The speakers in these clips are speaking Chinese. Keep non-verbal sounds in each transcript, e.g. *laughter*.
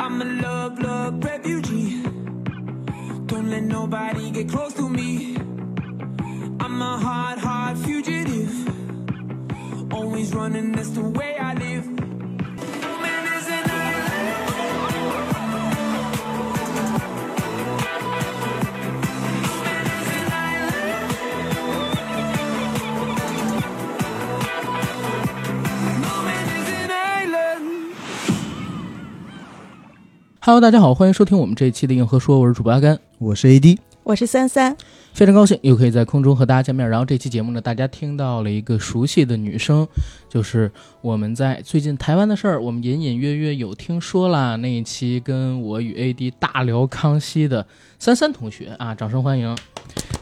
Love, love, refugee. Don't let nobody get close to me. I'm a hard, hard fugitive. Always running, that's the way I live. Woman is an island. Woman is an island. Hello，大家好，欢迎收听我们这一期的硬核说，我是主播阿甘，我是 AD，我是三三，非常高兴又可以在空中和大家见面。然后这期节目呢，大家听到了一个熟悉的女声，就是我们在最近台湾的事儿，我们隐隐约约有听说啦。那一期跟我与 AD 大聊康熙的三三同学啊，掌声欢迎。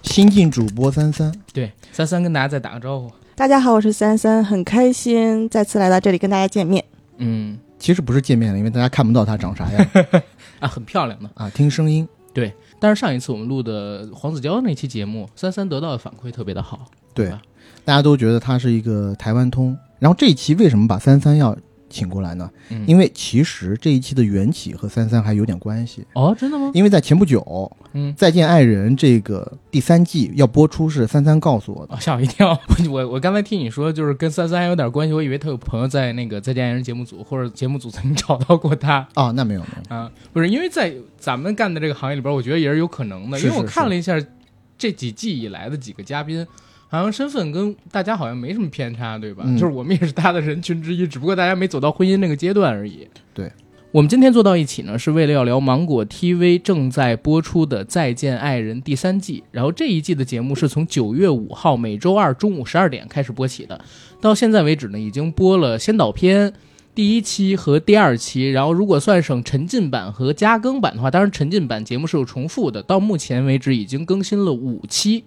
新晋主播三三。对，三三跟大家再打个招呼。大家好，我是三三，很开心再次来到这里跟大家见面。嗯其实不是见面了，因为大家看不到他长 *laughs* 啥样啊，很漂亮的。啊，听声音。但是上一次我们录的黄子佼那期节目，三三得到的反馈特别的好。对啊，大家都觉得他是一个台湾通。然后这一期为什么把三三要请过来呢？嗯，因为为其实这一期的缘起和三三还有点关系。哦，真的吗？因为在前不久，《嗯，再见爱人》这个第三季要播出，是三三告诉我的。哦，吓我一跳！我 *laughs* 我我刚才听你说，就是跟三三还有点关系，我以为他有朋友在那个《再见爱人》节目组或者节目组曾经找到过他哦，那没有没有，啊，不是因为在咱们干的这个行业里边，我觉得也是有可能的，是因为我是是看了一下这几季以来的几个嘉宾，好像身份跟大家好像没什么偏差，对吧？嗯就是我们也是他的人群之一，只不过大家没走到婚姻那个阶段而已。对。我们今天坐到一起呢，是为了要聊芒果 TV 正在播出的《再见爱人》第三季。然后这一季的节目是从九月五号每周二中午十二点开始播起的，到现在为止呢，已经播了先导片、第一期和第二期，然后如果算上沉浸版和加更版的话，当然沉浸版节目是有重复的，到目前为止已经更新了五期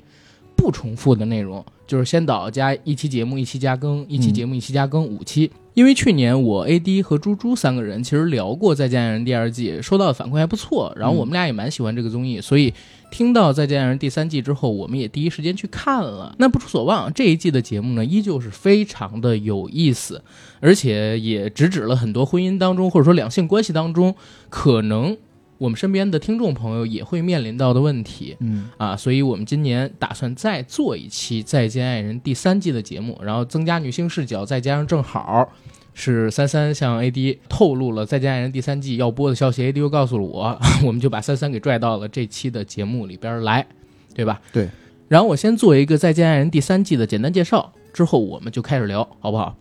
不重复的内容，就是先导加一期节目一期加更，一期节目一期加更五期。因为去年我 AD 和猪猪三个人其实聊过《再见爱人》第二季，收到的反馈还不错，然后我们俩也蛮喜欢这个综艺，所以听到《再见爱人》第三季之后，我们也第一时间去看了。那不出所望，这一季的节目呢，依旧是非常的有意思。而且也直指了很多婚姻当中，或者说两性关系当中，可能我们身边的听众朋友也会面临到的问题嗯，啊。所以我们今年打算再做一期《再见爱人》第三季的节目，然后增加女性视角，再加上正好。是三三向 AD 透露了《再见爱人》第三季要播的消息，AD 又告诉了我， *laughs* 我们就把三三给拽到了这期的节目里边来，对吧？对。然后我先做一个《再见爱人》第三季的简单介绍，之后我们就开始聊，好不好？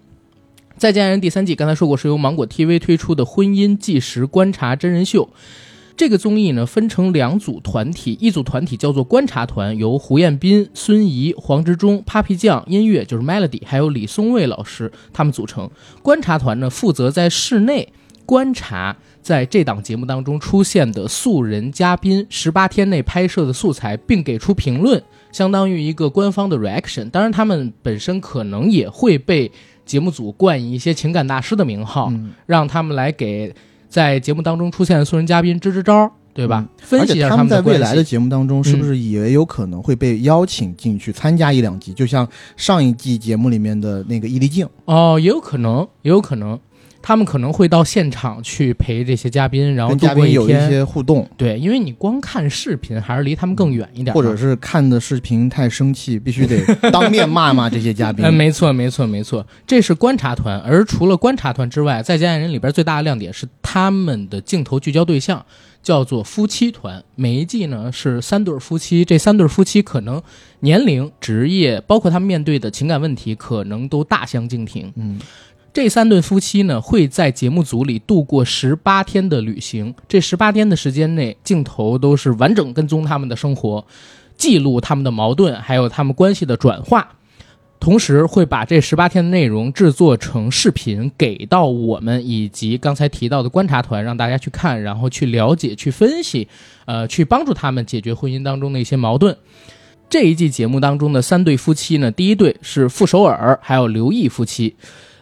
《再见爱人》第三季，刚才说过是由芒果 TV 推出的婚姻纪实观察真人秀。这个综艺呢，分成两组团体，一组团体叫做观察团，由胡彦斌、孙怡、黄执中、Papi 酱、音乐就是 Melody，还有李松蔚老师他们组成。观察团呢，负责在室内观察在这档节目当中出现的素人嘉宾十八天内拍摄的素材，并给出评论，相当于一个官方的 reaction。当然，他们本身可能也会被节目组冠以一些情感大师的名号，嗯让他们来给在节目当中出现的素人嘉宾支支招，对吧？分嗯而析一且下他们在未关来系嗯的节目当中，是不是也有可能会被邀请进去参加一两集？就像上一季节目里面的那个伊丽静，哦，也有可能，也有可能，他们可能会到现场去陪这些嘉宾，然后跟度嘉过宾有一天。些互动，对，因为你光看视频还是离他们更远一点嘛，或者是看的视频太生气，必须得当面骂骂这些 *laughs* 嘉宾嗯，。没错，没错，没错，这是观察团。而除了观察团之外，《再见爱人》里边最大的亮点是他们的镜头聚焦对象叫做夫妻团。每一季呢是三对儿夫妻，这三对儿夫妻可能年龄、职业，包括他们面对的情感问题，可能都大相径庭。嗯，这三对夫妻呢，会在节目组里度过十八天的旅行。这十八天的时间内，镜头都是完整跟踪他们的生活，记录他们的矛盾，还有他们关系的转化。同时会把这十八天的内容制作成视频，给到我们以及刚才提到的观察团，让大家去看，然后去了解、去分析，呃，去帮助他们解决婚姻当中的一些矛盾。这一季节目当中的三对夫妻呢，第一对是傅首尔还有刘毅夫妻，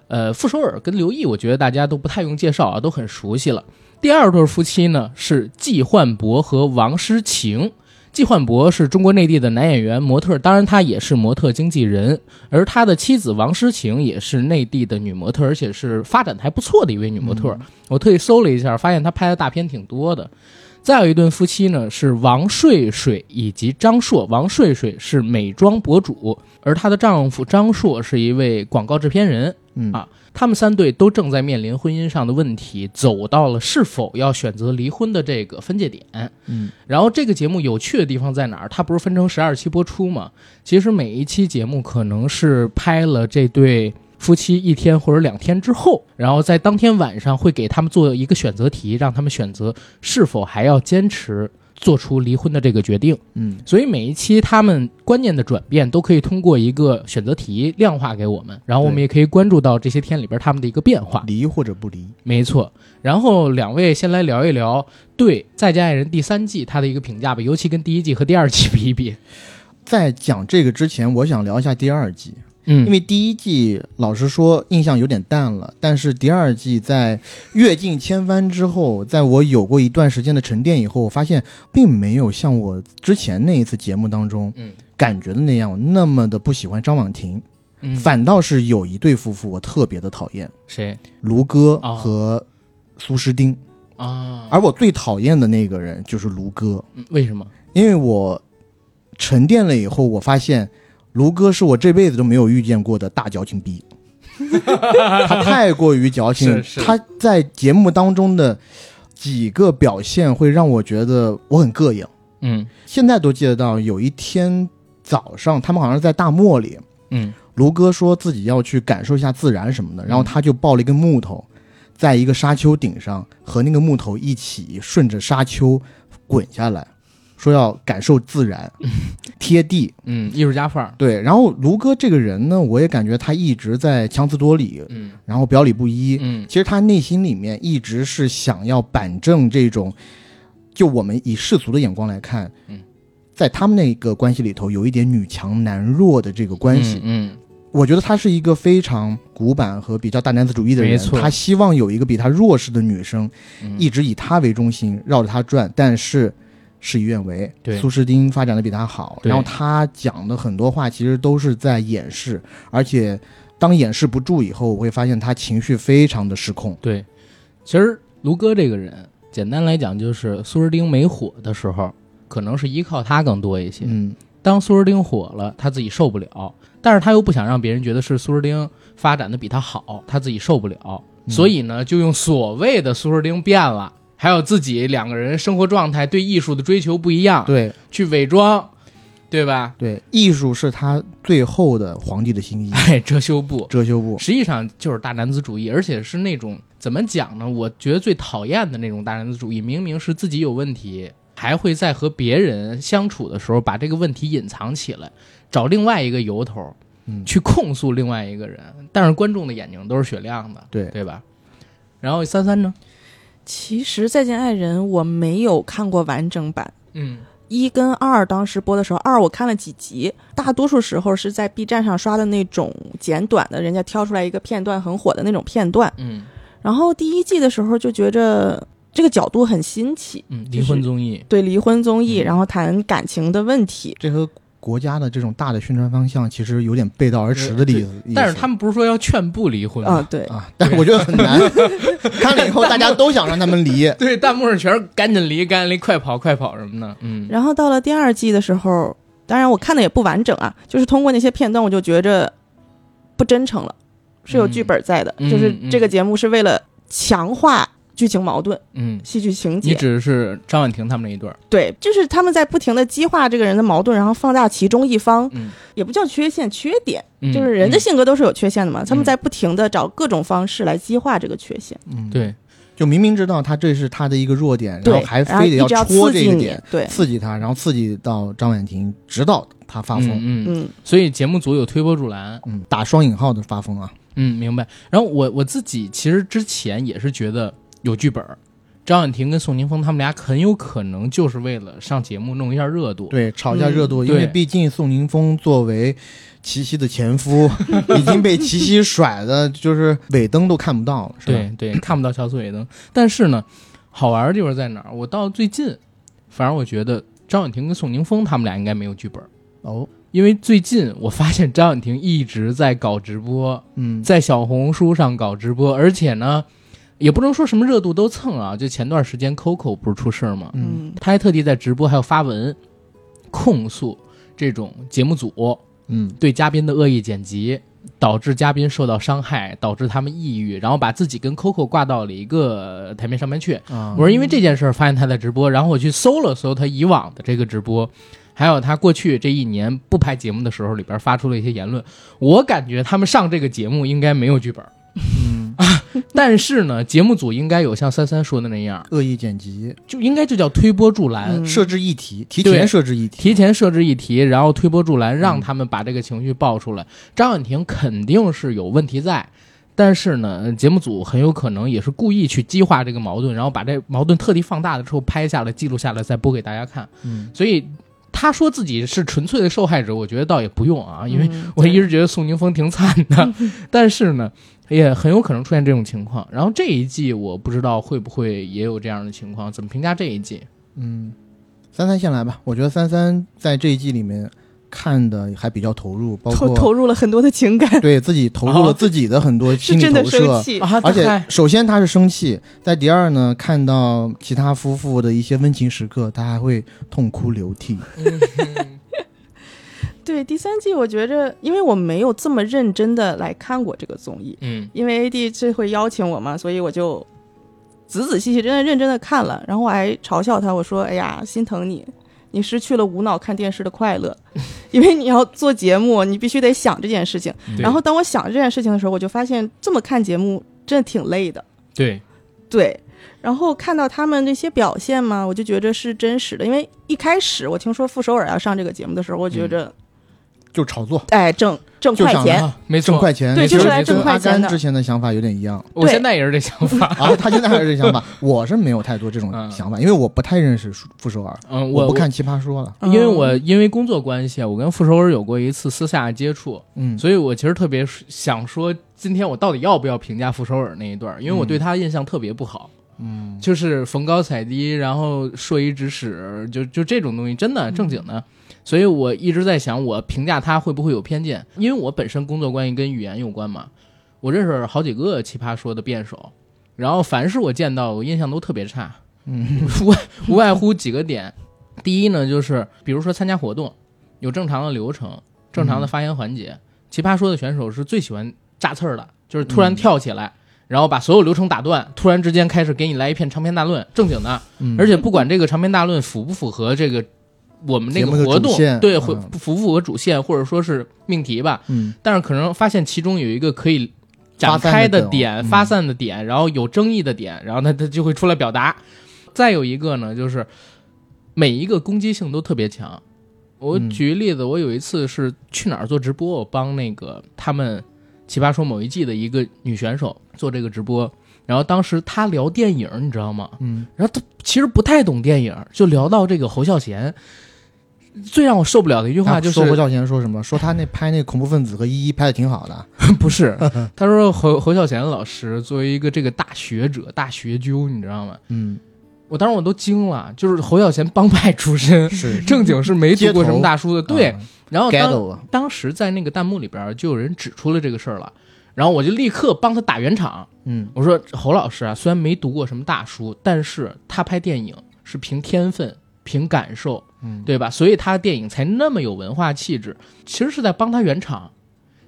呃，傅首尔跟刘毅，我觉得大家都不太用介绍啊，都很熟悉了。第二对夫妻呢是季焕博和王诗晴，季焕博是中国内地的男演员、模特，当然他也是模特经纪人，而他的妻子王诗晴也是内地的女模特，而且是发展的还不错的一位女模嗯特。我特意搜了一下，发现她拍的大片挺多的。再有一对夫妻呢，是王睡睡以及张硕。王睡睡是美妆博主，而她的丈夫张硕是一位广告制片人。嗯啊他们三对都正在面临婚姻上的问题，走到了是否要选择离婚的这个分界点。嗯，然后这个节目有趣的地方在哪儿？它不是分成十二期播出吗？其实每一期节目可能是拍了这对夫妻一天或者两天之后，然后在当天晚上会给他们做一个选择题，让他们选择是否还要坚持做出离婚的这个决定。嗯所以每一期他们观念的转变都可以通过一个选择题量化给我们，然后我们对也可以关注到这些天里边他们的一个变化。离或者不离，没错，然后两位先来聊一聊对《再见爱人》第三季它的一个评价吧，尤其跟第一季和第二季比一比。在讲这个之前，我想聊一下第二季，嗯因为第一季老实说印象有点淡了，但是第二季在阅尽千帆之后，在我有过一段时间的沉淀以后，我发现并没有像我之前那一次节目当中嗯感觉的那样那么的不喜欢张婉婷，嗯，反倒是有一对夫妇我特别的讨厌，谁卢哥哦和苏诗丁，啊？而我最讨厌的那个人就是卢哥，嗯为什么？因为我沉淀了以后，我发现卢哥是我这辈子都没有遇见过的大矫情逼，他太过于矫情 *laughs* 是，是他在节目当中的几个表现会让我觉得我很膈应。嗯现在都记得到，有一天早上，他们好像是在大漠里，嗯卢哥说自己要去感受一下自然什么的，然后他就抱了一根木头，在一个沙丘顶上和那个木头一起顺着沙丘滚下来，说要感受 *laughs* 自然，贴地。嗯，艺术家范儿。对，然后卢哥这个人呢，我也感觉他一直在强词夺理，嗯然后表里不一。嗯其实他内心里面一直是想要板正这种，就我们以世俗的眼光来看，嗯在他们那个关系里头有一点女强男弱的这个关系。嗯我觉得他是一个非常古板和比较大男子主义的没人，错他希望有一个比他弱势的女生，嗯一直以他为中心，绕着他转，但是事与愿违。对苏诗丁发展的比他好，对然后他讲的很多话其实都是在掩饰，而且当掩饰不住以后，我会发现他情绪非常的失控。对，其实卢哥这个人，简单来讲就是苏诗丁没火的时候，可能是依靠他更多一些。嗯，当苏诗丁火了，他自己受不了，但是他又不想让别人觉得是苏诗丁发展的比他好，他自己受不了，嗯所以呢，就用所谓的苏诗丁变了，还有自己两个人生活状态对艺术的追求不一啊样，对去伪装，对吧？ *laughs* 对，艺术是他最后的皇帝的新衣，哎，遮羞布，遮羞布。实际上就是大男子主义，而且是那种怎么讲呢？我觉得最讨厌的那种大男子主义，明明是自己有问题，还会在和别人相处的时候把这个问题隐藏起来，找另外一个由头嗯，去控诉另外一个人。但是观众的眼睛都是雪亮的，对对吧？然后三三呢？其实《再见爱人》我没有看过完整版，嗯一跟二当时播的时候，二我看了几集，大多数时候是在 B 站上刷的那种简短的，人家挑出来一个片段很火的那种片段。嗯然后第一季的时候就觉着这个角度很新奇，嗯，就离是婚综艺，对离婚综艺，嗯然后谈感情的问题。这和国家的这种大的宣传方向其实有点背道而呃驰的意思。但是他们不是说要劝不离婚吗？啊，对，啊，但我觉得很 *laughs* 难。看了以后，大家都想让他们离。对，弹幕上全是赶紧离，赶紧离，快跑，快跑什么的。嗯然后到了第二季的时候，当然我看的也不完整啊，就是通过那些片段，我就觉着不真诚了，是有剧本在的，嗯就是嗯这个节目是为了强化剧情矛盾、嗯，戏剧情你节。指的是张婉婷他们那一对儿。对，就是他们在不停的激化这个人的矛盾，然后放大其中一方，嗯也不叫缺陷，缺点，嗯就是人的性格都是有缺陷的嘛。他嗯们在不停的找各种方式来激化这个缺陷，嗯，，对，就明明知道他这是他的一个弱点，然对，后还然后非得一直戳要刺这激个你点，，对，刺激他，然后刺激到张婉婷，直到他发疯。嗯嗯，嗯所以节目组有推波助澜，嗯，打双引号的发疯啊！嗯，明白。然后我我自己其实之前也是觉得有剧本儿，张婉婷跟宋宁峰他们俩很有可能就是为了上节目弄一下热度，对，炒一下热度，嗯因为对毕竟宋宁峰作为齐溪的前夫，已经被齐溪甩的，就是尾灯都看不到了，是吧？对对，看不到乔素也能。但是呢，好玩儿的地方在哪儿？我到最近，反而我觉得张婉婷跟宋宁峰他们俩应该没有剧本，哦，因为最近我发现张婉婷一直在搞直播，嗯，在小红书上搞直播，而且呢，也不能说什么热度都蹭啊。就前段时间 Coco 不是出事儿吗？嗯嗯他还特地在直播还有发文控诉这种节目组嗯对嘉宾的恶意剪辑，导致嘉宾受到伤害，导致他们抑郁，然后把自己跟 Coco 挂到了一个台面上面去。啊我是因为这件事儿发现他在直播，然后我去搜了搜他以往的这个直播，还有他过去这一年不拍节目的时候里边发出了一些言论。我感觉他们上这个节目应该没有剧本，嗯 *laughs* 但是呢，节目组应该有像三三说的那样，恶意剪辑，就应该就叫推波助澜，嗯设置议题，提对前设置议题，提前设置议题，然后推波助澜，嗯让他们把这个情绪爆出来。张婉婷肯定是有问题在。但是呢，呃节目组很有可能也是故意去激化这个矛盾，然后把这矛盾特地放大了之后拍下来、记录下来，再播给大家看。嗯所以他说自己是纯粹的受害者，我觉得倒也不用啊，因为嗯我对一直觉得宋宁峰挺惨的， *laughs* 但是呢，也很有可能出现这种情况。然后这一季我不知道会不会也有这样的情况，怎么评价这一季？嗯，三三先来吧，我觉得三三在这一季里面看的还比较投入，包投投括入了很多的情感，对自己投入哦了自己的很多是心理真的投生射。气。啊而且嗨，首先他是生气，在第二呢，看到其他夫妇的一些温情时刻，他还会痛哭流涕。对第三季，我觉着，因为我没有这么认真的来看过这个综艺，嗯因为 AD 这回邀请我嘛，所以我就仔仔细细、真的认真的看了，然后我还嘲笑他，我说：“哎呀，心疼你，你失去了无脑看电视的快乐，因为你要做节目，你必须得想这件事情。”对然后当我想这件事情的时候，我就发现这么看节目真的挺累的，对，对。然后看到他们这些表现嘛，我就觉着是真实的，因为一开始我听说傅首尔要上这个节目的时候，我觉着、就炒作哎挣挣就快想钱，啊，没挣错，快钱，对其实就是来挣跟快阿钱的甘之前的想法有点一样我对现在也是这想法。啊。 *laughs* 他现在还是这想法，我是没有太多 *laughs* 这种嗯想法，因为我不太认识傅首尔，嗯，我我不。看《奇葩说》了。因为我嗯因为工作关系，啊我跟傅首尔有过一次私下的接触，嗯所以我其实特别想说，今天我到底要不要评价傅首尔那一段儿？因为我对他印象特别不好，嗯，就是逢高踩低，然后说一指使，就就这种东西，真的正经的。所以我一直在想，我评价他会不会有偏见？因为我本身工作关系跟语言有关嘛，我认识好几个奇葩说的辩手，然后凡是我见到，我印象都特别差。嗯，无无外乎几个点，第一呢，就是比如说参加活动有正常的流程，正常的发言环节。奇葩说的选手是最喜欢炸刺儿的，就是突嗯然跳起来，然后把所有流程打断，突然之间开始给你来一片长篇大论，正经的，嗯而且不管这个长篇大论符不符合这个我们那节个目的活动主线，对，嗯会符不符合主线或者说是命题吧，嗯但是可能发现其中有一个可以展发散的开的梗点、嗯发散的点，然后有争议的点，然后他他就会出来表达。再有一个呢，就是每一个攻击性都特别强。我嗯举个例子，我有一次是去哪儿做直播，我帮那个他们《奇葩说》某一季的一个女选手做这个直播，然后当时她聊电影，你知道吗？嗯，然后他其实不太懂电影，就聊到这个侯孝贤。最让我受不了的一句话他就是啊说侯孝贤说什么？说他那拍那恐怖分子和一一拍的挺好的。不是，他说侯侯孝贤老师作为一个这个大学者、大学究，你知道吗？嗯，我当时我都惊了，就是侯孝贤帮派出 *laughs* 身，是正经 *laughs* 是没读过什么大书的。对，啊然后当，ghetto 啊，当时在那个弹幕里边就有人指出了这个事儿了，然后我就立刻帮他打圆场，嗯我说侯老师啊，虽然没读过什么大书，但是他拍电影是凭天分、凭感受，嗯，对吧？所以他的电影才那么有文化气质，其实是在帮他圆场。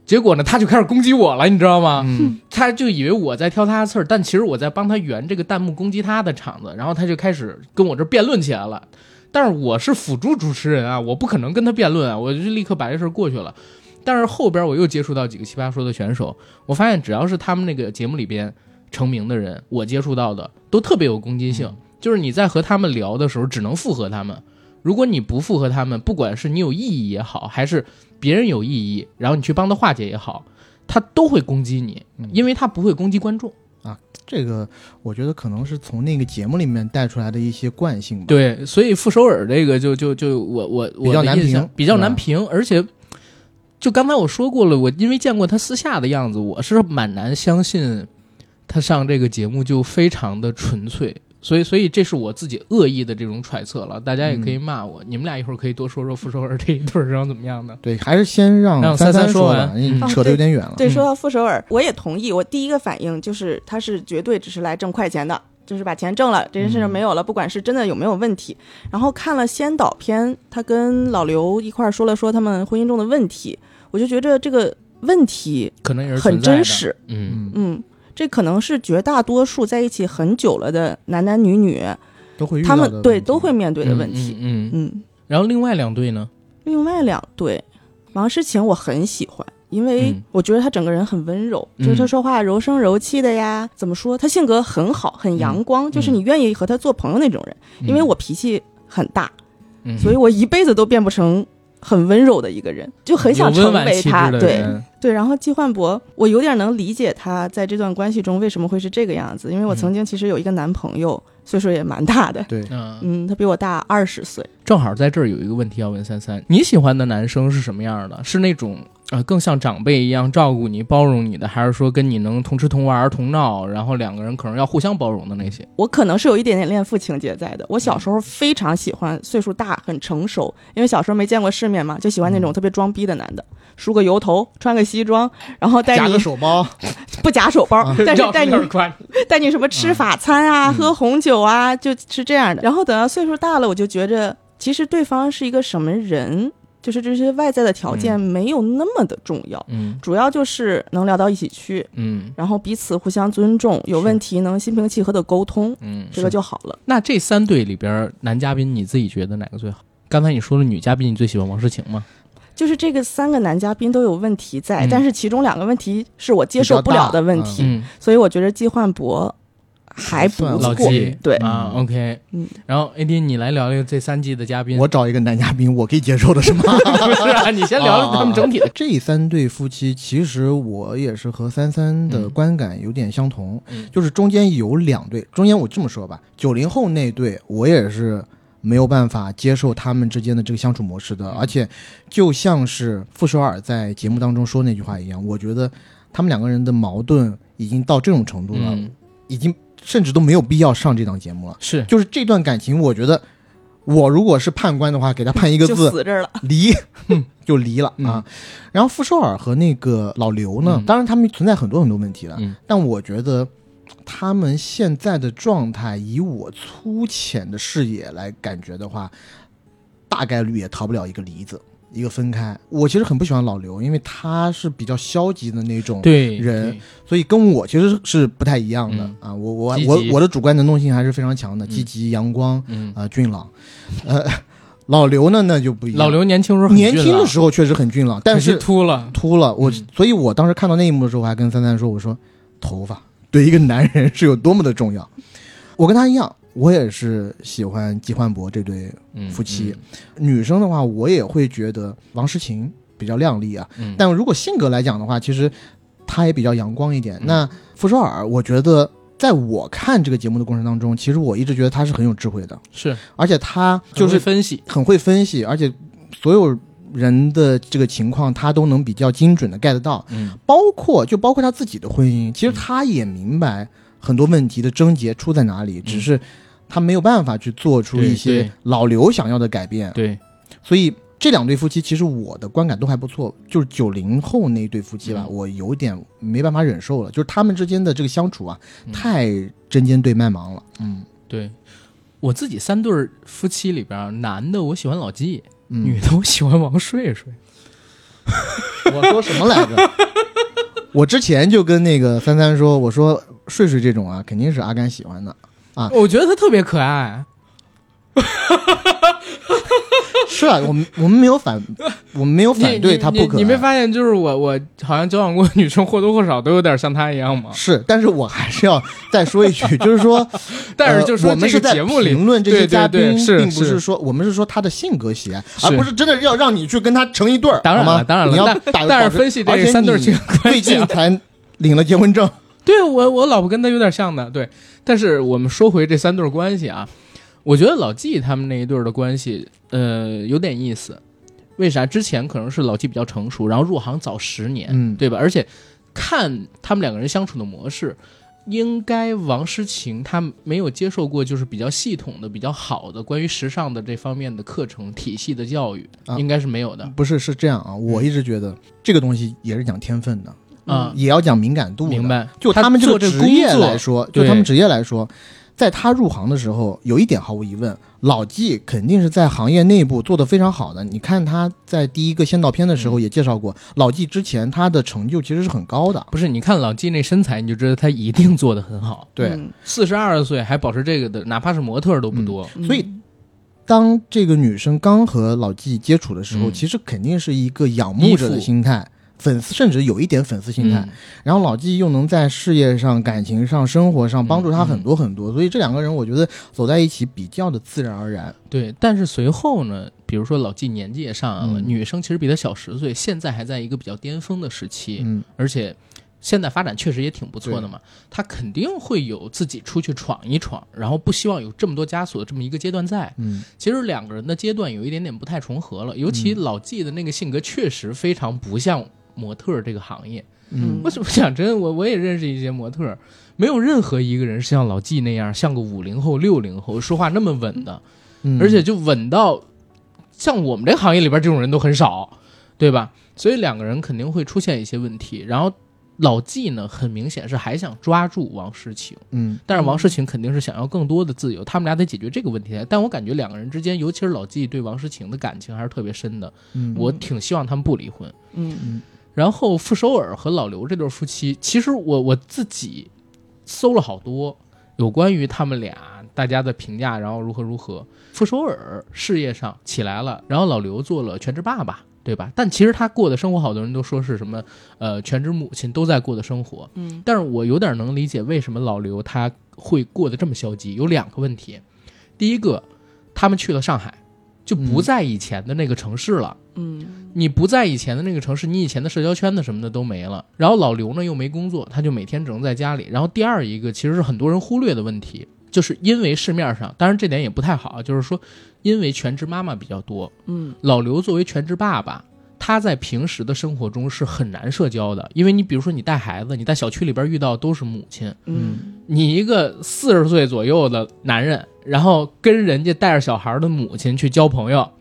结果呢，他就开始攻击我了，你知道吗？嗯他就以为我在挑他的刺儿，但其实我在帮他圆这个弹幕攻击他的场子，然后他就开始跟我这辩论起来了。但是我是辅助主持人啊，我不可能跟他辩论啊，我就立刻把这事儿过去了。但是后边我又接触到几个奇葩说的选手，我发现只要是他们那个节目里边成名的人，我接触到的都特别有攻击性，就是你在和他们聊的时候，只能附和他们。如果你不附和他们，不管是你有异议也好，还是别人有异议，然后你去帮他化解也好，他都会攻击你，嗯 *laughs* 因为他不会攻击观众。这个我觉得可能是从那个节目里面带出来的一些惯性吧。，对，所以傅首尔这个就就就我我我比较的难印象评比较难评，而且就刚才我说过了，我因为见过他私下的样子，我是蛮难相信他上这个节目就非常的纯粹，所以，所以这是我自己恶意的这种揣测了，大家也可以骂我。你们俩一会儿可以多说说傅首尔这一对儿然后怎么样的。对，还是先让让三三三说说吧，完因为你嗯扯得有点远了。对，嗯说到傅首尔，我也同意。我第一个反应就是，他是绝对只是来挣快钱的，就是把钱挣了，这件事情嗯没有了，不管是真的有没有问题。然后看了先导片，他跟老刘一块儿说了说他们婚姻中的问题，我就觉着这个问题 *laughs* 可能也是很存在的真，实，嗯，嗯，嗯。这可能是绝大多数在一起很久了的男男女女，都会遇他到们的对问题都会面对的问题。嗯，嗯嗯嗯，然后另外两对呢，另外两对，王诗晴我很喜欢，因为嗯我觉得她整个人很温柔，就是她嗯说话柔声柔气的呀。怎么说？她性格很好，很阳光，就是嗯你愿意和她做朋友那种人。因为我脾气很大，嗯，所以我一辈子都变不成很温柔的一个人，就很想有成温婉为气她。质的对人对，然后季焕博，我有点能理解他在这段关系中为什么会是这个样子，因为我嗯曾经其实有一个男朋友，岁数也蛮大的，对，嗯，嗯，他比我大二十岁。正好在这儿有一个问题要问三三，你喜欢的男生是什么样的？是那种呃更像长辈一样照顾你、包容你的，还是说跟你能同吃同玩同闹，然后两个人可能要互相包容的那些？我可能是有一点点恋父情节在的。我嗯小时候非常喜欢岁数大、很成熟，因为小时候没见过世面嘛，就喜欢那种特别装逼的男的，梳个油头，穿个西装，然后带哎夹你个手啊包，不夹手包，但是要带你要夸带你什么吃法餐嗯啊、喝红酒啊，就是这样的。然后等到岁数大了，我就觉着其实对方是一个什么人，就是这些外在的条嗯件没有那么的重要，嗯主要就是能聊到一起去，嗯然后彼此互相尊重，有是问题能心平气和的沟通，嗯，这个是就好了。那这三对里边儿男嘉宾你自己觉得哪个最好？刚才你说了女嘉宾，你最喜欢王诗晴吗？就是这个三个男嘉宾都有问题在，嗯但是其中两个问题是我接受不了的问题，嗯，所以我觉得季焕博还不算了老错。纪对啊，OK，嗯然后 AD 你来聊聊这三季的嘉宾，我找一个男嘉宾，我可以接受的是吗？不是啊， *laughs* 你先聊聊他们整体的，这三对夫妻，其实我也是和三三的嗯观感有点相同，嗯就是中间有两对，中间我这么说吧，九零后那对我也是没有办法接受他们之间的这个相处模式的，嗯而且就像是傅首尔在节目当中说那句话一样，我觉得他们两个人的矛盾已经到这种程度了，嗯，已经甚至都没有必要上这档节目了。是就是这段感情，我觉得我如果是判官的话，给他判一个就字，死这儿了，离，就离了、嗯啊。然后傅首尔和那个老刘呢，嗯当然他们存在很多很多问题了，嗯但我觉得他们现在的状态，以我粗浅的视野来感觉的话，大概率也逃不了一个离字，一个分开。我其实很不喜欢老刘，因为他是比较消极的那种，对人所以跟我其实是不太一样的、嗯啊。我我积极我我的主观能动性还是非常强的，嗯积极、阳光嗯，啊、俊朗。呃，老刘呢，那就不一样。老刘年轻时候很年俊轻的朗时候确实很俊朗，但可惜是秃了，秃了。我、嗯所以，我当时看到那一幕的时候，我还跟三三说：“我说，头发对一个男人是有多么的重要。”我跟他一样，我也是喜欢季焕博这对嗯夫妻。女生的话，我也会觉得王诗晴比较靓丽啊。嗯，但如果性格来讲的话，其实她也比较阳光一点。嗯那傅首尔，我觉得在我看这个节目的过程当中，其实我一直觉得她是很有智慧的，是而且她就是分析，很会分析，而且所有人的这个情况，他都能比较精准的 get 到，嗯包括就包括他自己的婚姻，其实嗯他也明白很多问题的症结出在哪里，只是他没有办法去做出一嗯对些对老刘想要的改变，对，所以。这两对夫妻其实我的观感都还不错，就是九零后那一对夫妻吧，嗯我有点没办法忍受了，就是他们之间的这个相处啊，嗯太针尖对麦芒了。嗯对。我自己三对儿夫妻里边儿，男的我喜欢老纪，嗯，女的我喜欢王睡睡。我说什么来 *laughs* 着？我之前就跟那个三三说，我说睡睡这种啊，肯定是阿甘喜欢的。我觉得她特别可爱，是啊，我们我们没有反，我们没有反对你他不可你。爱你没发现就是我我好像交往过的女生或多或少都有点像她一样吗？啊是，但是我还是要再说一句，就是说， *laughs* 但是就呃说我们这是个在节目里评论这些对对嘉宾，对是并不是说我们是说他的性格喜爱，是而不是真的要让你去跟他成一对儿，当然好吗了当然了你要但打但是保持分析这而个且三对儿你这个啊最近才领了结婚 *laughs* 证，对我，我老婆跟她有点像的，对。但是我们说回这三对儿关系啊，我觉得老纪他们那一对儿的关系，呃，有点意思。为啥？之前可能是老纪比较成熟，然后入行早十年，嗯对吧？而且看他们两个人相处的模式，应该王诗晴她没有接受过就是比较系统的、比较好的关于时尚的这方面的课程体系的教育，啊应该是没有的不是是这样啊，我一直觉得这个东西也是讲天分的，啊。也要讲敏感嗯度的。明白？就他们做个这职工业作来说，就他对们职业来说，在他入行的时候，有一点毫无疑问，老纪肯定是在行业内部做得非常好的。你看他在第一个先导片的时候也介绍过，老纪之前他的成就其实是很高的。不是，你看老纪那身材，你就知道他一定做得很好。对，嗯四十二岁还保持这个的，哪怕是模特儿都不多。嗯所以当这个女生刚和老纪接触的时候，嗯其实肯定是一个仰慕者的心态。粉丝甚至有一点粉丝心态，嗯然后老纪又能在事业上、感情上、生活上帮助他很多很多，所以这两个人我觉得走在一起比较的自然而然。对，但是随后呢，比如说老纪年纪也上来了，嗯女生其实比他小十岁，现在还在一个比较巅峰的时期，嗯，而且现在发展确实也挺不错的嘛，他肯定会有自己出去闯一闯，然后不希望有这么多枷锁的这么一个阶段在。嗯其实两个人的阶段有一点点不太重合了，尤其老纪的那个性格确实非常不像模特儿这个行业。*laughs* 嗯我我讲真，我我也认识一些模特儿，没有任何一个人是像老纪那样，像个五零后、六零后说话那么稳的。嗯而且就稳到像我们这个行业里边这种人都很少，对吧？所以两个人肯定会出现一些问题。然后老纪呢，很明显是还想抓住王诗晴，嗯但是王诗晴肯定是想要更多的自由，他们俩得解决这个问题。但我感觉两个人之间，尤其是老纪对王诗晴的感情还是特别深的，嗯我挺希望他们不离婚。嗯然后傅首尔和老刘这对夫妻，其实我我自己搜了好多有关于他们俩大家的评价，然后如何如何。傅首尔事业上起来了，然后老刘做了全职爸爸，对吧？但其实他过的生活，好多人都说是什么呃全职母亲都在过的生活，嗯但是我有点能理解为什么老刘他会过得这么消极。有两个问题，第一个，他们去了上海，就不嗯在以前的那个城市了。嗯你不在以前的那个城市，你以前的社交圈子什么的都没了。然后老刘呢又没工作，他就每天只能在家里。然后第二一个其实是很多人忽略的问题，就是因为市面上，当然这点也不太好啊，就是说因为全职妈妈比较多，嗯老刘作为全职爸爸。他在平时的生活中是很难社交的，因为你比如说你带孩子，你在小区里边遇到都是母亲，嗯你一个四十岁左右的男人，然后跟人家带着小孩的母亲去交朋友，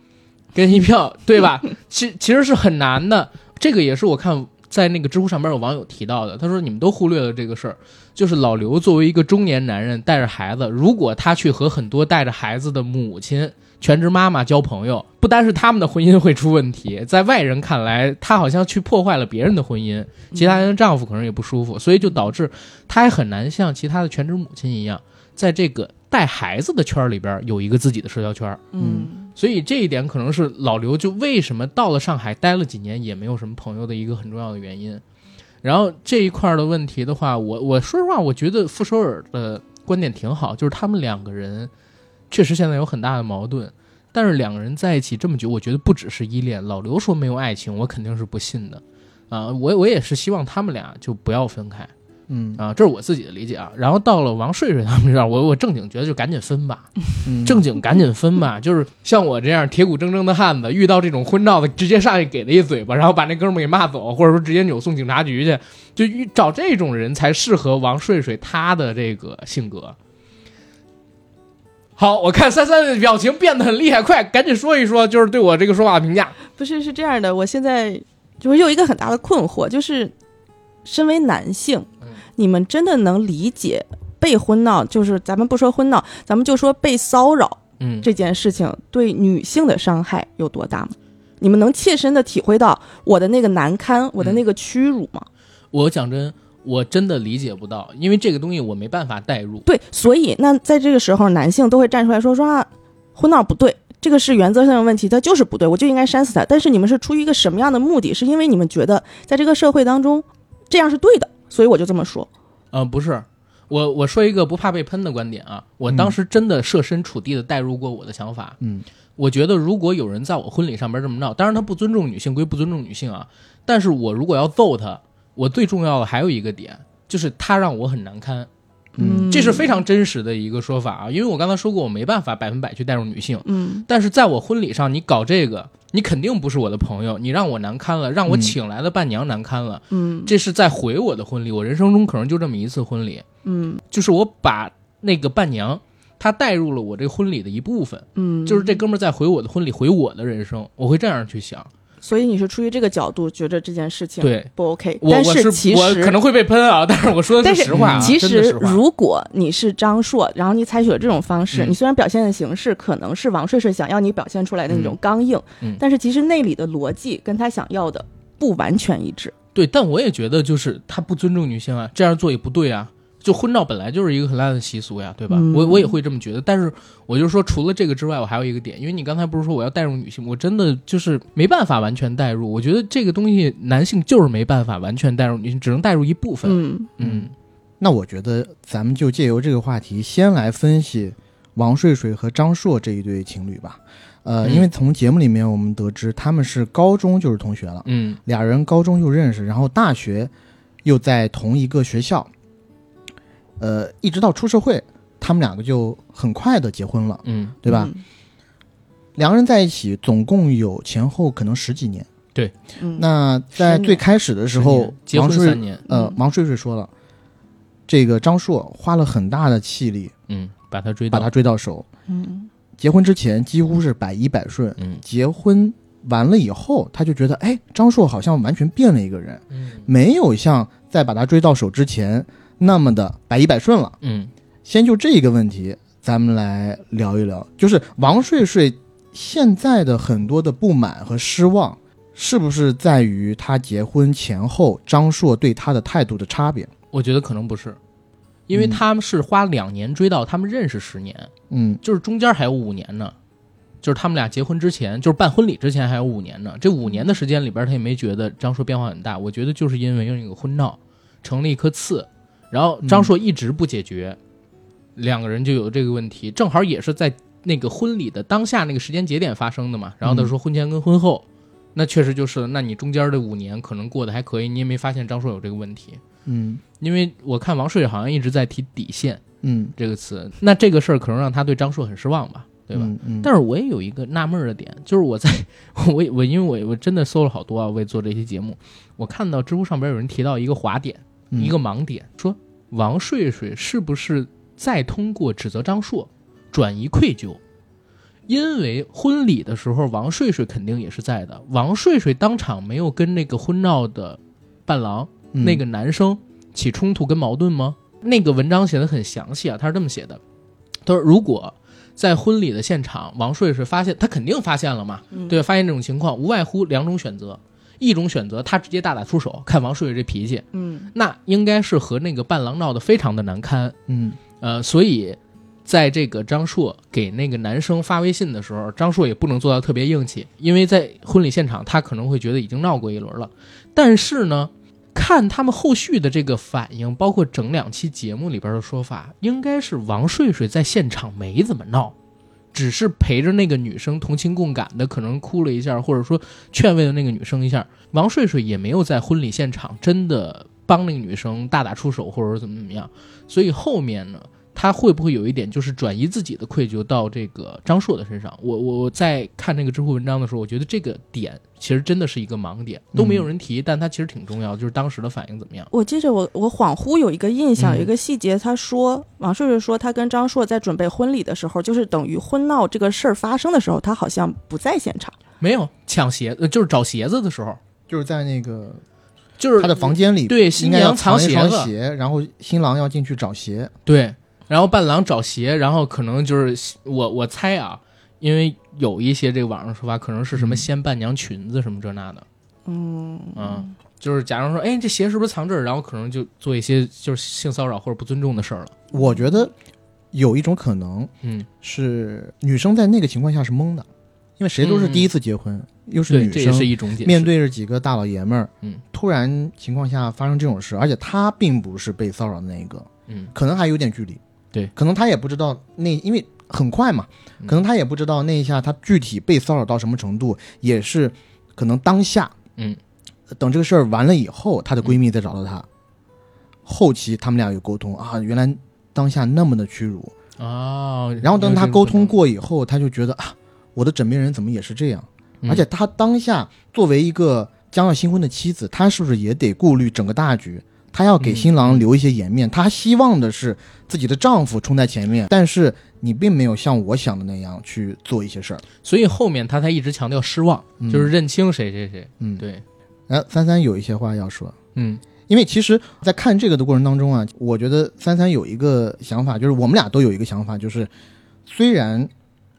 跟一票，对吧？ *laughs* 其其实是很难的。这个也是我看在那个知乎上边有网友提到的，他说你们都忽略了这个事儿，就是老刘作为一个中年男人带着孩子，如果他去和很多带着孩子的母亲。全职妈妈交朋友，不单是他们的婚姻会出问题，在外人看来，他好像去破坏了别人的婚姻，其他人的丈夫可能也不舒服，所以就导致她也很难像其他的全职母亲一样，在这个带孩子的圈儿里边儿有一个自己的社交圈儿。嗯所以这一点可能是老刘就为什么到了上海待了几年也没有什么朋友的一个很重要的原因。然后这一块儿的问题的话，我我说实话，我觉得傅首尔的观点挺好，就是他们两个人确实现在有很大的矛盾，但是两个人在一起这么久，我觉得不只是依恋。老刘说没有爱情，我肯定是不信的，啊、我我也是希望他们俩就不要分开。嗯啊，这是我自己的理解啊。然后到了王睡睡他们这儿，我我正经觉得就赶紧分吧，嗯正经赶紧分吧。就是像我这样铁骨铮铮的汉子，遇到这种婚闹的，直接上去给他一嘴巴，然后把那哥们儿给骂走，或者说直接扭送警察局去，就遇找这种人才适合王睡睡他的这个性格。好，我看三三的表情变得很厉害，快赶紧说一说，就是对我这个说法的评价。不是是这样的，我现在就是有一个很大的困惑，就是身为男性嗯，你们真的能理解被婚闹，就是咱们不说婚闹，咱们就说被骚扰嗯，这件事情对女性的伤害有多大吗？你们能切身的体会到我的那个难堪，我的那个屈辱吗？嗯我讲真，我真的理解不到，因为这个东西我没办法代入。对，所以那在这个时候，男性都会站出来说说啊，婚闹不对，这个是原则上的问题，他就是不对，我就应该扇死他。但是你们是出于一个什么样的目的？是因为你们觉得在这个社会当中这样是对的，所以我就这么说。呃，不是，我我说一个不怕被喷的观点啊，我当时真的设身处地的代入过我的想法。嗯，我觉得如果有人在我婚礼上边这么闹，当然他不尊重女性归不尊重女性啊，但是我如果要揍他，我最重要的还有一个点。就是他让我很难堪，嗯这是非常真实的一个说法啊！因为我刚才说过，我没办法百分百去代入女性，嗯但是在我婚礼上你搞这个，你肯定不是我的朋友，你让我难堪了，让我嗯请来的伴娘难堪了，嗯这是在毁我的婚礼。我人生中可能就这么一次婚礼，嗯就是我把那个伴娘她带入了我这个婚礼的一部分，嗯，就是这哥们儿在毁我的婚礼，毁我的人生，我会这样去想。所以你是出于这个角度觉得这件事情对不 OK，我但我其我实可能会被喷啊，但是我说的但是实话啊，其真的实实话如果你是张硕，然后你采取了这种方式，嗯你虽然表现的形式可能是王睡睡想要你表现出来的那种刚硬，嗯但是其实内里的逻辑跟他想要的不完全一致。对，但我也觉得就是他不尊重女性啊，这样做也不对啊。就婚照本来就是一个很烂的习俗呀，对吧？嗯我我也会这么觉得，但是我就说，除了这个之外，我还有一个点，因为你刚才不是说我要带入女性，我真的就是没办法完全带入。我觉得这个东西，男性就是没办法完全带入女性，只能带入一部分。嗯嗯那我觉得咱们就借由这个话题，先来分析王睡睡和张硕这一对情侣吧。呃，嗯因为从节目里面我们得知，他们是高中就是同学了，嗯俩人高中就认识，然后大学又在同一个学校，呃，一直到出社会，他们两个就很快的结婚了，嗯对吧？嗯？两个人在一起总共有前后可能十几年。嗯，那在十年最开始的时候，结王婚睡三年，呃嗯，王睡睡说了，这个张硕花了很大的气力嗯，把他追把到，他追到手。嗯结婚之前几乎是百依百顺，嗯结婚完了以后，他就觉得，哎，张硕好像完全变了一个人，嗯没有像在把他追到手之前那么的百依百顺了。嗯先就这一个问题，咱们来聊一聊，就是王睡睡现在的很多的不满和失望，是不是在于他结婚前后张硕对他的态度的差别？我觉得可能不是，因为嗯他们是花两年追到，他们认识十年。嗯，就是中间还有五年呢，就是他们俩结婚之前，就是办婚礼之前还有五年呢。这五年的时间里边，他也没觉得张硕变化很大。我觉得就是因为那个婚闹成了一颗刺，然后张硕一直不解决，两个人就有这个问题。正好也是在那个婚礼的当下那个时间节点发生的嘛。然后他说婚前跟婚后，那确实就是，那你中间的五年可能过得还可以，你也没发现张硕有这个问题。嗯因为我看王睡好像一直在提底线嗯，这个词，那这个事儿可能让他对张硕很失望吧，对吧？嗯嗯，但是我也有一个纳闷儿的点，就是我在我我因为我我真的搜了好多啊，为做这期节目，我看到知乎上边有人提到一个滑点，嗯一个盲点，说王睡睡是不是再通过指责张硕转移愧疚？因为婚礼的时候，王睡睡肯定也是在的。王睡睡当场没有跟那个婚闹的伴郎嗯那个男生起冲突跟矛盾吗？那个文章写的很详细啊，他是这么写的，他说如果在婚礼的现场，王睡睡发现他肯定发现了嘛，嗯对吧，发现这种情况无外乎两种选择，一种选择他直接大打出手，看王睡睡这脾气，嗯那应该是和那个伴郎闹得非常的难堪，嗯呃，所以在这个张硕给那个男生发微信的时候，张硕也不能做到特别硬气，因为在婚礼现场他可能会觉得已经闹过一轮了。但是呢，看他们后续的这个反应，包括整两期节目里边的说法，应该是王睡睡在现场没怎么闹。只是陪着那个女生同情共感的，可能哭了一下，或者说劝慰了那个女生一下。王睡睡也没有在婚礼现场真的帮那个女生大打出手，或者说怎么怎么样。所以后面呢，他会不会有一点就是转移自己的愧疚到这个张硕的身上？我我我在看那个知乎文章的时候，我觉得这个点其实真的是一个盲点，都没有人提，但它其实挺重要，就是当时的反应怎么样？我记着我我恍惚有一个印象，嗯有一个细节，他说王睡睡说他跟张硕在准备婚礼的时候，就是等于婚闹这个事儿发生的时候，他好像不在现场。没有抢鞋，呃就是找鞋子的时候，就是在那个就是他的房间里，对应新该要娘藏一鞋双子，鞋，然后新郎要进去找鞋。对，然后伴郎找鞋，然后可能就是我我猜啊，因为有一些这个网上说法，可能是什么嗯掀伴娘裙子什么这那的，嗯嗯，就是假如说，哎，这鞋是不是藏这儿？然后可能就做一些就是性骚扰或者不尊重的事儿了。我觉得有一种可能嗯，是女生在那个情况下是懵的，因为谁都是嗯第一次结婚，又是对，女这也生，是一种解释。面对着几个大老爷们儿，嗯，突然情况下发生这种事，而且她并不是被骚扰的那一个，嗯，可能还有点距离，对可能她也不知道那，因为很快嘛，嗯可能她也不知道那一下她具体被骚扰到什么程度，也是可能当下，嗯，等这个事儿完了以后，她的闺蜜再找到她，后期他们俩有沟通啊，原来当下那么的屈辱，哦，嗯然后等有她这种沟通可能，过以后，她就觉得啊，我的枕边人怎么也是这样，嗯而且她当下作为一个将要新婚的妻子，她是不是也得顾虑整个大局？她要给嗯新郎留一些颜面，她希望的是自己的丈夫冲在前面，但是你并没有像我想的那样去做一些事儿。所以后面他才一直强调失望，嗯就是认清谁谁谁。嗯，。对，哎，三三有一些话要说，嗯因为其实，在看这个的过程当中啊，我觉得三三有一个想法，就是我们俩都有一个想法，就是虽然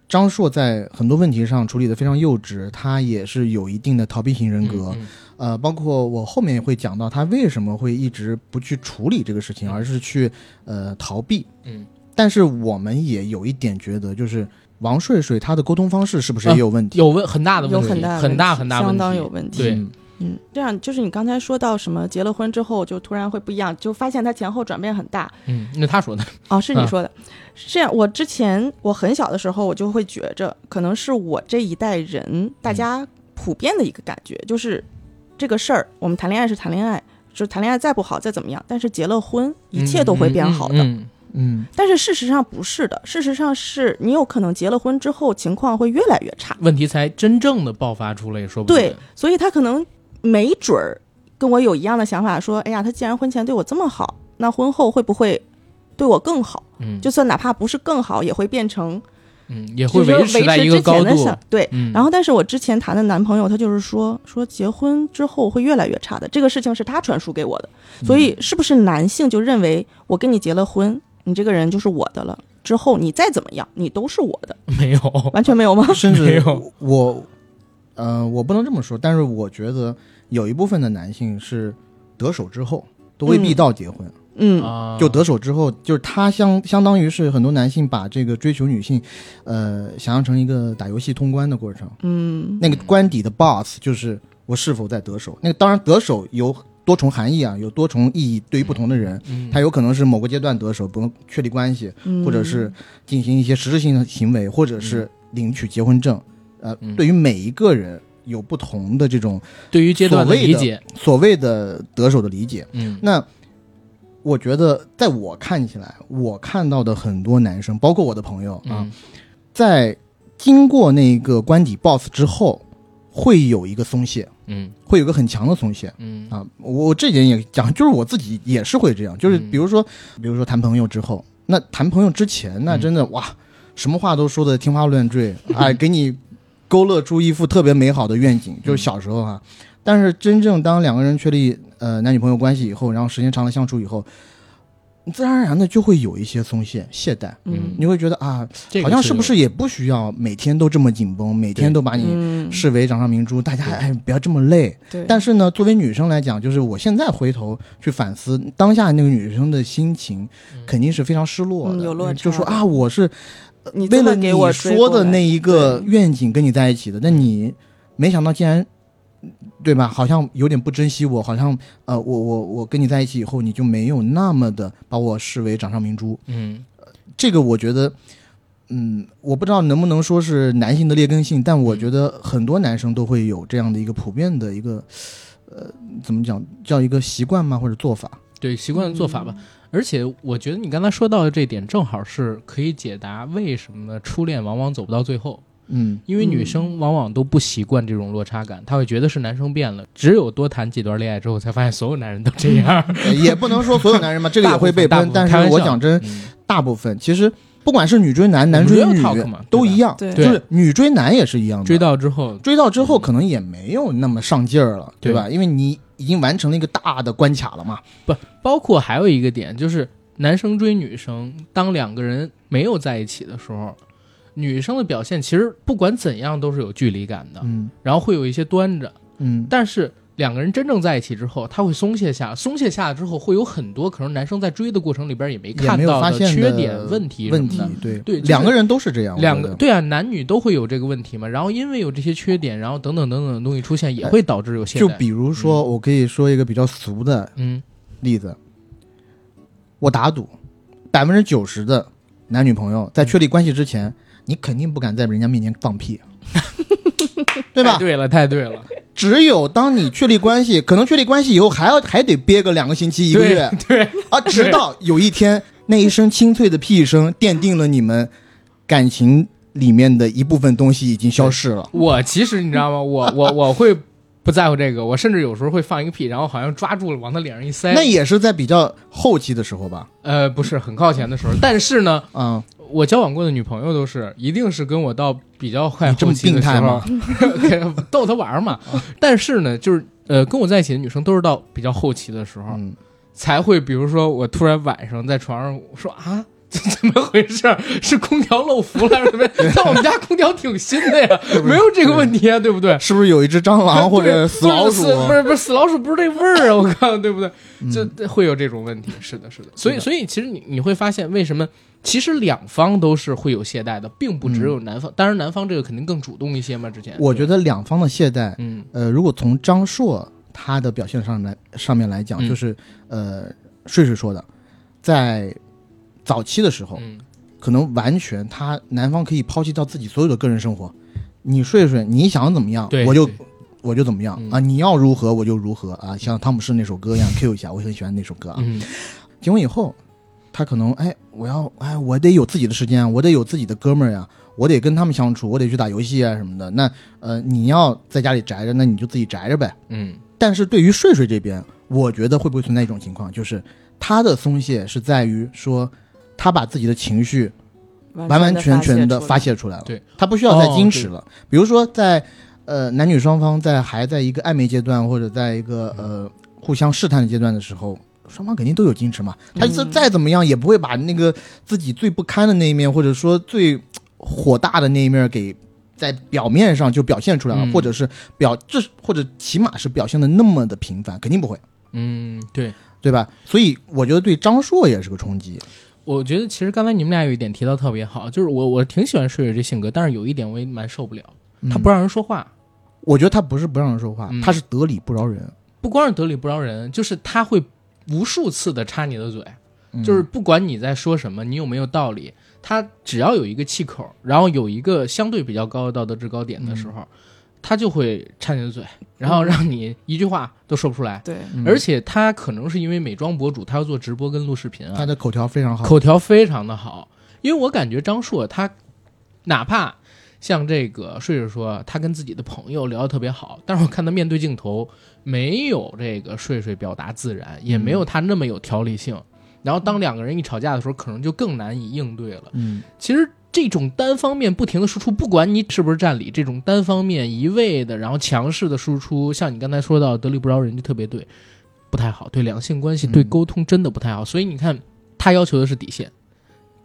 张硕在很多问题上处理的非常幼稚，他也是有一定的逃避型人格，嗯呃，包括我后面也会讲到他为什么会一直不去处理这个事情，嗯而是去呃逃避。嗯，但是我们也有一点觉得，就是王睡睡他的沟通方式是不是也有问题？啊有问很大的有问题，很很大的大很问题大问题，相当有问题。对嗯嗯，这样就是你刚才说到什么结了婚之后就突然会不一样，就发现他前后转变很大。嗯，那他说的，哦，是你嗯说的，是这样。我之前我很小的时候，我就会觉着，可能是我这一代人大家普遍的一个感觉，就是这个事儿，我们谈恋爱是谈恋爱，就是谈恋爱再不好再怎么样，但是结了婚一切都会变好的。嗯嗯嗯嗯但是事实上不是的，事实上是你有可能结了婚之后情况会越来越差。问题才真正的爆发出来，也说不定对，所以他可能没准儿跟我有一样的想法，说，哎呀，他既然婚前对我这么好，那婚后会不会对我更好？嗯，就算哪怕不是更好，也会变成嗯也会就是维维持在一个之高前的想度，对。嗯，然后，但是我之前谈的男朋友，他就是说说结婚之后会越来越差的，这个事情是他传输给我的。嗯所以，是不是男性就认为我跟你结了婚，你这个人就是我的了？之后你再怎么样，你都是我的， *laughs* 没有，嗯完全没有 *laughs* 吗？ *laughs* 甚没至有我，呃，我不能这么说，但是我觉得有一部分的男性是得手之后都未必嗯到结婚，嗯，啊就得手之后，就是他相相当于是很多男性把这个追求女性，呃，想象成一个打游戏通关的过程。嗯，那个关底的 BOSS 就是我是否在得手。那个当然得手有多重含义啊，有多重意义，对于不同的人，嗯他有可能是某个阶段得手，不能确立关系，嗯或者是进行一些实质性的行为，或者是领取结婚证。呃嗯，对于每一个人有不同的这种对于阶段所谓理的解，所谓的得手的理解。嗯那我觉得，在我看起来，我看到的很多男生，包括我的朋友啊，嗯在经过那个官邸 BOSS 之后，会有一个松懈，嗯会有一个很强的松懈。嗯啊，我我这点也讲，就是我自己也是会这样，就是嗯比如说，比如说谈朋友之后，那谈朋友之前，那嗯真的、哇，什么话都说的天花乱 *laughs* 坠，哎，给你勾勒出一副特别美好的愿嗯景，就是小时候啊。但是真正当两个人确立呃男女朋友关系以后，然后时间长了相处以后，你自然而然的就会有一些松懈、懈怠，嗯你会觉得啊，这个好像是是不是也不需要每天都这么紧绷，每天对都把你嗯，视为掌上明珠，大家对哎不要这么累。对，但是呢，作为女生来讲，就是我现在回头去反思当下那个女生的心情，肯定是非常失落的，嗯有落差就说啊，我是你为这么了你给我追说过的来那一个对嗯愿景跟你在一起的，那你没想到竟然。对吧？好像有点不珍惜我，好像呃，我我我跟你在一起以后，你就没有那么的把我视为掌上明珠。嗯这个我觉得，嗯，我不知道能不能说是男性的劣根性，但我觉得很多男生都会有这样的一个普遍的一个，呃，怎么讲，叫一个习惯吗？或者做法？对习惯的做法吧？嗯而且我觉得你刚才说到的这点，正好是可以解答为什么初恋往往走不到最后，嗯因为女嗯生往往都不习惯这种落差感，她会觉得是男生变了。只有多谈几段恋爱之后，才发现所有男人都这样。 *laughs* 呃也不能说所有男人吧，这个也会被大部喷分，但是我讲真，，大部分其实不管是女追男，男追嗯我们女 real talk 嘛都一样，对吧对就是女追男也是一样的，追到之后，追到之后可能也没有那么上劲儿了，对吧？因为你已经完成了一个大的关卡了嘛，不包括还有一个点，就是男生追女生，当两个人没有在一起的时候，女生的表现其实不管怎样都是有距离感的，嗯然后会有一些端着，嗯，但是。两个人真正在一起之后，他会松懈下，松懈下之后会有很多可能男生在追的过程里边也没也看没有到发现缺的点、问题、问题什么的，对对就是两个人都是这样，我两觉个得对啊，男女都会有这个问题嘛。然后因为有这些缺点，然后等等等等的东西出现，也会导致有些就比如说，我可以说一个比较俗的嗯例子，我打赌，百分之九十的男女朋友嗯在确立关系之前，你肯定不敢在人家面前放屁， *laughs* 对吧太？对了，太对了，只有当你确立关系，可能确立关系以后，还要还得憋个两个星期、一个对月对啊，直到有一天那一声清脆的屁声奠定了你们感情里面的一部分东西已经消失了。我其实你知道吗？我我我会不在乎这个，我甚至有时候会放一个屁，然后好像抓住了往他脸上一塞。那也是在比较后期的时候吧？呃不是很靠前的时候，但是呢，啊、我交往过的女朋友都是一定是跟我到比较快你这后么期的病时态 *laughs* 啊候逗她玩儿嘛。 *laughs* 但是呢，就是呃跟我在一起的女生都是到比较后期的时候，嗯，才会，比如说我突然晚上在床上我说啊。这怎么回事儿？是空调漏氟了还是怎么样？ *laughs* 但我们家空调挺新的呀，没有这个问题啊，对不对？是不是有一只蟑螂啊 *laughs* 或对者死老鼠不？是死啊嗯不是不是死老鼠，不是这味儿啊！我靠，对不对？这这会有这种问题，是的，是的。所以，所以其实你你会发现，为什么其实两方都是会有懈怠的，并不只有男方。当然，男方这个肯定更主动一些嘛。之前嗯我觉，得两方的懈怠，嗯呃，如果从张硕他的表现上来上面来讲，嗯就是呃，睡睡说的，在早期的时候，嗯可能完全他男方可以抛弃掉自己所有的个人生活，你睡睡，你想怎么样对，，我就对我就怎么样、嗯啊，你要如何我就如何啊，像汤姆士那首歌一样 Q 一下，我很喜欢那首歌啊。嗯结婚以后，他可能哎，我要哎，我得有自己的时间啊，我得有自己的哥们儿呀、我得跟他们相处，我得去打游戏啊什么的。那呃，你要在家里宅着，那你就自己宅着呗。嗯但是对于睡睡这边，我觉得会不会存在一种情况，就是他的松懈是在于说，他把自己的情绪完完全全的的发，泄出来了，对他不需要再哦矜持了。比如说在呃男女双方在还在一个暧昧阶段，或者在一个嗯呃互相试探的阶段的时候。双方肯定都有矜持嘛，他嗯再再怎么样也不会把那个自己最不堪的那一面，或者说最呃火大的那一面给在表面上就表现出来了，嗯或者是表这或者起码是表现的那么的频繁，肯定不会，嗯，对。对吧？所以我觉得对张硕也是个冲击，我觉得其实刚才你们俩有一点提到特别好，就是我我挺喜欢睡睡这性格，但是有一点我也蛮受不了，他不让，让人说话，我觉得他不是不让人说话，嗯他是得理不饶人，不光是得理不饶人，就是他会无数次的插你的嘴，嗯就是不管你在说什么，你有没有道理，他只要有一个气口，然后有一个相对比较高的道德制高点的嗯时候，他就会插你的嘴，然后让你一句话都说不出来。对，嗯而且他可能是因为美妆博主，他要做直播跟录视频他啊，的口条非常好，口条非常的好。因为我感觉张硕他，哪怕像这个睡睡说，他跟自己的朋友聊得特别好，但是我看他面对镜头没有这个睡睡表达自然，也嗯没有他那么有条理性。然后当两个人一吵架的时候，可能就更难以应对了。嗯，其实这种单方面不停的输出，不管你是不是占理，这种单方面一味的，然后强势的输出，像你刚才说到得理不饶人，就特别对，不太好，对两性关系、嗯对沟通真的不太好。所以你看，他要求的是底线，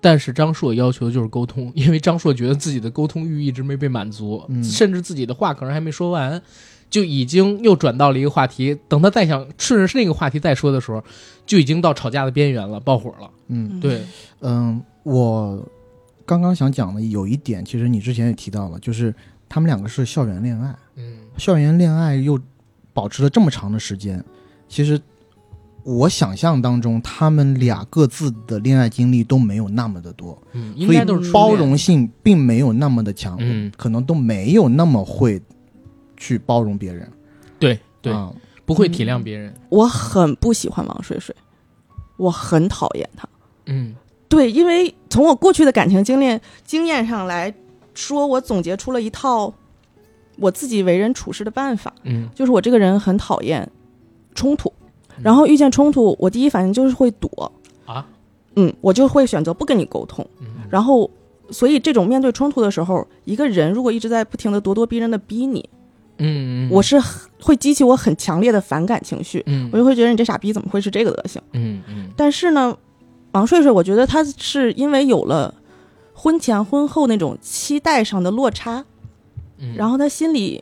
但是张硕要求的就是沟通，因为张硕觉得自己的沟通欲一直没被满足，嗯甚至自己的话可能还没说完。就已经又转到了一个话题，等他再想顺着那个话题再说的时候，就已经到吵架的边缘了，爆火了。嗯对，嗯，我刚刚想讲的有一点，其实你之前也提到了，就是他们两个是校园恋爱，嗯校园恋爱又保持了这么长的时间，其实我想象当中，他们俩各自的恋爱经历都没有那么的多，嗯，应所以该都是初包恋容性并没有那么的强，嗯可能都没有那么会去包容别人，对对，啊不会体谅别人。我很不喜欢王睡睡，我很讨厌他。嗯对，因为从我过去的感情经验经验上来说，我总结出了一套我自己为人处事的办法，嗯就是我这个人很讨厌冲突，嗯然后遇见冲突，我第一反应就是会躲，啊，嗯，我就会选择不跟你沟通。嗯然后，所以这种面对冲突的时候，一个人如果一直在不停的咄咄逼人的逼你，嗯，我是很会激起我很强烈的反感情绪，嗯我就会觉得你这傻逼怎么会是这个德行？嗯嗯但是呢，王睡睡，我觉得他是因为有了婚前婚后那种期待上的落差，嗯，然后他心里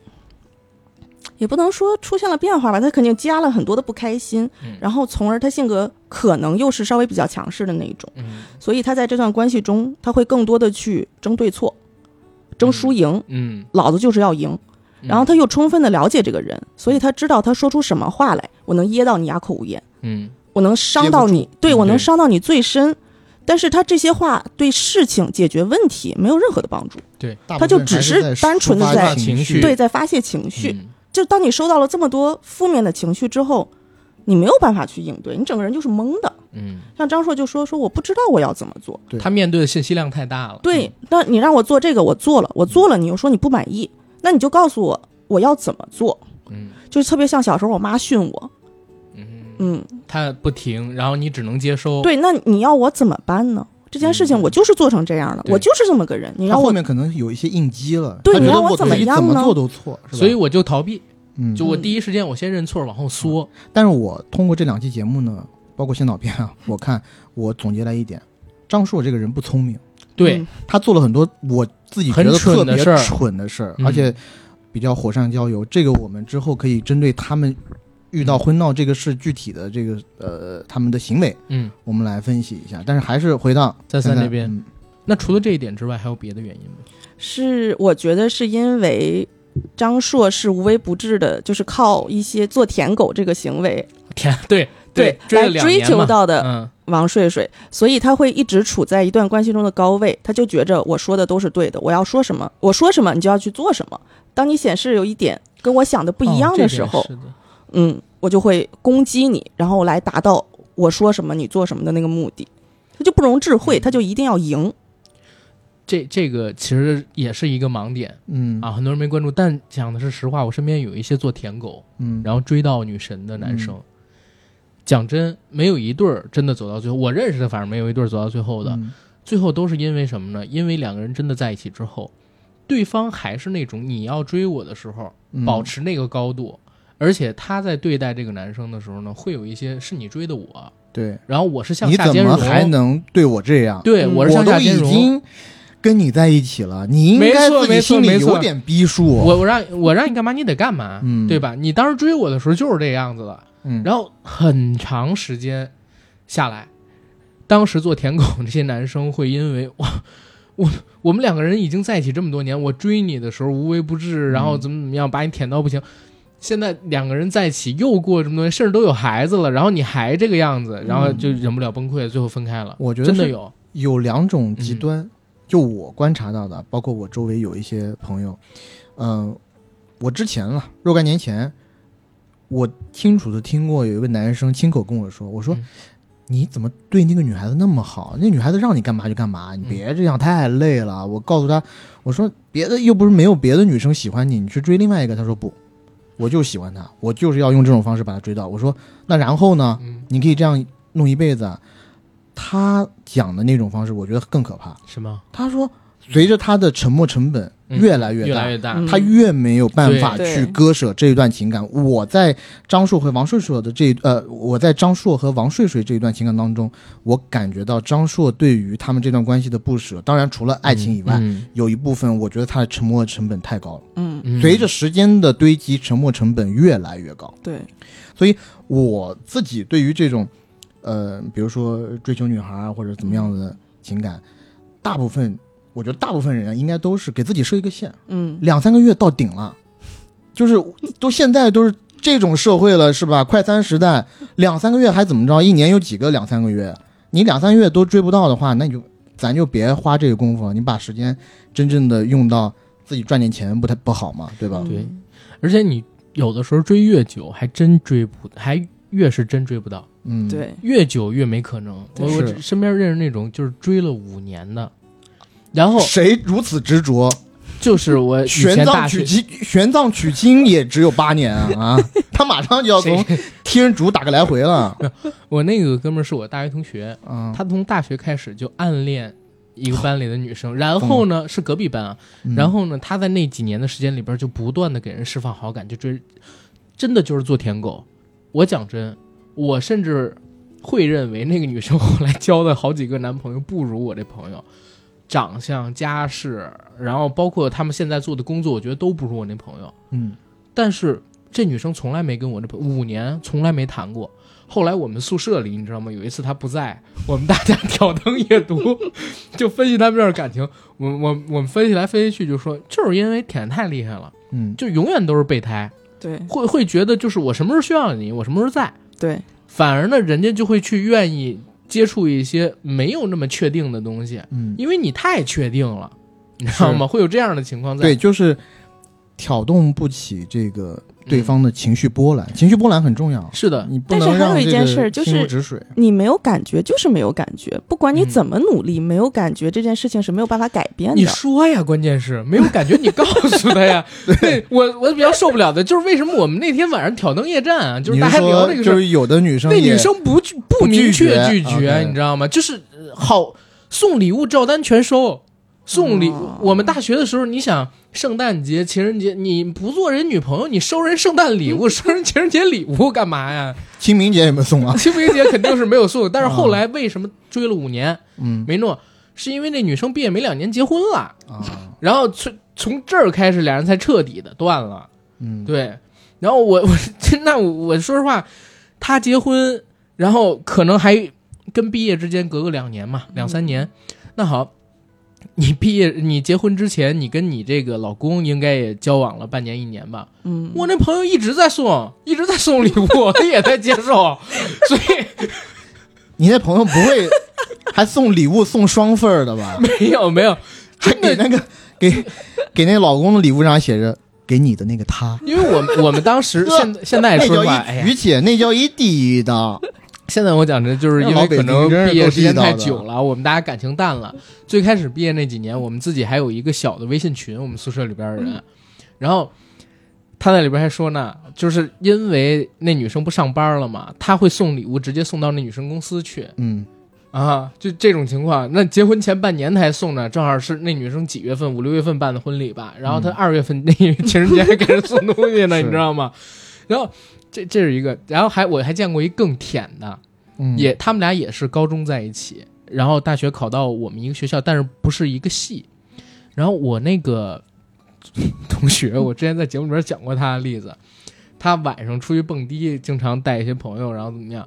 也不能说出现了变化吧，他肯定加了很多的不开心嗯，然后从而他性格可能又是稍微比较强势的那一种，嗯所以他在这段关系中，他会更多的去争对错，争输赢，嗯，老子就是要赢。然后他又充分的了解这个人，所以他知道他说出什么话来，我能噎到你哑口无言。嗯我能伤到你，对嗯我能对伤到你最深。但是他这些话对事情解决问题没有任何的帮助，大部他就分只还是在单纯地抒发在情情绪对，在发泄情绪。嗯就当你收到了这么多负面的情绪之后，你没有办法去应对，你整个人就是懵的。嗯，像张硕就说说我不知道我要怎么做，对他面对的信息量太大了。对，那你让我做这个，我做了，我做了，你又说你不满意，那你就告诉我我要怎么做，嗯，就是特别像小时候我妈训我，嗯，嗯，他不停，然后你只能接收。，对，那你要我怎么办呢？这件事情我就是做成这样了，嗯对我就是这么个人，你他让后我面可能有一些应激了，对他觉你得让我怎自么己样怎么呢做都错，是吧所以我就逃避，嗯，就我第一时间我先认错，往后嗯缩。但是我通过这两期节目呢，包括先导片啊，我看我总结来一点，张硕这个人不聪明，嗯对，他做了很多我自己觉很得蠢特的别事儿蠢的事儿，嗯而且比较火上浇油。这个我们之后可以针对他们遇嗯到婚闹这个事具体的这个呃他们的行为，嗯，我们来分析一下。但是还是回到在三三这边，嗯那除了这一点之外，还有别的原因吗？ *laughs* 是我觉得是因为张硕是无微不至的，就是靠一些做舔狗这个行为天，啊对对追了来两追年求嘛。到的嗯王睡睡，所以他会一直处在一段关系中的高位，他就觉着我说的都是对的，我要说什么，我说什么你就要去做什么。当你显示有一点跟我想的不一样的时候，哦这点是的嗯，我就会攻击你，然后来达到我说什么你做什么的那个目的。他就不容智慧，他就一定要赢。这这个其实也是一个盲点嗯啊，很多人没关注。但讲的是实话，我身边有一些做舔狗，嗯，然后追到女神的男生，讲真，没有一对儿真的走到最后。我认识的反正没有一对儿走到最后的，嗯最后都是因为什么呢？因为两个人真的在一起之后，对方还是那种你要追我的时候，嗯保持那个高度，而且他在对待这个男生的时候呢，会有一些是你追的我，对，然后我是向你下怎兼容，么还能对我这样？对嗯我是我向都下兼已容。经跟你在一起了，你应该自己心里有点逼数。我我让我让你干嘛，你得干嘛，嗯对吧？你当时追我的时候就是这样子的，嗯，然后很长时间下来，当时做舔狗这些男生会因为我我我们两个人已经在一起这么多年，我追你的时候无微不至，然后怎么怎么样把你舔到不行。现在两个人在一起又过这么多年，甚至都有孩子了，然后你还这个样子，然后就忍不了崩溃，最后分开了。我觉得真的是有，有两种嗯极端，就我观察到的，包括我周围有一些朋友，嗯、我之前了若干年前，我清楚的听过有一个男生亲口跟我说，我说。嗯你怎么对那个女孩子那么好？那女孩子让你干嘛就干嘛，嗯你别这样，太累了。我告诉她，我说别的又不是没有别的女生喜欢你，你去追另外一个。她说不，我就喜欢她，我就是要用这种方式把她追到。我说那然后呢？嗯，你可以这样弄一辈子啊。他讲的那种方式，我觉得更可怕。什么？他说，随着他的沉没成本嗯越来越越大，来越大，嗯他越没有办法对去对割舍这一段情感。我在张硕和王睡睡的这一呃，我在张硕和王睡睡这一段情感当中，我感觉到张硕对于他们这段关系的不舍。当然，除了爱情以外，嗯有一部分我觉得他的沉没成本太高了。嗯，嗯随着时间的堆积，沉没成本越来越高。对，我自己对于这种，呃，比如说追求女孩啊或者怎么样的情感，大部分我觉得大部分人应该都是给自己设一个线，嗯，两三个月到顶了，就是都现在都是这种社会了，是吧？快三十代，两三个月还怎么着？一年有几个两三个月？你两三个月都追不到的话，那你就咱就别花这个功夫了，你把时间真正的用到自己赚点钱，不太不好嘛，对吧？嗯对而且你有的时候追越久，还真追不，还越是真追不到。嗯，，对，越久越没可能。我我是身边认识那种就是追了五年的，然后谁如此执着？就是呃我以玄前大奘学娶亲，玄奘娶亲也只有八 *laughs* 年啊！啊，他马上就要从天竺打个来回 *laughs* 了。我那个哥们儿是我大学同学，嗯，他从大学开始就暗恋一个班里的女生，然后呢是隔壁班啊，*laughs* 嗯然后呢他在那几年的时间里边就不断的给人释放好感，就追，真的就是做舔狗。我讲真，我甚至会认为那个女生后来交的好几个男朋友不如我这朋友。长相、家世，然后包括他们现在做的工作，我觉得都不如我那朋友。嗯，但是这女生从来没跟我这朋五年从来没谈过。后来我们宿舍里，你知道吗？有一次她不在，我们大家挑灯夜读， *laughs* 就分析他们这段感情。我我我们分析来分析去，就说就是因为舔太厉害了，嗯，就永远都是备胎，对，会会觉得就是我什么时候需要你，我什么时候在。对，反而呢，人家就会去愿意接触一些没有那么确定的东西，嗯，因为你太确定了，你知道吗？会有这样的情况在。对，就是挑动不起这个对方的情绪波澜，情绪波澜很重要。嗯是的，你不但是能还有让一这件个事儿就心如是止水。你没有感觉就是没有感觉，不管你嗯怎么努力，没有感觉这件事情是没有办法改变的。你说呀，关键是没有感觉，你告诉他 *laughs* 呀。对我，我比较受不了的就是为什么我们那天晚上挑灯夜战啊，就是你大家聊说那个事就儿，是有的女生那女也生不拒不不拒明确绝拒绝， OK 你知道吗？就是呃好送礼物照单全收。送礼，哦我们大学的时候，你想圣诞节、情人节，你不做人女朋友，你收人圣诞礼物、 *laughs* 收人情人节礼物干嘛呀？清明节有没 *laughs* 有送啊？清明节肯定是没有送，但是哦后来为什么追了五年嗯没弄？是因为那女生毕业没两年结婚了。啊，然后从从这儿开始，俩人才彻底的断了。嗯，对，然后我 *laughs* 我那我我说实话，他结婚，然后可能还跟毕业之间隔个两年嘛，两三嗯年。那好，你毕业你结婚之前，你跟你这个老公应该也交往了半年一年吧？嗯，我那朋友一直在送，一直在送礼物， *laughs* 他也在接受，所以你那朋友不会还送礼物送双份儿的吧？没有没有，还给那个给给那老公的礼物上写着给你的那个他。因为我们我们当时现在现在 *laughs* 那说叫实话，哎呀一，于姐，那叫一地狱的。现在我讲这就是因为可能毕业时间太久了，我们大家感情淡了。最开始毕业那几年，我们自己还有一个小的微信群，我们宿舍里边的人，然后他在里边还说呢，就是因为那女生不上班了嘛，他会送礼物直接送到那女生公司去嗯，啊，就这种情况。那结婚前半年才送呢，正好是那女生几月份，五六月份办的婚礼吧，然后他嗯二月份那情人节还给人送东西呢，是你知道吗？然后这这是一个，然后还我还见过一更舔的。*laughs* 嗯也他们俩也是高中在一起，然后大学考到我们一个学校，但是不是一个系。然后我那个 *laughs* 同学，我之前在节目里边讲过他的例子，他晚上出去蹦迪，经常带一些朋友，然后怎么样？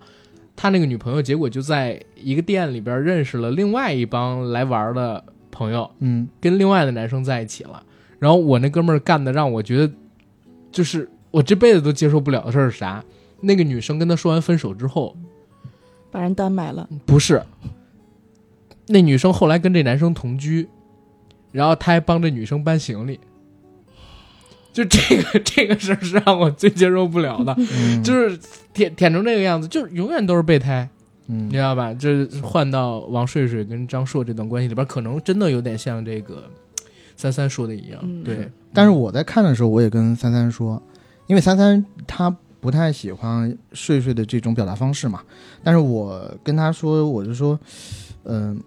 他那个女朋友结果就在一个店里边认识了另外一帮来玩的朋友，嗯，跟另外的男生在一起了。然后我那哥们儿干的让我觉得，就是我这辈子都接受不了的事儿是啥？那个女生跟他说完分手之后，把人单买了，不是，那女生后来跟这男生同居，然后他还帮这女生搬行李。就这个 *laughs* 这个事儿是让我最接受不了的，嗯就是舔舔成这个样子，就是永远都是备胎，你知嗯道吧？这换到王睡睡跟张硕这段关系里边，可能真的有点像这个三三说的一样，嗯对。但是我在看的时候，我也跟三三说，因为三三她不太喜欢睡睡的这种表达方式嘛。但是我跟她说，我就说，嗯、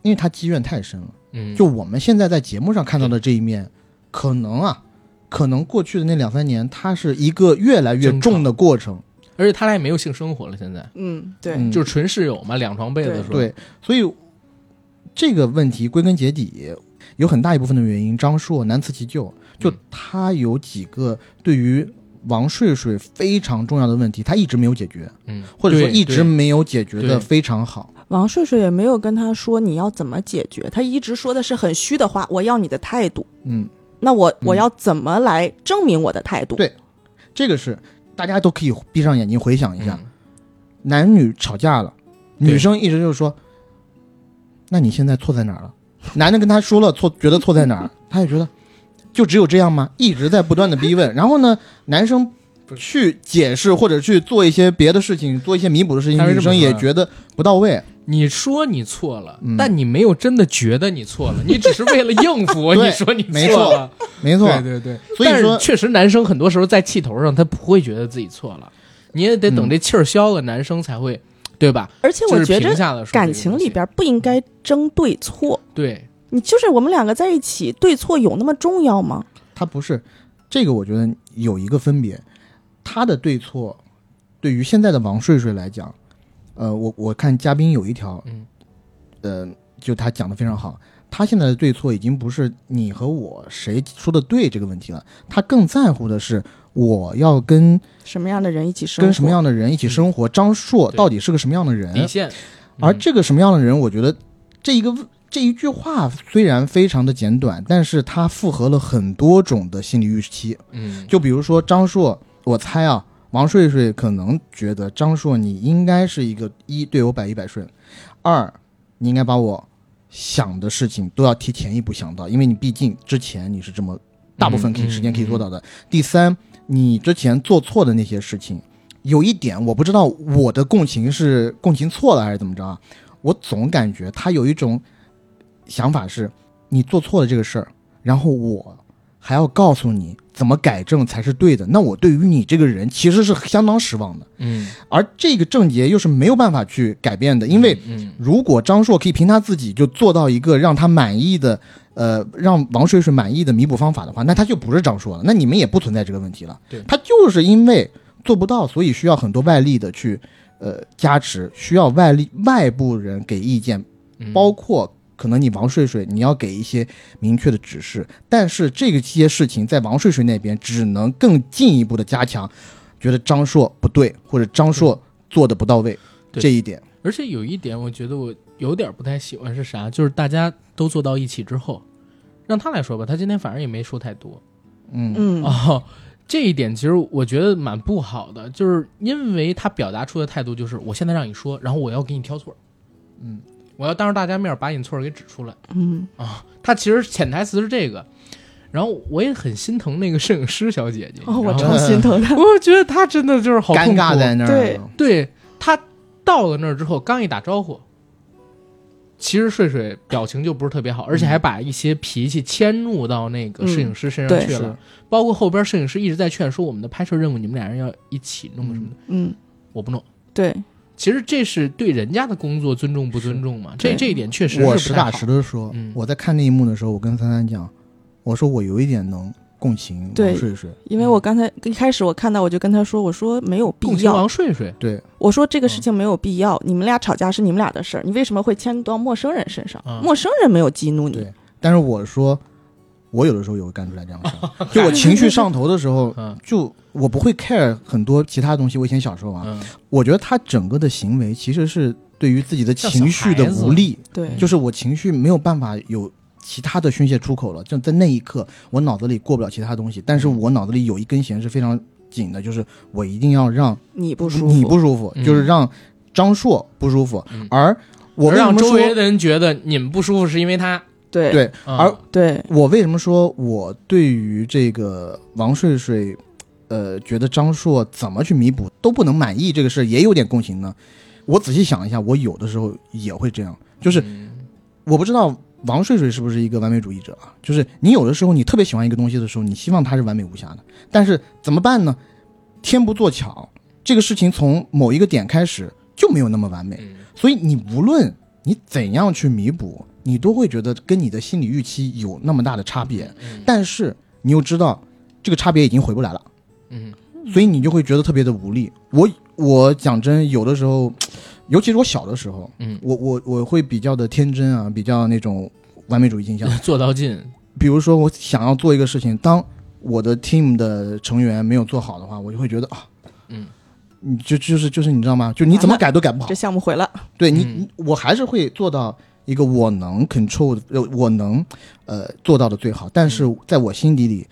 因为她积怨太深了。嗯，就我们现在在节目上看到的这一面，可能啊，可能过去的那两三年，它是一个越来越重的过程。而且他俩也没有性生活了，现在嗯，对，嗯就是纯室友嘛，两床被子对说，对，所以这个问题归根结底有很大一部分的原因，张硕难辞其咎。就嗯他有几个对于王睡睡非常重要的问题，他一直没有解决，嗯，或者说对一直对没有解决对的非常好。王睡睡也没有跟他说你要怎么解决，他一直说的是很虚的话，我要你的态度。嗯，那我嗯我要怎么来证明我的态度？对这个是大家都可以闭上眼睛回想一下，嗯男女吵架了，对女生一直就是说：“那你现在错在哪儿了？”男的跟他说了错，觉得错在哪 *laughs* 儿，他也觉得就只有这样吗？一直在不断的逼问。然后呢，男生去解释或者去做一些别的事情，做一些弥补的事情他，为什女么生也觉得不到位。你说你错了，嗯但你没有真的觉得你错 *laughs* 了，你只是为了应付我。对你说你没错了，没错，对对对。所以但说是确实男生很多时候在气头上，他不会觉得自己错了，你也得等这气儿消了，男生才会，对吧？而且就我是觉平着下了说这个感东西情里，边不应该争对错，对，你就是我们两个在一起，对错有那么重要吗？他不是这个，我觉得有一个分别，他的对错对于现在的王睡睡来讲，呃，我我看嘉宾有一条，嗯，呃，就他讲的非常好，他现在的对错已经不是你和我谁说的对这个问题了，他更在乎的是我要跟什么样的人一起生活？跟什么样的人一起生活，张硕到底是个什么样的人，底线。而嗯这个什么样的人，我觉得这一个这一句话虽然非常的简短，但是它符合了很多种的心理预期。嗯，就比如说张硕，我猜啊，王睡睡可能觉得张硕你应该是一个一对我百依百顺，二你应该把我想的事情都要提前一步想到，因为你毕竟之前你是这么大部分可以时间可以做到的。第三，你之前做错的那些事情，有一点我不知道我的共情是共情错了还是怎么着啊？我总感觉他有一种想法是，你做错了这个事儿，然后我还要告诉你怎么改正才是对的。那我对于你这个人其实是相当失望的，嗯，而这个症结又是没有办法去改变的，因为嗯如果张硕可以凭他自己就做到一个让他满意的，呃，让王水水满意的弥补方法的话，那他就不是张硕了，那你们也不存在这个问题了。对他就是因为做不到，所以需要很多外力的去，呃，加持，需要外力外部人给意见，嗯包括可能你王睡睡，你要给一些明确的指示，但是这个些事情在王睡睡那边只能更进一步的加强，觉得张硕不对，或者张硕做的不到位嗯对这一点。而且有一点，我觉得我有点不太喜欢是啥，就是大家都坐到一起之后，让他来说吧，他今天反正也没说太多嗯嗯 *laughs* 哦。这一点其实我觉得蛮不好的，就是因为他表达出的态度就是我现在让你说，然后我要给你挑错，嗯，我要当着大家面把你错儿给指出来。嗯啊，他其实潜台词是这个。然后我也很心疼那个摄影师小姐姐， *laughs* 哦，我你知道超吗心 *laughs* 疼他。我觉得她真的就是好尴痛尬苦在那儿。啊对对她到了那儿之后，刚一打招呼，其实睡睡表情就不是特别好，嗯而且还把一些脾气迁怒到那个摄影师身上对去了。包括后边摄影师一直在劝说我们的拍摄任务，你们俩人要一起弄什么的，嗯，我不弄。对，其实这是对人家的工作尊重不尊重嘛？这对这一点确实我是实不太打好实的说，嗯我在看那一幕的时候，我跟三三讲，我说我有一点能共情对王睡睡，因为我刚才一开始我看到我就跟他说，我说没有必共情要，王睡睡，对，我说这个事情没有必要，你们俩吵架是你们俩的事儿，你为什么会迁到陌生人身上？嗯陌生人没有激怒你对，但是我说，我有的时候也会干出来这样的事 *laughs* 儿，就我情绪上头的时候，嗯就我不会 care 很多其他东西。我以前小时候啊，嗯，我觉得他整个的行为其实是对于自己的情绪的无力，对对就是我情绪没有办法有其他的宣泄出口了，就在那一刻，我脑子里过不了其他东西，但是嗯我脑子里有一根弦是非常紧的，就是我一定要让你不舒服，你不舒服，嗯就是让张硕不舒服，嗯而我为什让么周说围的人觉得你们不舒服是因为他，对对，嗯而对我为什么说我对于这个王睡睡，呃，觉得张硕怎么去弥补都不能满意这个事儿也有点共情呢？我仔细想一下，我有的时候也会这样，就是嗯我不知道王睡睡是不是一个完美主义者啊？就是你有的时候你特别喜欢一个东西的时候，你希望它是完美无瑕的，但是怎么办呢？天不作巧，这个事情从某一个点开始就没有那么完美，嗯所以你无论你怎样去弥补，你都会觉得跟你的心理预期有那么大的差别。嗯但是你又知道这个差别已经回不来了，嗯所以你就会觉得特别的无力。我我讲真，有的时候，尤其是我小的时候，嗯，我我我会比较的天真啊，比较那种完美主义倾向。做到尽，比如说，我想要做一个事情，当我的 team 的成员没有做好的话，我就会觉得啊，嗯，你就就是就是你知道吗？就你怎么改都改不好这。项目毁了，对你，嗯你我还是会做到一个我能 control，的呃，我能呃做到的最好。但嗯是在我心底里，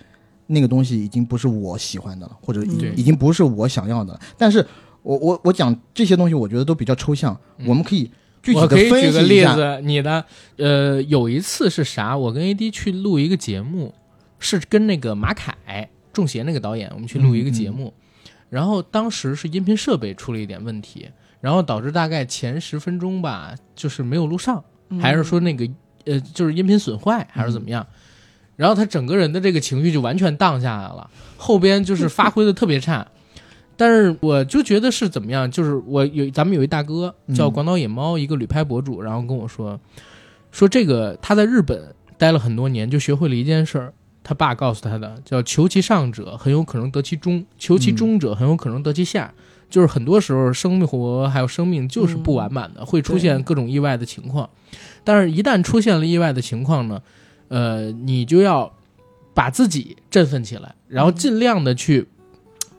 那个东西已经不是我喜欢的了，或者已对已经不是我想要的了。但是我我我讲这些东西，我觉得都比较抽象，嗯我们可以具体我的可以举分个析一例下。子，你的呃有一次是啥？我跟 AD 去录一个节目，是跟那个马凯中邪那个导演，我们去录一个嗯节目，然后当时是音频设备出了一点问题，然后导致大概前十分钟吧，就是没有录上，嗯还是说那个呃就是音频损坏还是怎么样？然后他整个人的这个情绪就完全荡下来了，后边就是发挥的特别差。 *laughs* 但是我就觉得是怎么样，就是我有咱们有一大哥叫嗯广岛野猫，一个旅拍博主，然后跟我说，说这个他在日本待了很多年，就学会了一件事儿，他爸告诉他的，叫求其上者很有可能得其中，求其中者很有可能得其下。就是很多时候生活还有生命就是不完满的，会出现各种意外的情况。但是，一旦出现了意外的情况呢，呃，你就要把自己振奋起来，然后尽量的去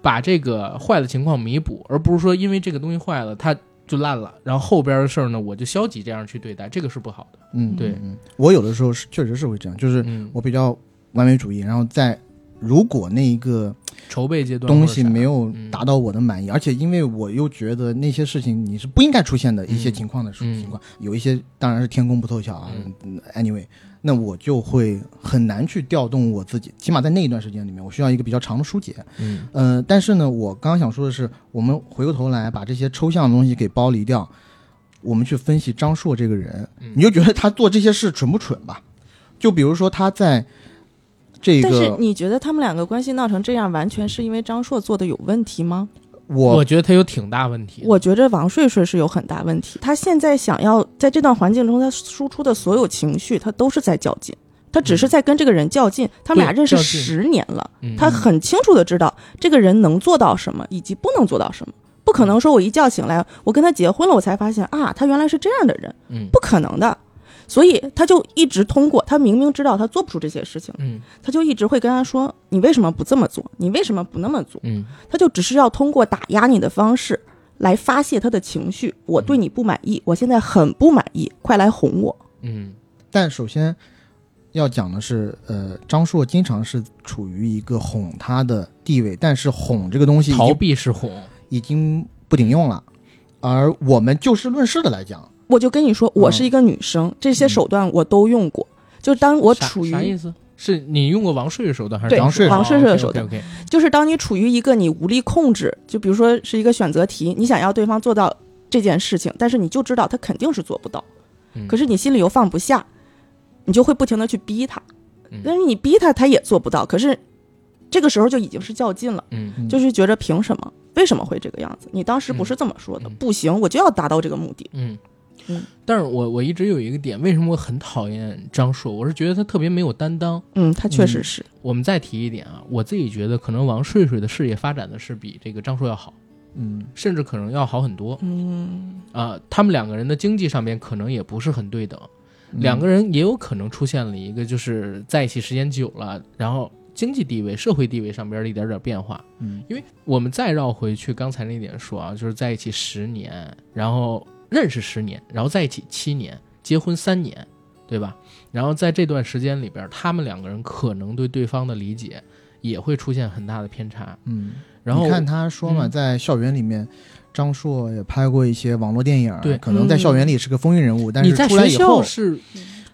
把这个坏的情况弥补，而不是说因为这个东西坏了，它就烂了，然后后边的事儿呢，我就消极这样去对待，这个是不好的。嗯，对嗯，我有的时候是确实是会这样，就是嗯，我比较完美主义，然后在如果那一个筹备阶段东西没有，有达到我的满意，而且因为我又觉得那些事情你是不应该出现的一些嗯情况的时候嗯情况，有一些当然是天公不凑巧啊。嗯 anyway，那我就会很难去调动我自己，起码在那一段时间里面，我需要一个比较长的疏解。嗯呃，但是呢，我刚刚想说的是，我们回过头来把这些抽象的东西给剥离掉，我们去分析张硕这个人，嗯你就觉得他做这些事蠢不蠢吧？就比如说他在这但是个，你觉得他们两个关系闹成这样，完全是因为张硕做的有问题吗？我我觉得他有挺大问题的。我觉着王睡睡是有很大问题。他现在想要在这段环境中，他输出的所有情绪，他都是在较劲。他只是在跟这个人较劲，他们俩嗯对认识较劲十年了，嗯他很清楚的知道这个人能做到什么，以及不能做到什么。不可嗯能说我一觉醒来，我跟他结婚了，我才发现啊，他原来是这样的人，嗯不可能的。所以他就一直通过，他明明知道他做不出这些事情，嗯他就一直会跟他说：“你为什么不这么做？你为什么不那么做？”嗯他就只是要通过打压你的方式来发泄他的情绪。我对你不满意，我现在很不满意，快来哄我。嗯但首先要讲的是，呃，张硕经常是处于一个哄他的地位，但是哄这个东西已逃经避是哄，已经不顶用了，而我们就事论事的来讲，我就跟你说，嗯我是一个女生，这些手段我都用过。就当我啥处啥于意，思？是你用过王睡的手段还是对张王睡睡的手段 o k 就是当你处于一个你无力控制，就比如说是一个选择题，你想要对方做到这件事情，但是你就知道他肯定是做不到，嗯可是你心里又放不下，你就会不停的去逼他嗯，但是你逼他他也做不到，可是这个时候就已经是较劲了。嗯嗯就是觉着凭什么？为什么会这个样子？你当时不是这么说的，嗯嗯不行，我就要达到这个目的。嗯嗯但是我我一直有一个点，为什么我很讨厌张硕？我是觉得他特别没有担当。嗯，他确实是，我们再提一点啊，我自己觉得可能王睡睡的事业发展的是比这个张硕要好，嗯甚至可能要好很多嗯，啊、他们两个人的经济上面可能也不是很对等，嗯两个人也有可能出现了一个就是在一起时间久了，然后经济地位、社会地位上边的一点点变化。嗯因为我们再绕回去刚才那点说啊，就是在一起十年，然后认识十年，然后在一起七年，结婚三年，对吧？然后在这段时间里边，他们两个人可能对对方的理解也会出现很大的偏差。嗯，然后你看他说嘛，嗯在校园里面。张硕也拍过一些网络电影，对嗯可能在校园里是个风云人物，但你是在出来学以校后是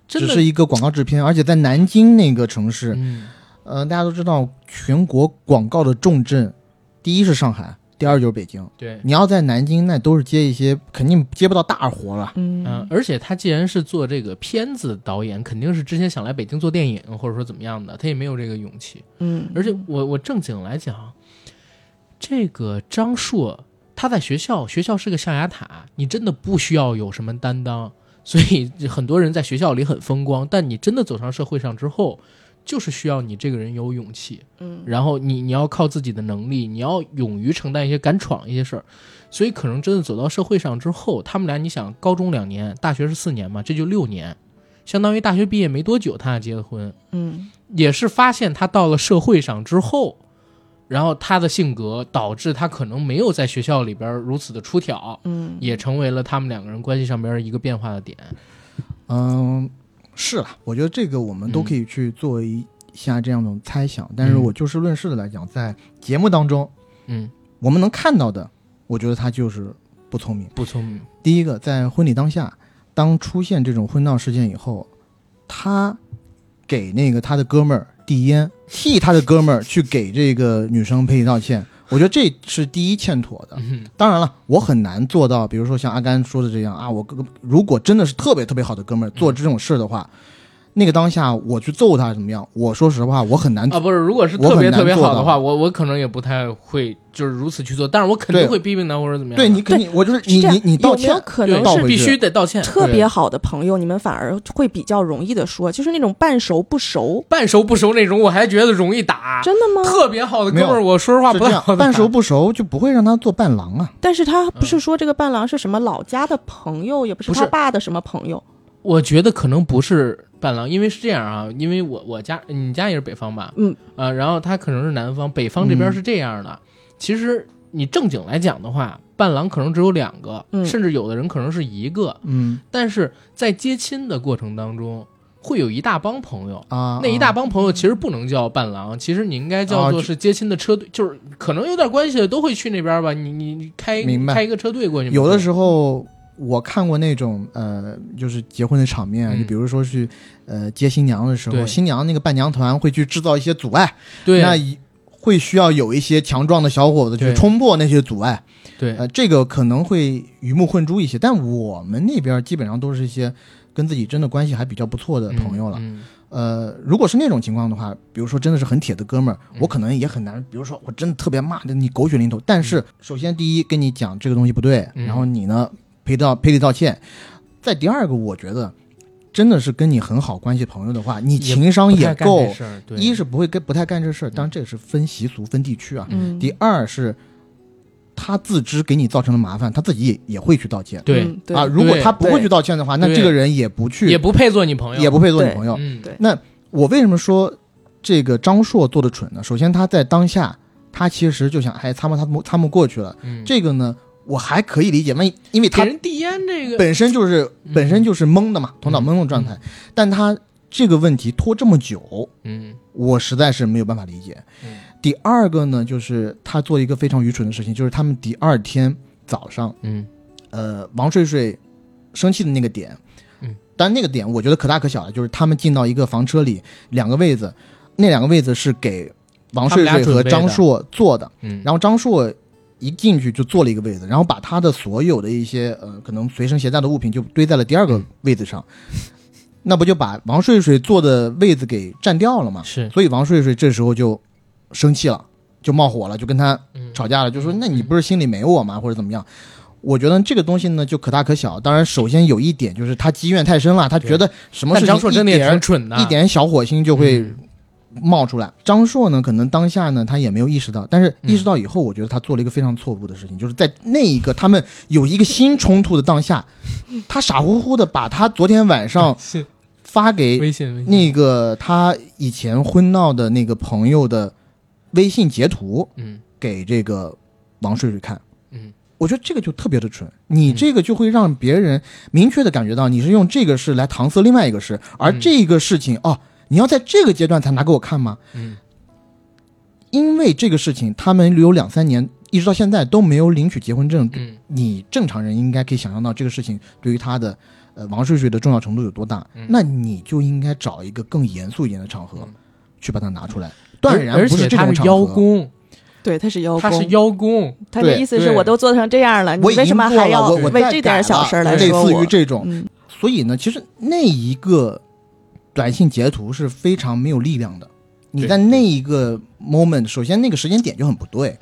真只的是一个广告制片，而且在南京那个城市，嗯呃，大家都知道，全国广告的重镇，第一是上海，第二就是北京。对。你要在南京，那都是接一些肯定接不到大活了。嗯嗯，，而且他既然是做这个片子导演，肯定是之前想来北京做电影，或者说怎么样的，他也没有这个勇气。嗯，而且我我正经来讲，这个张硕他在学校，学校是个象牙塔，你真的不需要有什么担当。所以很多人在学校里很风光，但你真的走上社会上之后，就是需要你这个人有勇气，嗯，然后你你要靠自己的能力，你要勇于承担一些敢闯一些事儿。所以可能真的走到社会上之后，他们俩你想，高中两年，大学是四年嘛，这就六年，相当于大学毕业没多久，他俩结的婚，嗯，也是发现他到了社会上之后，然后他的性格导致他可能没有在学校里边如此的出挑，嗯，也成为了他们两个人关系上边一个变化的点。嗯，是啦，我觉得这个我嗯们都可以去做一下这样的猜想，但是我就事论事的来讲，在节目当中嗯，我们能看到的，我觉得他就是不聪明。不聪明。第一个，在婚礼当下，当出现这种婚闹事件以后，他给那个他的哥们儿递烟，替他的哥们儿去给这个女生赔礼道歉，我觉得这是第一欠妥的。嗯当然了，我很难做到，比如说像阿甘说的这样啊，我哥如果真的是特别特别好的哥们儿做这种事的话，那个当下我去揍他怎么样？我说实话，我很难。啊，不是，如果是我特别很难特别好的话，做到我我可能也不太会就是如此去做，但是我肯定对啊会批评他或者怎么样的。对你肯定，我就是你是这样你你道有没歉有，可对能道是歉必须得道 *laughs* 歉。特别好的朋友，你们反而会比较容易的说，就是那种半熟不熟，半熟不熟那种，我还觉得容易啊打。真的吗？特别好的哥们没儿，有我说实话是不这太样好，半熟不熟就不会让他做伴郎啊。但是他不是说这个伴郎是什么老家的朋友，也不是不是他爸的什么朋友，我觉得可能不是伴郎，因为是这样啊，因为我我家你家也是北方吧，嗯啊、然后他可能是南方，北方这边是这样的。嗯其实你正经来讲的话，伴郎可能只有两个，嗯甚至有的人可能是一个，嗯，但是在接亲的过程当中，会有一大帮朋友。啊，那一大帮朋友其实不能叫伴郎，其实你应该叫做啊是接亲的车队，就是可能有点关系的都会去那边吧。你你你开明白开一个车队过去，有的时候我看过那种呃，就是结婚的场面，啊嗯就比如说去呃接新娘的时对候，新娘那个伴娘团会去制造一些阻碍，对那一会需要有一些强壮的小伙子对去冲破那些阻碍，对呃，这个可能会鱼目混珠一些，但我们那边基本上都是一些跟自己真的关系还比较不错的朋友了。嗯呃，如果是那种情况的话，比如说真的是很铁的哥们儿，嗯我可能也很难，比如说我真的特别骂的你狗血淋头，但是首先第一跟你讲这个东西不对，嗯然后你呢赔道赔礼道歉，再第二个我觉得真的是跟你很好关系朋友的话，你也情商不太也干这够，事儿对嗯一是不会跟不太干这事儿，当然这个是分习俗分地区啊，嗯，第二是他自知给你造成了麻烦，他自己也也会去道歉。对嗯对啊，如果对他不会对去道歉的话，那对这个人也不去，也不配做你朋友，也不配做你对朋友。嗯对我为什么说这个张硕做的蠢呢？首先，他在当下，他其实就想，哎，参谋参谋参谋过去了。嗯这个呢，我还可以理解，万一因为给他人递烟这个本身就是嗯本身就是懵的嘛，头脑懵的状态。但他这个问题拖这么久，嗯我实在是没有办法理解。嗯第二个呢，就是他做一个非常愚蠢的事情，就是他们第二天早上，嗯呃，王睡睡生气的那个点，嗯，但那个点我觉得可大可小了，就是他们进到一个房车里，两个位子，那两个位子是给王睡他们俩睡准备和的张硕坐的，嗯，然后张硕一进去就坐了一个位子，然后把他的所有的一些呃可能随身携带的物品就堆在了第二嗯个位子上，那不就把王睡睡坐的位子给占掉了吗？是所以王睡睡这时候就生气了，就冒火了，就跟他嗯吵架了，就说那你不是心里没我吗，或者怎么样？我觉得这个东西呢，就可大可小。当然，首先有一点就是他积怨太深了，他觉得什么但事张硕情一真的也挺点蠢的，一点小火星就会嗯冒出来。张硕呢，可能当下呢他也没有意识到，但是嗯意识到以后，我觉得他做了一个非常错误的事情，就是在那一个他们有一个新冲突的当下，他傻乎乎的把他昨天晚 *laughs* 上是发给微信微信那个他以前婚闹的那个朋友的微信截图嗯给这个王睡睡看，嗯，我觉得这个就特别的蠢，你嗯这个就会让别人明确的感觉到你是用这个事来搪塞另外一个事，而嗯这个事情哦，你要在这个阶段才拿给我看吗？嗯因为这个事情，他们有两三年，一直到现在都没有领取结婚证，嗯你正常人应该可以想象到这个事情对于他的呃王睡睡的重要程度有多大，嗯那你就应该找一个更严肃一点的场合、嗯去把它拿出来，断然而不且这他种是场邀合。功，对，他是邀他功，是邀功，他的对意思是对我都做成这样了，你我已为经什么过还了要我我为再这改点小了事儿来类说似我于？这种，嗯，所以呢，其实那一个短信截图是非常没有力量的。你对在那一个 moment，首先那个时间点就很不对，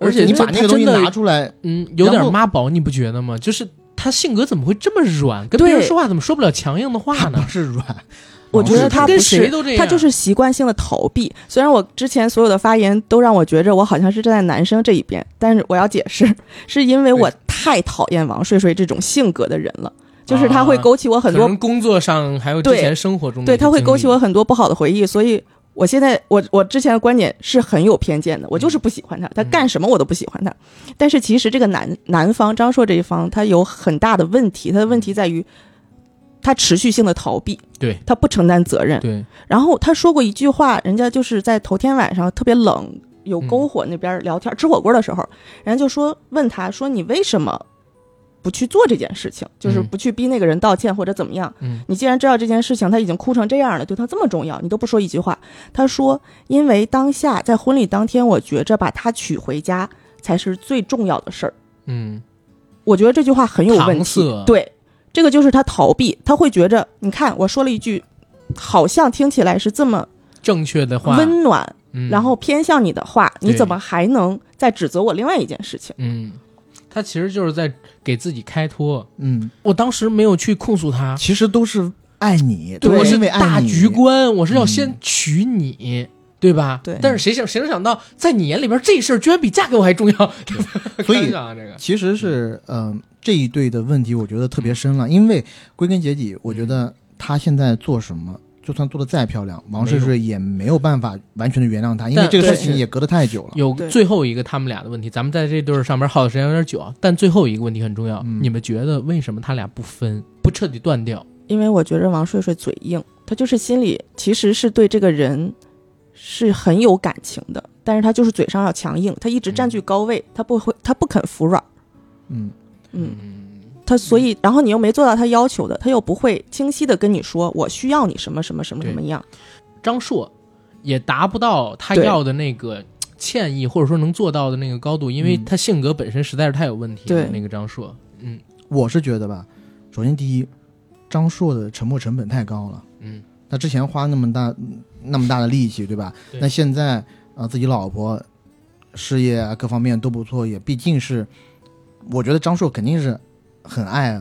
而且你就是把那个东西他真的拿出来，嗯，有然点后妈宝，你不觉得吗？就是他性格怎么会这么软？跟别对人说话怎么说不了强硬的话它呢不？是软，我觉得他他跟不是谁都这样他就是习惯性的逃避。虽然我之前所有的发言都让我觉着我好像是站在男生这一边，但是我要解释，是因为我太讨厌王睡睡这种性格的人了，就是他会勾起我很啊可多能工作上还有之对前生活中的对，一些他会经勾起历我很多不好的回忆，所以我现在我我之前的观点是很有偏见的，我嗯就是不喜欢他，他干什么我都不喜欢他。但是其实这个男男方张硕这一方，他有很大的问题，他的问题在于他持续性的逃避，对他不承担责任。对然后他说过一句话，人家就是在头天晚上特别冷，有篝火那边聊天、吃火锅的时候，人家就说问他说你为什么不去做这件事情，就是嗯不去逼那个人道歉或者怎么样？嗯你既然知道这件事情他已经哭成这样了，对他这么重要，你都不说一句话。他说因为当下在婚礼当天，我觉着把他娶回家才是最重要的事儿。嗯我觉得这句话很有搪问题塞，对，这个就是他逃避，他会觉着你看我说了一句。好像听起来是这么正确的话，温暖，嗯然后偏向你的话，对你怎么还能再指责我另外一件事情？嗯，他其实就是在给自己开脱。嗯，我当时没有去控诉他，其实都是爱你，对都我是是因为爱你啊大局观，我是要嗯先娶你。对吧？对但是谁想谁能想到，在你眼里边这事儿居然比嫁给我还重 *laughs* 要？开所以玩笑啊这个，其实是嗯、呃这一对的问题，我觉得特别深了，因为归根结底，我觉嗯得他现在做什么。就算做的再漂亮，王没睡用睡也没有办法完全的原谅他，因为但这个事对情也隔得太久了。有对最后一个他们俩的问题，咱们在这对儿上边耗的时间有点久啊，但最后一个问题很重要，嗯你们觉得为什么他俩不分，不彻底断掉？因为我觉着王睡睡嘴硬，他就是心里其实是对这个人是很有感情的，但是他就是嘴上要强硬，他一直占据高位，他不会，他不肯服软，嗯，嗯，嗯，他所以，然后你又没做到他要求的，他又不会清晰的跟你说我需要你什么什么什么什么样，张硕也达不到他对要的那个歉意，或者说能做到的那个高度，因为嗯他性格本身实在是太有问题了。对那个张硕，嗯我是觉得吧，首先第一，张硕的沉没成本太高了。嗯，那之前花那么大那么大的力气，对吧？对那现在啊、呃自己老婆事业啊各方面都不错，也毕竟是，我觉得张硕肯定是很爱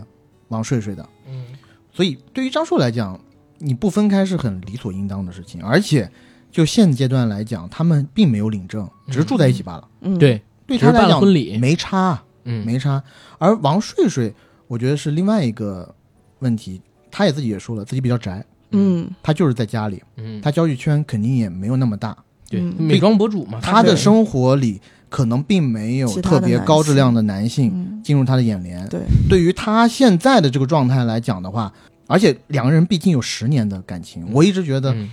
王睡睡的，嗯，所以对于张硕来讲，你不分开是很理所应当的事情。而且就现阶段来讲，他们并没有领证，只是住在一起罢了。嗯，，对，对只他是来办了讲，婚礼没差啊、嗯，没差。而王睡睡，我觉得是另外一个问题，他也自己也说了，自己比较宅，嗯，他就是在家里，嗯，他交际圈肯定也没有那么大，对嗯美妆博主嘛，他的对生活里可能并没有其他的特别高质量的男性嗯，进入他的眼帘。对，对于他现在的这个状态来讲的话，而且两个人毕竟有十年的感情，我一直觉得嗯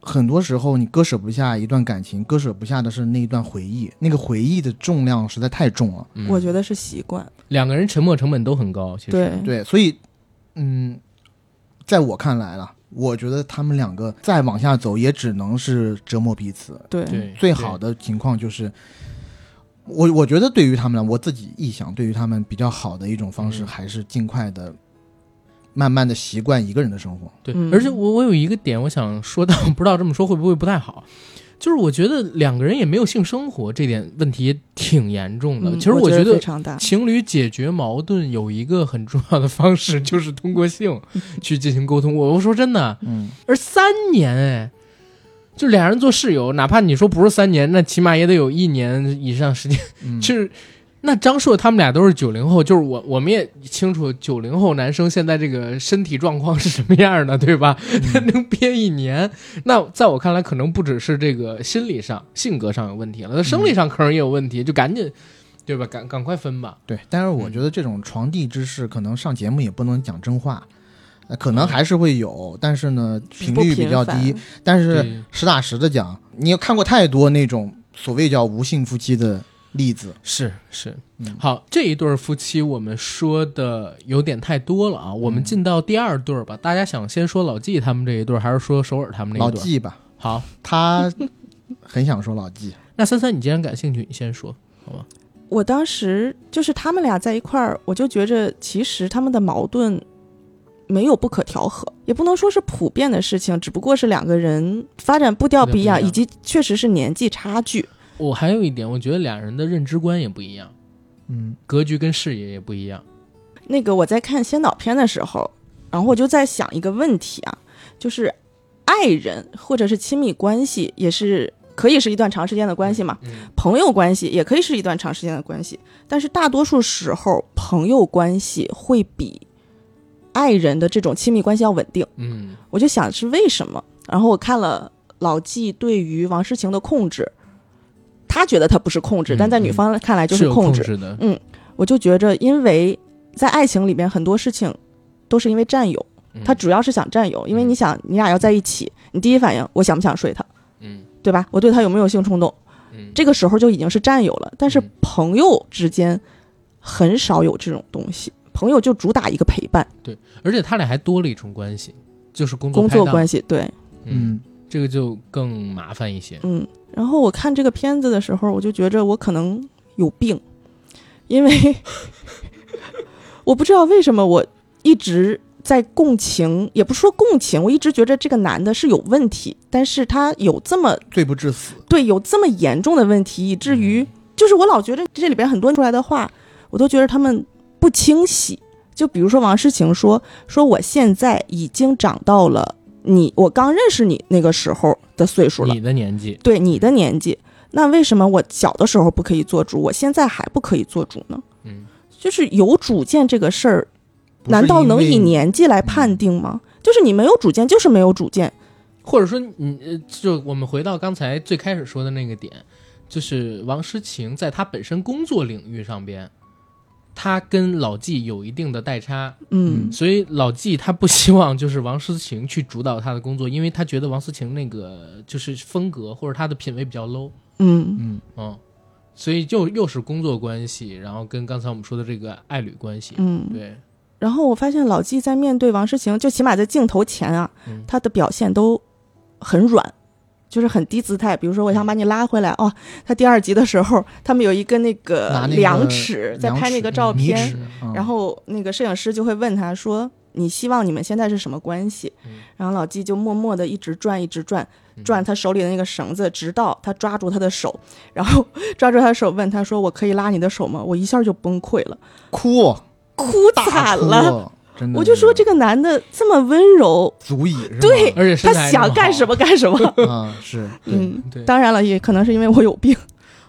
很多时候你割舍不下一段感情，割舍不下的是那一段回忆，那个回忆的重量实在太重了。嗯我觉得是习惯，两个人沉没成本都很高，其实对，对，所以，嗯，在我看来了，我觉得他们两个再往下走，也只能是折磨彼此。对，嗯对，最好对的情况就是，我我觉得对于他们来，我自己臆想，对于他们比较好的一种方式，嗯还是尽快的，慢慢的习惯一个人的生活。对，嗯而且我我有一个点，我想说到， *laughs* 不知道这么说会不会不太好，就是我觉得两个人也没有性生活，这点问题也挺严重的。嗯其实我觉非得常大，情侣解决矛盾有一个很重要的方式， *laughs* 就是通过性去进行沟通。我我说真的，嗯，而三年哎。就俩人做室友，哪怕你说不是三年，那起码也得有一年以上时间 *laughs* 嗯就是那张硕他们俩都是九零后，就是我我们也清楚九零后男生现在这个身体状况是什么样的， *laughs* 对吧？他能憋一年，那在我看来，可能不只是这个心理上、性格上有问题了，他生理上可能也有问题，就赶紧，对吧？赶赶快分吧。对。但是我觉得这种床地之事，可能上节目也不能讲真话。呃可能还是会有，但是呢，频不率比频较繁低。但是对实打实的讲，你也看过太多那种所谓叫无性夫妻的例子。是是嗯，好，这一对儿夫妻我们说的有点太多了啊，我嗯们进到第二对儿吧。大家想先说老纪他们这一对儿，还是说首尔他们那老一对儿？纪吧，好，他很想说老纪，那三三，你既然感兴趣，你先说。我当时就是他们俩在一块儿，我就觉着其实他们的矛盾没有不可调和，也不能说是普遍的事情，只不过是两个人发展步调不一样，有点不一样以及确实是年纪差距。我还有一点，我觉得俩人的认知观也不一样，嗯，格局跟视野也不一样。那个我在看先导片的时候，然后我就在想一个问题啊，就是爱人或者是亲密关系，也是可以是一段长时间的关系嘛，嗯朋友关系也可以是一段长时间的关系，但是大多数时候，朋友关系会比爱人的这种亲密关系要稳定。嗯我就想是为什么？然后我看了老纪对于王诗晴的控制，他觉得他不是控制，嗯但在女方看来就是有控制。制的。我就觉着，因为在爱情里面很多事情都是因为占有，嗯他主要是想占有，因为你想你俩要在一起，你第一反应我想不想睡他，嗯对吧？我对他有没有性冲动？嗯这个时候就已经是占有了。但是嗯朋友之间很少有这种东西，朋友就主打一个陪伴、而且他俩还多了一重关系，就是工作工拍档作关系。对，嗯，这个就更麻烦一些。嗯。然后我看这个片子的时候，我就觉着我可能有病，因为 *laughs* 我不知道为什么我一直在共情，也不是说共情，我一直觉着这个男的是有问题，但是他有这么罪不至死。对有这么严重的问题，以至于就是我老觉得这里边很多出来的话，我都觉得他们不清晰。就比如说王诗晴说说我现在已经长到了你我刚认识你那个时候的岁数了你，的年纪，对你的年纪，那为什么我小的时候不可以做主，我现在还不可以做主呢？嗯，就是有主见这个事儿，不是难道能因为以年纪来判定吗？就是你没有主见，就是没有主见。或者说你呃就我们回到刚才最开始说的那个点，就是王诗晴在她本身工作领域上边，他跟老纪有一定的代差，嗯所以老纪他不希望就是王思晴去主导他的工作，因为他觉得王思晴那个就是风格或者他的品味比较 low，嗯嗯所以就又是工作关系，然后跟刚才我们说的这个爱侣关系，嗯。对，然后我发现老纪在面对王诗晴，就起码在镜头前啊，嗯他的表现都很软，就是很低姿态。比如说，我想把你拉回来哦。他第二集的时候，他们有一个那嗯拿个那个量尺在量拍那尺个照米片，尺嗯然后那个摄影师就会问他说：“你希望你们现在是什么关系？”嗯然后老纪就默默的一直转，一直转，嗯转他手里的那个绳子，直到他抓住他的手，然后抓住他的手问他说：“我可以拉你的手吗？”我一下就崩溃了，哭哭惨哭了。， *laughs* 真的，我就说这个男的这么温柔，足以是吧 *laughs* 对而且身他材还那想么干好什么干什么。啊是，对嗯，对，当然了，也可能是因为我有病。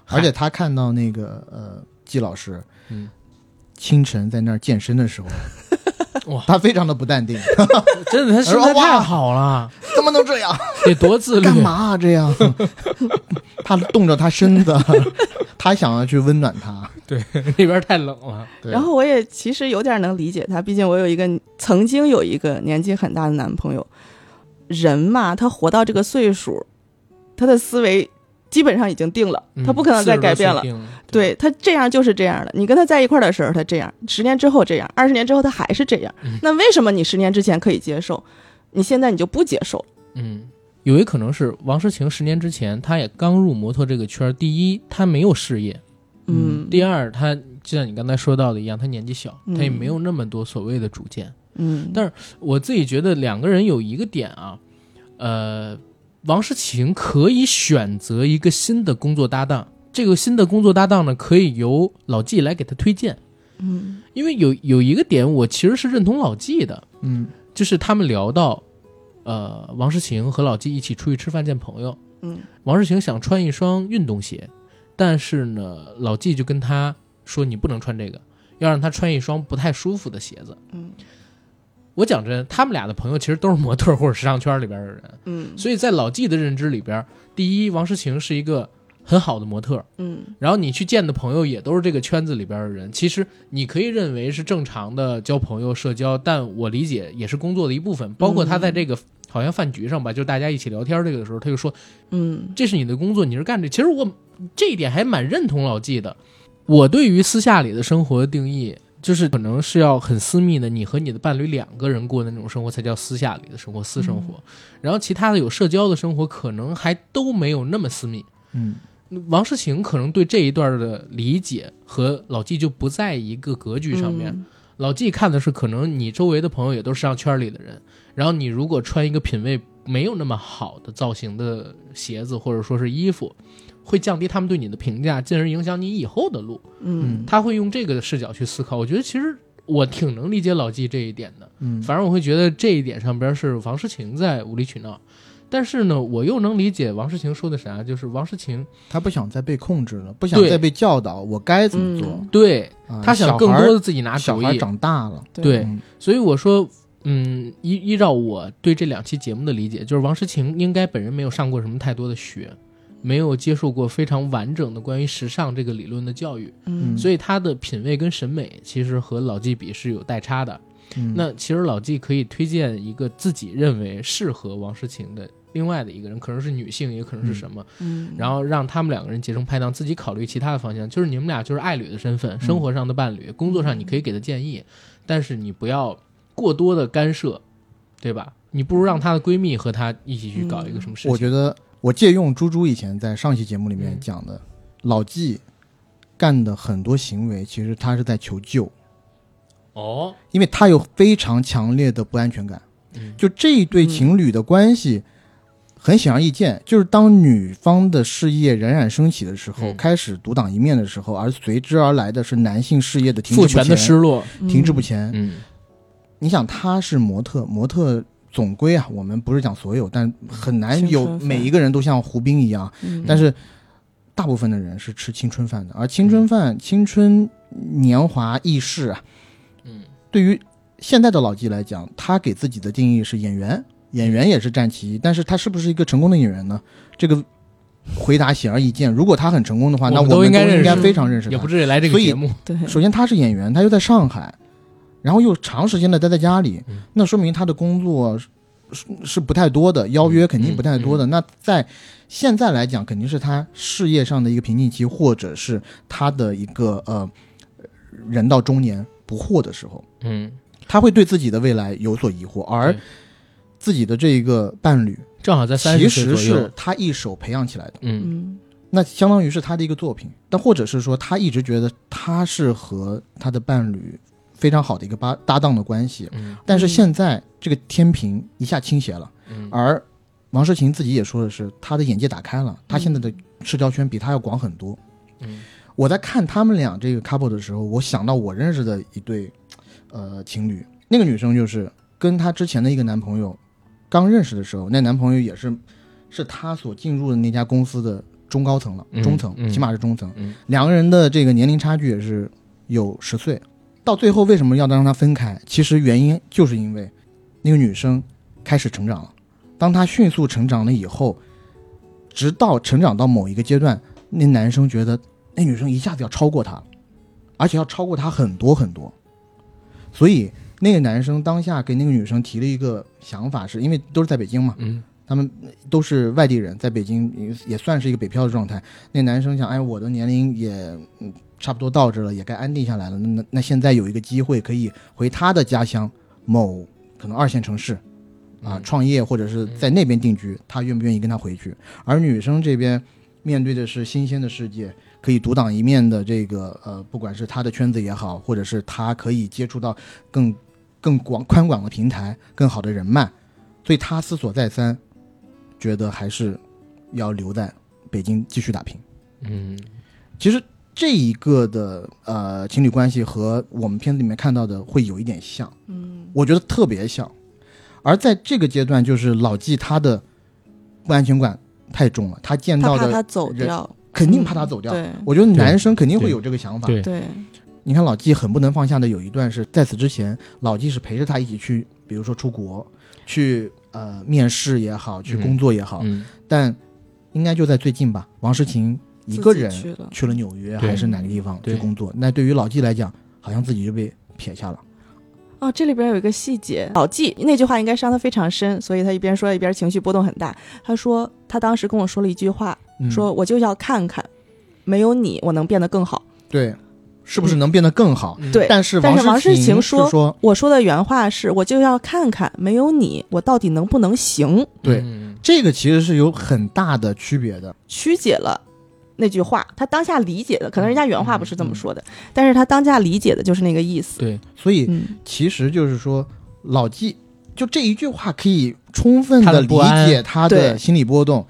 而且他看到那个呃季老师，嗯，。清晨在那儿健身的时候哇他非常的不淡定， *laughs* 真的他身材而哇太好了，怎么能这样？ *laughs* 得多自律，干嘛啊、这 *laughs* 样？他动着他身子，他想要去温暖他。 *laughs* 那边太冷了，对然后我也其实有点能理解他，毕竟我有一个曾经有一个年纪很大的男朋友。人嘛，他活到这个岁数，他的思维基本上已经定了，嗯他不可能再40多改变了岁。定对他这样就是这样的。你跟他在一块儿的时候，他这样；十年之后这样，二十年之后他还是这样。嗯那为什么你十年之前可以接受，你现在你就不接受？嗯，有一可能是王诗晴十年之前，她也刚入模特这个圈儿。第一，她没有事业；嗯，第二，她就像你刚才说到的一样，她年纪小，嗯她也没有那么多所谓的主见。嗯，但是我自己觉得两个人有一个点啊，呃，王诗晴可以选择一个新的工作搭档，这个新的工作搭档呢，可以由老纪来给她推荐。嗯因为有有一个点，我其实是认同老纪的，嗯，就是他们聊到，呃，王诗晴和老纪一起出去吃饭见朋友。嗯王世晴想穿一双运动鞋，但是呢，老纪就跟他说：“你不能穿这个，要让他穿一双不太舒服的鞋子。嗯”我讲真，他们俩的朋友其实都是模特或者时尚圈里边的人，嗯所以在老纪的认知里边，第一，王诗晴是一个很好的模特，嗯然后你去见的朋友也都是这个圈子里边的人，其实你可以认为是正常的交朋友、社交，但我理解也是工作的一部分。包括他在这个好像饭局上吧，就大家一起聊天这个的时候，他就说嗯这是你的工作，你是干这。其实我这一点还蛮认同老纪的。我对于私下里的生活的定义，就是可能是要很私密的，你和你的伴侣两个人过的那种生活才叫私下里的生活、私生活。然后其他的有社交的生活，可能还都没有那么私密。嗯，王诗晴可能对这一段的理解和老纪就不在一个格局上面。嗯老纪看的是可能你周围的朋友也都是时尚圈里的人，然后你如果穿一个品味没有那么好的造型的鞋子或者说是衣服，会降低他们对你的评价，进而影响你以后的路。嗯他会用这个视角去思考。我觉得其实我挺能理解老纪这一点的，嗯反正我会觉得这一点上边是王诗晴在无理取闹，但是呢，我又能理解王诗晴说的啥，就是王诗晴他不想再被控制了，不想对再被教导，我该怎么做嗯？对啊她想小更孩儿多的自己拿小主孩儿意。长大了，对嗯所以我说，嗯，依依照我对这两期节目的理解，就是王诗晴应该本人没有上过什么太多的学，没有接受过非常完整的关于时尚这个理论的教育，嗯所以她的品味跟审美其实和老纪比是有代差的。嗯那其实老纪可以推荐一个自己认为适合王诗晴的另外的一个人，可能是女性，也可能是什么，嗯，然后让他们两个人结成拍档，自己考虑其他的方向。就是你们俩就是爱侣的身份，嗯生活上的伴侣，工作上你可以给他建议，但是你不要过多的干涉，对吧？你不如让她的闺蜜和她一起去搞一个什么事情。嗯我觉得我借用猪猪以前在上期节目里嗯面讲的，老纪干的很多行为，其实他是在求救，哦，因为他有非常强烈的不安全感嗯。就这一对情侣的关系，很显而易见，就是当女方的事业冉冉升起的时候，嗯开始独当一面的时候，而随之而来的是男性事业的停父滞不权的失前。落，停滞不前。嗯你想，他是模特，模特总归啊，我们不是讲所有，但很难青有春饭每一个人都像胡兵一样，嗯，但是大部分的人是吃青春饭的，而青春饭、青春年华易逝啊，嗯，对于现在的老纪来讲，他给自己的定义是演员，演员也是战旗，但是他是不是一个成功的演员呢？这个回答显而易见。如果他很成功的话，那我我们们都应应该认识非常认识他。也不至于来这个所以节 *laughs* 目。对，首先他是演员，他又在上海，然后又长时间的待在家里，嗯那说明他的工作是是是不太多的，邀约肯定不太多嗯的。那在现在来讲，肯定是他事业上的一个瓶颈期，或者是他的一个呃人到中年不惑的时候，嗯，他会对自己的未来有所疑惑，而对自己的这一个伴侣正好在三其十岁实左右是。他一手培养起来的。嗯嗯那相当于是他的一个作品，但或者是说他一直觉得他是和他的伴侣非常好的一个搭搭档的关系，嗯但是现在这个天平一下倾斜了，嗯而王诗琴自己也说的是，她的眼界打开了，她现在的社交圈比他要广很多。嗯我在看他们俩这个 couple 的时候，我想到我认识的一对，呃，情侣。那个女生就是跟她之前的一个男朋友刚认识的时候，那男朋友也是，是她所进入的那家公司的中高层了，嗯中层，嗯起码是中层。嗯两个人的这个年龄差距也是有十岁。到最后为什么要让她分开？其实原因就是因为那个女生开始成长了。当她迅速成长了以后，直到成长到某一个阶段，那男生觉得那女生一下子要超过他，而且要超过他很多很多。所以那个男生当下给那个女生提了一个想法是，因为都是在北京嘛，嗯他们都是外地人，在北京也也算是一个北漂的状态。那男生想，哎，我的年龄也嗯差不多到这了，也该安定下来了。那那那现在有一个机会可以回他的家乡某可能二线城市啊、嗯创业，或者是在那边定居，他愿不愿意跟他回去？而女生这边面对的是新鲜的世界，可以独当一面的这个呃，不管是他的圈子也好，或者是他可以接触到更更广宽广的平台，更好的人脉，所以他思索再三，觉得还是要留在北京继续打拼。嗯其实这一个的呃情侣关系和我们片子里面看到的会有一点像，嗯我觉得特别像。而在这个阶段，就是老纪他的不安全感太重了，他见他到怕他的走人掉，肯定怕他走掉。对我觉得男生肯定会有这个想法。对对，你看老纪很不能放下的有一段是在此之前，老纪是陪着他一起去，比如说出国，去呃面试也好，去嗯工作也好，嗯但应该就在最近吧。王诗琴一自个己人去了，去了纽约对还是哪个地方去对工作，那对于老纪来讲，好像自己就被撇下了。哦，这里边有一个细节，老纪那句话应该伤得非常深，所以他一边说一边情绪波动很大。他说他当时跟我说了一句话，嗯说我就要看看，没有你我能变得更好。对，是不是能变得更好？嗯对但是但是王王诗琴琴是说说，我说的原话是我就要看看，没有你我到底能不能行，对嗯这个其实是有很大的区别的。曲解了。那句话，他当下理解的，可能人家原话不是这么说的，嗯但是他当下理解的就是那个意思。对所以嗯，其实就是说，老纪就这一句话可以充分他的的理不安解他的对心理波动。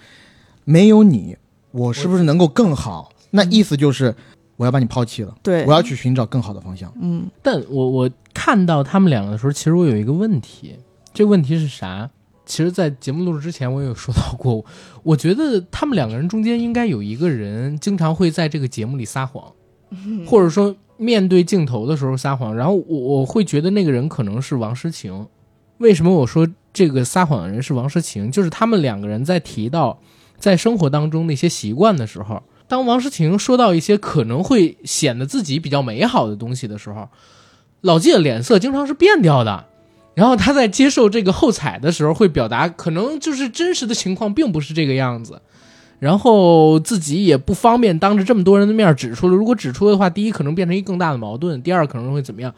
没有你，我是不是能够更好？那意思就是我要把你抛弃了，对我，要去寻找更好的方向。嗯但我我看到他们两个的时候，其实我有一个问题，这个问题是啥？其实，在节目录制之前，我也有说到过， *laughs* 我觉得他们两个人中间应该有一个人经常会在这个节目里撒谎，或者说面对镜头的时候撒谎。然后我我会觉得那个人可能是王诗晴。为什么我说这个撒谎的人是王诗晴？就是他们两个人在提到在生活当中那些习惯的时候，当王诗晴说到一些可能会显得自己比较美好的东西的时候，老纪的脸色经常是变掉的。然后他在接受这个后采的时候，会表达可能就是真实的情况并不是这个样子，然后自己也不方便当着这么多人的面指出了。如果指出的话，第一可能变成一个更大的矛盾，第二可能会怎么样？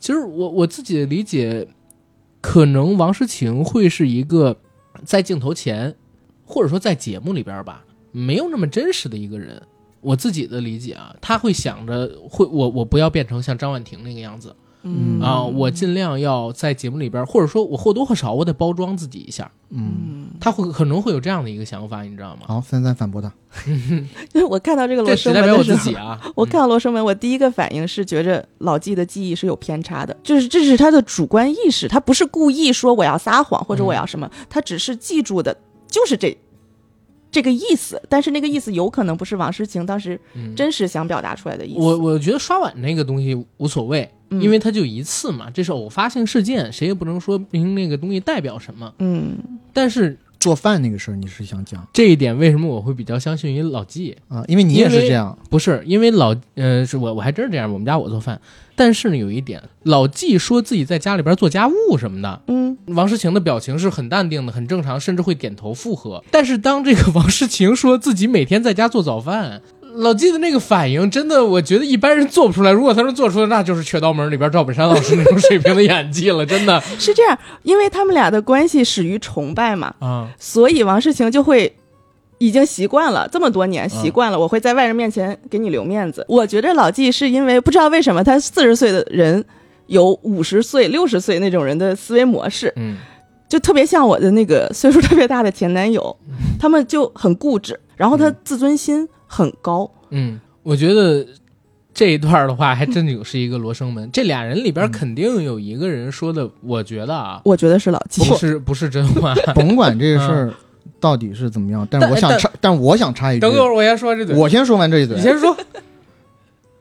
其实我我自己的理解，可能王诗晴会是一个在镜头前，或者说在节目里边吧，没有那么真实的一个人。我自己的理解啊，他会想着会我我不要变成像张婉婷那个样子，嗯啊、我尽量要在节目里边儿，或者说我或多或少我得包装自己一下，嗯，他会可能会有这样的一个想法，你知道吗？好，三三反驳他。就是 *laughs* 我看到这个罗这只生代门表我的时自候，己啊， *laughs* 我看到罗生门，我第一个反应是觉着老纪的记忆是有偏差的，就是这是他的主观意识，他不是故意说我要撒谎或者我要什么，嗯他只是记住的就是这这个意思，但是那个意思有可能不是王诗晴当时嗯真实想表达出来的意思。我我觉得刷碗那个东西无所谓，嗯因为它就一次嘛，这是偶发性事件，谁也不能说明那个东西代表什么。嗯但是做饭那个事儿，你是想讲这一点为什么我会比较相信于老纪？啊？因为你也是这样，不是因为老，呃，是我我还真是这样，我们家我做饭。但是呢，有一点，老纪说自己在家里边做家务什么的，嗯，王诗晴的表情是很淡定的，很正常，甚至会点头附和。但是当这个 *laughs* 王诗晴说自己每天在家做早饭，老纪的那个反应，真的我觉得一般人做不出来。如果他能做出来，那就是《雀刀门》里边赵本山老师那种水平的演技了，真的是这样，因为他们俩的关系始于崇拜嘛，啊。所以王世晴就会已经习惯了，这么多年嗯习惯了，我会在外人面前给你留面子。我觉得老纪是因为不知道为什么他四十岁的人有五十岁、六十岁那种人的思维模式，嗯，就特别像我的那个岁数特别大的前男友，嗯他们就很固执，然后他自尊心很高。嗯，我觉得这一段的话，还真有是一个罗生门。这俩人里边肯定有一个人说的，我觉得啊，我觉得是老纪不，是不是真话。 *laughs* 甭管这个事儿到底是怎么样，但是但我嗯想但插，但我想插一句 *laughs* 等，会儿我先说这嘴，我先说完这一你嘴。先说。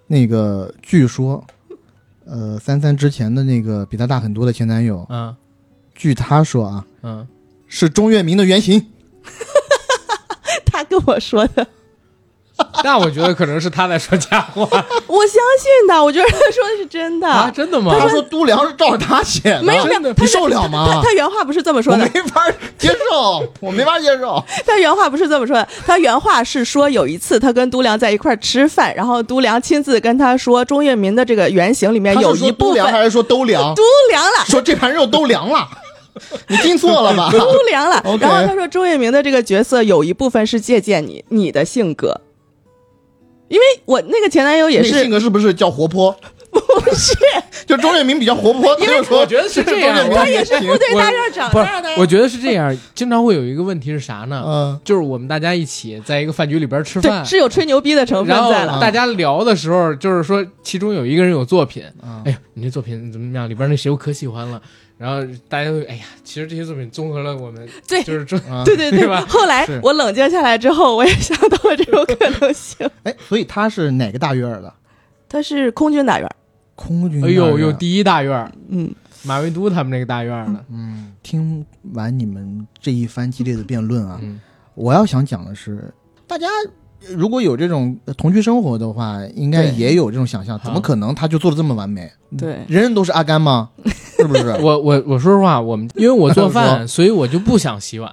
那个据说，呃，三三之前的那个比他大很多的前男友，嗯据他说啊，嗯，是钟跃明的原型。 *laughs* 他跟我说的，那我觉得可能是他在说假话我相信他，我觉得他说的是真的。 *laughs* 啊，真的吗？他说度量是照着他写的，没有没有真的，你受了吗他？他原话不是这么说我的没，法接受，我没法接受。他原话不是这么说的，他原话是说有一次他跟都良在一块儿吃饭，然后都良亲自跟他说钟跃民的这个原型里面他哎有是一说部都分凉还是说都凉？ *laughs* 都良了。说这盘肉都凉了，你听错了吧？都凉了 OK 然后他说钟跃民的这个角色有一部分是借鉴你你的性格，因为我那个前男友也那个是性格是不是较活泼？不是，就钟跃明比较活泼，他就说我觉得是这样钟跃 *laughs* 民他啊他也是部队大院长，不是他让他，我觉得是这 *laughs* 样，经常会有一个问题是啥呢？嗯就是我们大家一起在一个饭局里边吃对饭，是有吹牛逼的成分然后在哦了。大家聊的时候，就是说其中有一个人有作品，嗯哎呀，你这作品怎么样？里边那谁我可喜欢了。然后大家会，哎呀，其实这些作品综合了我们，对就是这，啊对对是对吧，后来是我冷静下来之后，我也想到了这种可能性。哎，所以他是哪个大院儿的？他是空军大院，空军。哎呦呦，，第一大院儿嗯，马未都他们那个大院儿的，嗯，听完你们这一番激烈的辩论啊，嗯我要想讲的是，大家。如果有这种呃同居生活的话，应该对也有这种想象，啊怎么可能他就做的这么完美？嗯对人人都是阿甘吗？ *laughs* 是不是？我我我说实话，我们因为我做 *laughs* 说饭，所以我就不想洗碗。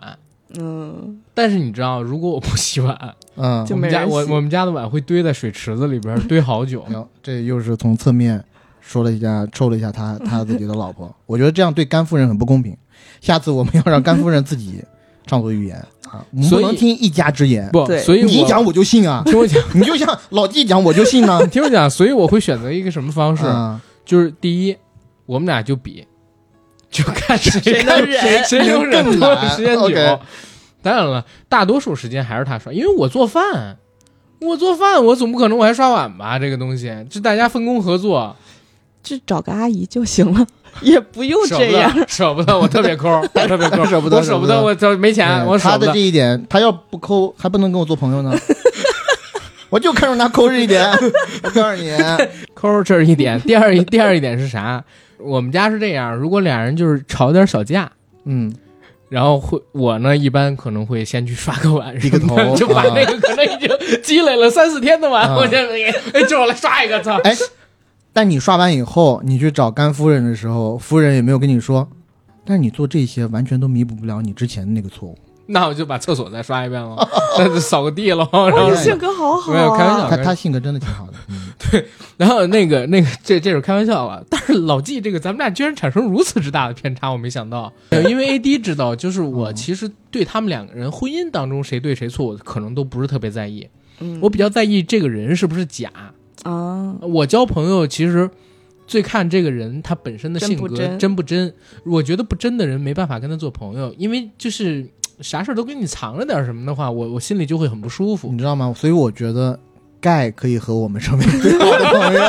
嗯，但是你知道，如果我不洗 *laughs* 碗，嗯，就我们没家人我洗我们家的碗会堆在水池子里边儿，堆好久。然后这又是从侧面说了一下，抽了一下他 *laughs* 他自己的老婆。我觉得这样对甘夫人很不公平。下次我们要让甘夫人自己畅所欲言啊，我们不所以能听一家之言。不，对所以你一我讲我就信啊， *laughs* 听我讲， *laughs* 你就像老纪讲我就信呢、听我讲，所以我会选择一个什么方式？啊，就是第一，我们俩就比，就看 *laughs* 谁谁能忍谁谁能忍更多懒时间久 OK。当然了，大多数时间还是他刷，因为我做饭，我做饭，我总不可能我还刷碗吧？这个东西，就大家分工合作，就找个阿姨就行了， *laughs* 也不用舍这不样。得，舍不得，我特别抠， *laughs* 我特别抠，舍不得我舍舍不不得，得我这没钱，对我他舍不的这得。一点，他要不抠还不能跟我做朋友呢。 *laughs* 我就看中他抠这一点， *laughs* 我告诉你，抠这是一点，第二一第二一点是啥？我们家是这样，如果俩人就是吵点小架，嗯，然后会我呢，一般可能会先去刷个碗，低个头就把啊那个可能已经积累了三四天的碗，啊我就哎，这我来刷一个，操！哎，但你刷完以后，你去找甘夫人的时候，夫人也没有跟你说，但是你做这些完全都弥补不了你之前的那个错误。那我就把厕所再刷一遍喽， *laughs* 那就扫个地喽，然哇，后你是性格好好没有开玩笑啊！他他性格真的挺 *laughs* 好的，嗯、然后那个 *laughs* 那个这这是开玩笑啊， *laughs* 但是老纪这个咱们俩居然产生如此之大的偏差，我没想 *laughs* 到，呃因为 AD 知道，就是嗯我其实对他们两个人婚姻当中谁对谁错，我可能都不是特别在意，嗯我比较在意这个人是不是假，啊，我交朋友其实最看这个人他本身的性格真不真真不真。我觉得不真的人没办法跟他做朋友，因为就是嘖啥事儿都跟你藏着点儿什么的话，我我心里就会很不舒服你。知道吗？所以我觉得盖可以和我们成为最好的朋 *laughs* 友，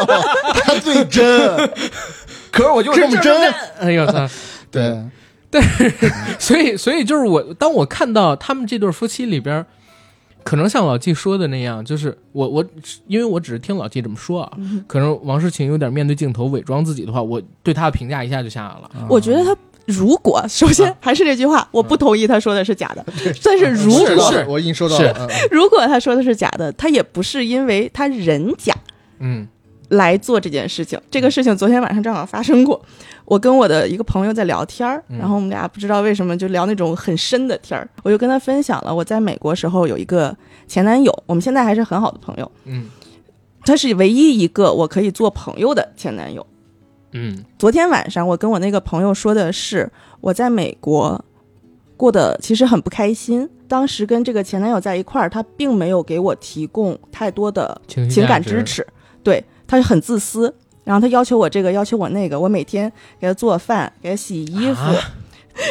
他最真。可是我就是这么真，哎 *laughs* 呦我操！对， *laughs* 所以所以就是我，当我看到他们这对夫妻里边儿，可能像老纪说的那样，就是我我因为我只是听老纪这么说啊，嗯可能王诗晴有点面对镜头伪装自己的话，我对他的评价一下就下来了。我觉得他如果首先还是那句嗯话，我不同意他说的是假的，但是如 *laughs* 是果是嗯我已经收到了，嗯嗯如果他说的是假的，他也不是因为他人假嗯来做这件事情。这个事情昨天晚上正好发生过，我跟我的一个朋友在聊天儿，然后我们俩不知道为什么就聊那种很深的天儿，我就跟他分享了我在美国时候有一个前男友，我们现在还是很好的朋友，嗯他是唯一一个我可以做朋友的前男友。嗯昨天晚上我跟我那个朋友说的是，我在美国过得其实很不开心。当时跟这个前男友在一块儿，他并没有给我提供太多的情绪情价感值支持，对他很自私。然后他要求我这个，要求我那个，我每天给他做饭，给他洗衣服，啊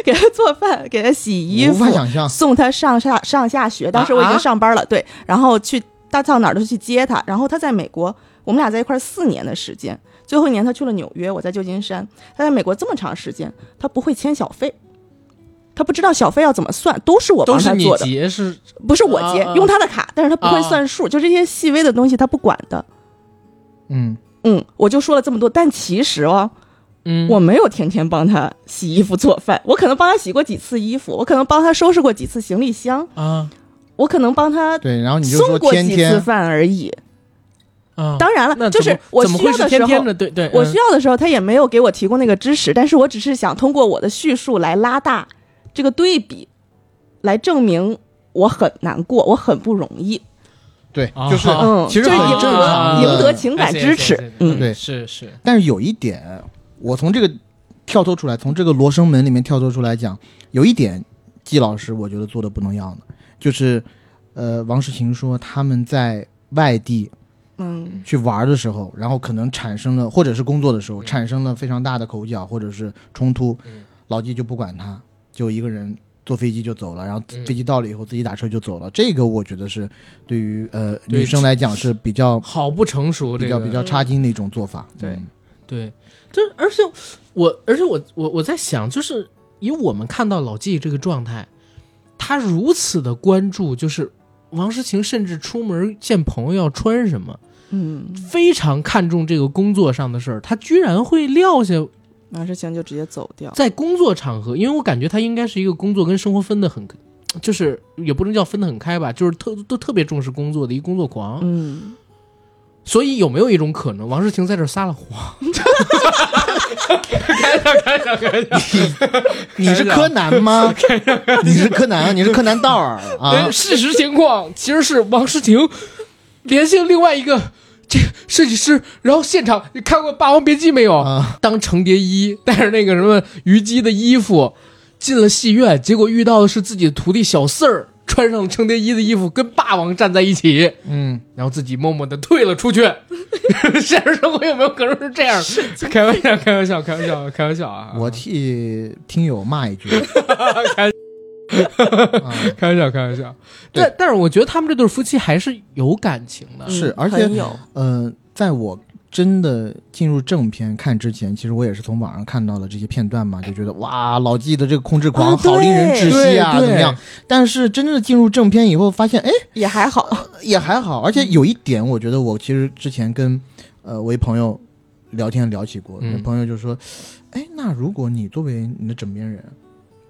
给他做饭，给他洗衣我无服法，想象，送他上下上下学。当时我已经上班了，对，然后去大到哪儿都去接他。然后他在美国，我们俩在一块儿四年的时间，最后一年他去了纽约，我在旧金山。他在美国这么长时间，他不会签小费，他不知道小费要怎么算，都是我都帮是他你做的，结是不是我结，啊啊用他的卡，但是他不会啊算数，就这些细微的东西他不管的。嗯，嗯，我就说了这么多，但其实哦，嗯我没有天天帮他洗衣服、做饭，我可能帮他洗过几次衣服，我可能帮他收拾过几次行李箱，啊我可能帮他对，然后你就送说过天几次天，饭而已。啊，当然了，那就怎么是我怎么需会要是的时天候，天的对对，我嗯需要的时候，他也没有给我提供那个支持，但是我只是想通过我的叙述来拉大这个对比，来证明我很难过，我很不容易。对，啊就是啊嗯其实就很是赢正得常的赢得情感 I see, I see, 支持 I see, I see. 嗯对是是，但是有一点，我从这个跳脱出来，从这个罗生门里面跳脱出来讲，有一点，季老师我觉得做的不能要的，就是，呃，王诗晴说他们在外地嗯去玩的时候，然后可能产生了，或者是工作的时候产生了非常大的口角或者是冲突，嗯老纪就不管他，就一个人坐飞机就走了，然后嗯飞机到了以后自己打车就走了，这个我觉得是对于呃对女生来讲是比较好不成熟，比这较个比较差劲的一种做法，对嗯对，这而且我而且我我我在想，就是以我们看到老纪这个状态，他如此的关注，就是王诗晴甚至出门见朋友要穿什么，嗯，非常看重这个工作上的事儿，他居然会撂下王诗晴就直接走掉。在工作场合，因为我感觉他应该是一个工作跟生活分得很，就是也不能叫分得很开吧，就是特都特别重视工作的一工作狂。嗯，所以有没有一种可能，王诗晴在这儿撒了谎？开玩笑，开玩笑，开玩笑。你是柯南 *laughs* 吗？ *laughs* 你是柯南，你是柯南道尔啊呃，？事实情况其实是王诗晴 *laughs* 联系了另外一个 *laughs* 这设计师，然后现场你看过《霸王别姬》没有？啊当程蝶衣 *laughs* 带着那个什么虞姬的衣服进了戏院，结果遇到的是自己的徒弟小四儿穿上了程蝶衣的衣服，跟霸王站在一起， *laughs* 嗯，然后自己默默的退了出去。 *laughs* 现实生活有没有可能是这样？ *laughs* 开玩笑，开玩笑，开玩笑，开玩笑啊！我替听友骂一句， *laughs* 开啊开玩笑，开玩笑。对但但是我觉得他们这对夫妻还是有感情的。是嗯而且很有呃，在我真的进入正片看之前，其实我也是从网上看到了这些片段嘛，就觉得哇，老纪的这个控制狂啊对好令人窒息啊，对对怎么样？但是真正的进入正片以后，发现哎也还好。也还好，而且有一点，我觉得我其实之前跟呃我一朋友聊天聊起过，嗯那朋友就说，哎，那如果你作为你的枕边人。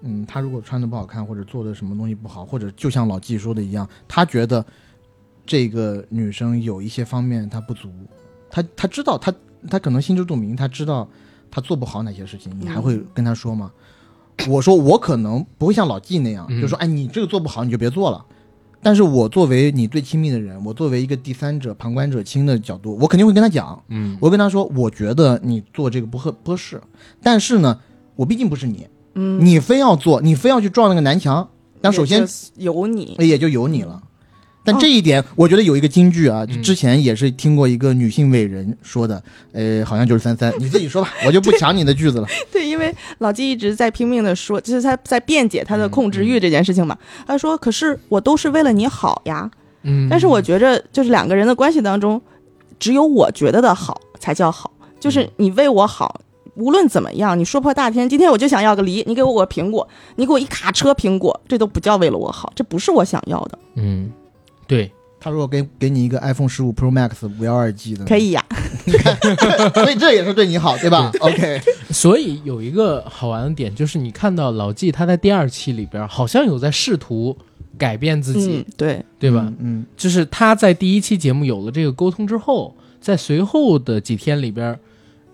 嗯，他如果穿的不好看，或者做的什么东西不好，或者就像老纪说的一样，他觉得这个女生有一些方面她不足，他他知道他他可能心知肚明，他知道他做不好哪些事情，你还会跟他说吗？我说我可能不会像老纪那样，嗯就说哎你这个做不好你就别做了。但是我作为你最亲密的人，我作为一个第三者、旁观者清的角度，我肯定会跟他讲，嗯我会跟他说，我觉得你做这个不合不合适。但是呢，我毕竟不是你，嗯，你非要做，你非要去撞那个南墙， *laughs* 那首先有你， *laughs* 也就有你了。但这一点，我觉得有一个金句啊，嗯之前也是听过一个女性伟人说的，呃，好像就是三三，你自己说吧，我就不抢你的句子了。对，因为老纪一直在拼命的说，就是他在辩解他的控制欲这件事情嘛。他说：“可是我都是为了你好呀。嗯但是我觉着，就是两个人的关系当中，只有我觉得的好才叫好，就是你为我好。无论怎么样，你说破大天，今天我就想要个梨，你给我个苹果，你给我一卡车苹果，这都不叫为了我好，这不是我想要的。嗯，对，他如果给给你一个 iPhone 十五 Pro Max 五幺二 G 的，可以呀、你看，所以这也是对你好，对 *laughs* 吧？OK，所以有一个好玩的点就是，你看到老纪他在第二期里边好像有在试图改变自己，嗯，对，对吧？嗯，就是他在第一期节目有了这个沟通之后，在随后的几天里边儿，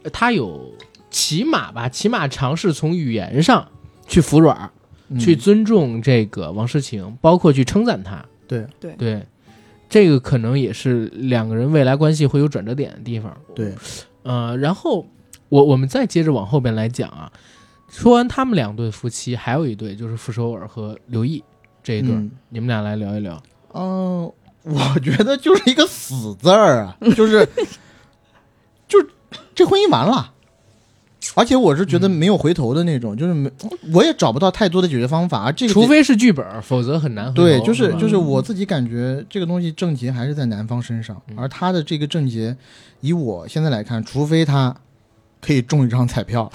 呃他有起码吧，起码尝试从语言上去服软儿，嗯去尊重这个王诗晴，包括去称赞他。对对对，这个可能也是两个人未来关系会有转折点的地方。对，呃，然后我我们再接着往后边来讲啊，说完他们两对夫妻，还有一对就是傅首尔和刘毅这一对儿，嗯你们俩来聊一聊。嗯、我觉得就是一个死字儿啊， *laughs* 就是，就是这婚姻完了，而且我是觉得没有回头的那种，就是没，我也找不到太多的解决方法。这个除非是剧本，否则很难回头。对，就是吧就是我自己感觉这个东西症结还是在男方身上，嗯而他的这个症结，以我现在来看，除非他可以中一张 *laughs* 彩票，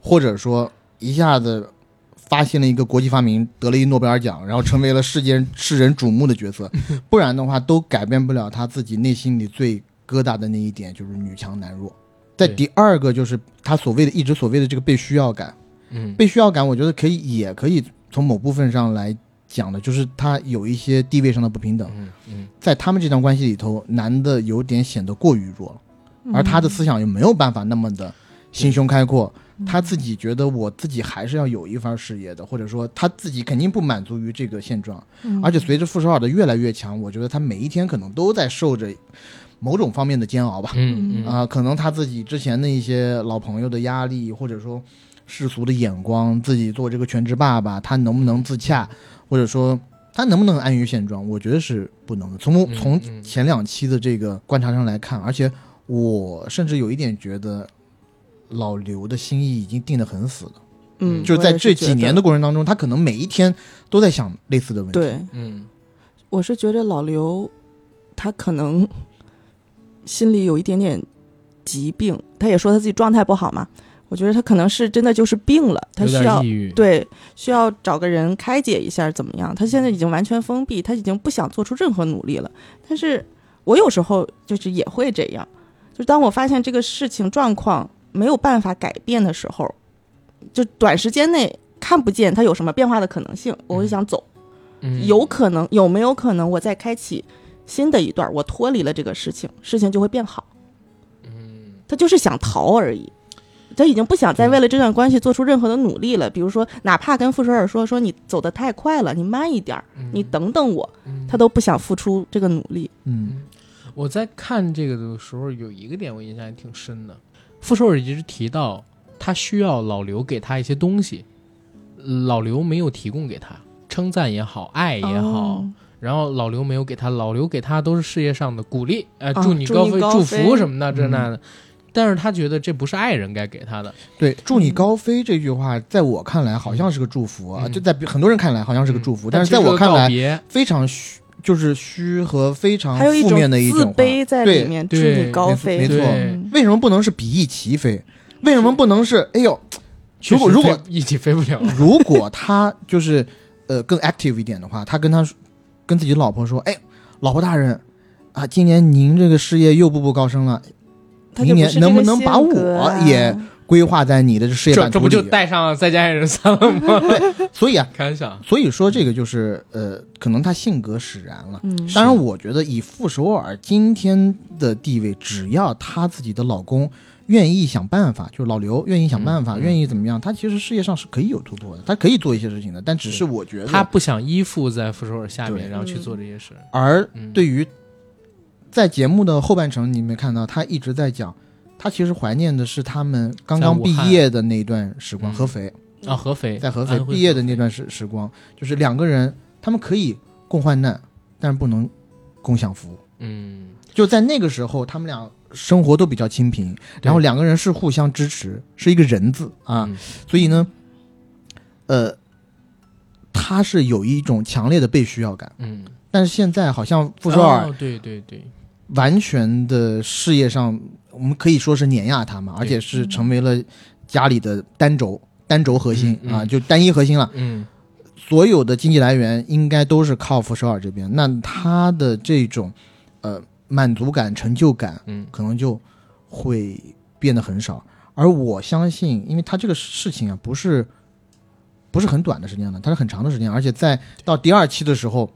或者说一下子发现了一个国际发明，得了一诺贝尔奖，然后成为了世界世人瞩目的 *laughs* 角色，不然的话都改变不了他自己内心里最疙瘩的那一点，就是女强男弱。在对第二个就是他所谓的一直所谓的这个被需要感，嗯，被需要感，我觉得可以，也可以从某部分上来讲的，就是他有一些地位上的不平等，嗯嗯在他们这段关系里头，男的有点显得过于弱了，而他的思想又没有办法那么的心胸开阔，他自己觉得我自己还是要有一番事业的，或者说他自己肯定不满足于这个现状，嗯而且随着傅首尔的越来越强，我觉得他每一天可能都在受着某种方面的煎熬吧，嗯嗯啊、可能他自己之前的一些老朋友的压力，或者说世俗的眼光，自己做这个全职爸爸，他能不能自洽，或者说他能不能安于现状，我觉得是不能的。从我嗯嗯从前两期的这个观察上来看，而且我甚至有一点觉得。老刘的心意已经定得很死了，嗯，就是在这几年的的过程当中，他可能每一天都在想类似的问题。对，嗯我是觉得老刘他可能心里有一点点疾病，他也说他自己状态不好嘛。我觉得他可能是真的就是病了，他有需点要抑郁。对需要找个人开解一下，怎么样？他现在已经完全封闭，他已经不想做出任何努力了。但是我有时候就是也会这样，就是当我发现这个事情状况没有办法改变的时候，就短时间内看不见它有什么变化的可能性，我会想走。嗯，有可能有没有可能我再开启新的一段，我脱离了这个事情，事情就会变好。嗯，他就是想逃而已，他已经不想再为了这段关系做出任何的努力了。比如说，哪怕跟傅首尔说说你走得太快了，你慢一点儿，你等等我，他都不想付出这个努力。嗯我在看这个的时候，有一个点我印象还挺深的。傅首尔一直提到他需要老刘给他一些东西，老刘没有提供给他，称赞也好，爱也好，哦然后老刘没有给他，老刘给他都是事业上的鼓励，呃，啊祝你祝高你飞、高祝飞嗯福什么的这那的。但是他觉得这不是爱人该给他的，对，祝你高飞这句话，在我看来好像是个祝福啊，嗯就在别很多人看来好像是个祝福，嗯但是在这我个看告来别非常虚，就是虚和非常还有一负种面的一自种话。卑在对里面，祝对你高没错飞。啊没错嗯为什么不能是比翼齐飞？为什么不能是哎呦？确如果实嗯如飞果一起飞不了，如果他就是呃更 active 一点的话，他跟他跟自己老婆说，哎，老婆大人啊，今年您这个事业又步步高升了，嗯他就明年不是这能不个能性把我格啊也规划在你的事业这版这图不就里。带上了再加爱人三了 *laughs* 吗？所以啊，开玩笑，所以说这个就是呃，可能他性格使然了。嗯当然，我觉得以傅首尔今天的地位，只要她自己的老公愿意想办法，就是老刘愿意想办法，嗯嗯愿意怎么样，她其实事业上是可以有突破的，她可以做一些事情的。但只是我觉得，他不想依附在傅首尔下面，对然后去做这些事。而嗯对于在节目的后半程，你没看到她一直在讲，她其实怀念的是他们刚在刚武毕汉业的那段时光，嗯合肥啊，合肥在合肥安徽毕业的那段时时光，就是两个人他们可以共患难，但是不能共享福。嗯，就在那个时候，他们俩生活都比较清贫，然后两个人是互相支持，是一个人字啊，嗯所以呢，呃，他是有一种强烈的被需要感，嗯，但是现在好像傅首尔哦对对对，完全的事业上，我们可以说是碾压他嘛，而且嗯是成为了家里的单轴单轴核心嗯嗯啊，就单一核心了。嗯所有的经济来源应该都是靠傅首尔这边，那他的这种呃满足感、成就感，嗯可能就会变得很少。而我相信，因为它这个事情啊，不是不是很短的时间了，它是很长的时间，而且在到第二期的时 *coughs* 候，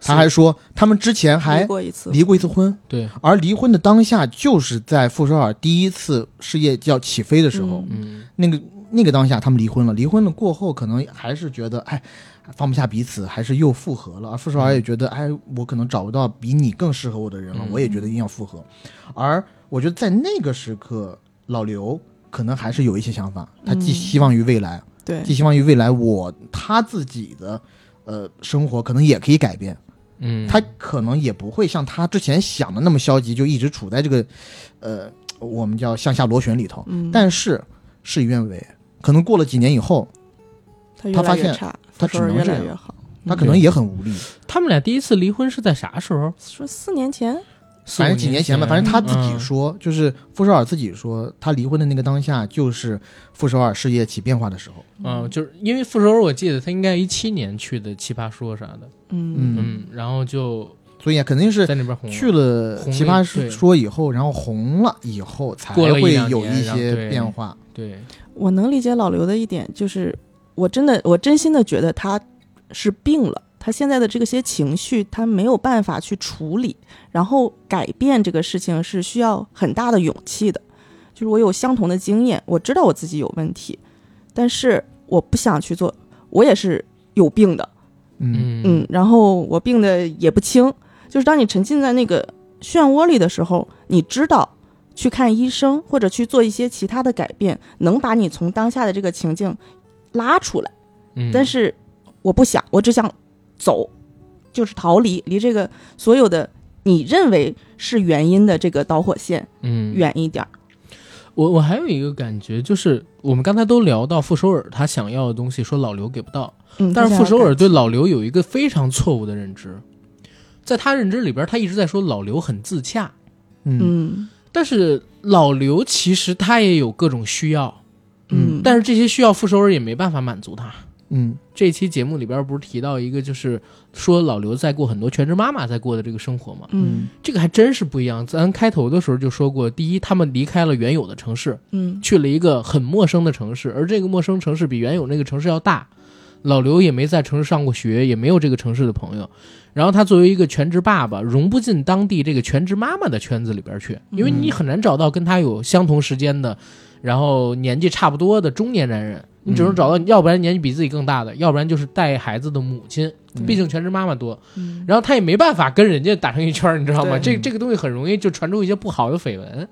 他还说他们之前离还过一次，离过一次婚，对，而离婚的当下就是在傅首尔第一次事业要起飞的时候，嗯嗯，那个那个当下他们离婚了，离婚了过后可能还是觉得哎放不下彼此，还是又复合了。而啊傅首尔也觉得哎我可能找不到比你更适合我的人了，嗯我也觉得硬要复合。而我觉得在那个时刻，老刘可能还是有一些想法，他寄嗯希望于未来，对寄希望于未来我他自己的呃生活可能也可以改变。嗯，他可能也不会像他之前想的那么消极，就一直处在这个，呃，我们叫向下螺旋里头。嗯但是事与愿违，可能过了几年以后，他越他发来越现差，他说只能越嗯这来样越好。他可能也很无力。他们俩第一次离婚是在啥时候？说四年前，四反正五几年前吧，反正他自己嗯说，就是傅首尔自己说，他离婚的那个当下，就是傅首尔事业起变化的时候。嗯，就是因为傅首尔，我记得他应该一七年去的《奇葩说》啥的，嗯，嗯，然后就所以啊，肯定是在那边红了去了《红了奇葩对说》以后，然后红了以后，才过了一会两有年一然后对些变化。对，我能理解老刘的一点，就是我真的，我真心的觉得他是病了。他现在的这个些情绪，他没有办法去处理，然后改变这个事情是需要很大的勇气的。就是我有相同的经验，我知道我自己有问题，但是我不想去做，我也是有病的，嗯嗯，然后我病的也不轻，就是当你沉浸在那个漩涡里的时候，你知道去看医生或者去做一些其他的改变，能把你从当下的这个情境拉出来。嗯，但是我不想，我只想走，就是逃离，离这个所有的你认为是原因的这个导火线嗯，远一点儿。我我还有一个感觉，就是我们刚才都聊到傅首尔他想要的东西，说老刘给不到，嗯，但是他傅想首要尔改对老刘有一个非常错误的认知，在他认知里边，他一直在说老刘很自洽，嗯嗯但是老刘其实他也有各种需要，嗯，但是这些需要傅首尔也没办法满足他。嗯这期节目里边不是提到一个，就是说老刘在过很多全职妈妈在过的这个生活吗？嗯这个还真是不一样。咱开头的时候就说过，第一，他们离开了原有的城市，嗯去了一个很陌生的城市，而这个陌生城市比原有那个城市要大。老刘也没在城市上过学，也没有这个城市的朋友。然后他作为一个全职爸爸，融不进当地这个全职妈妈的圈子里边去，因为你很难找到跟他有相同时间的，然后年纪差不多的中年男人。你只能找到，要不然年纪比自己更大的，要不然就是带孩子的母亲。毕竟全职妈妈多，嗯然后他也没办法跟人家打成一圈儿，你知道吗？对这这个东西很容易就传出一些不好的绯闻，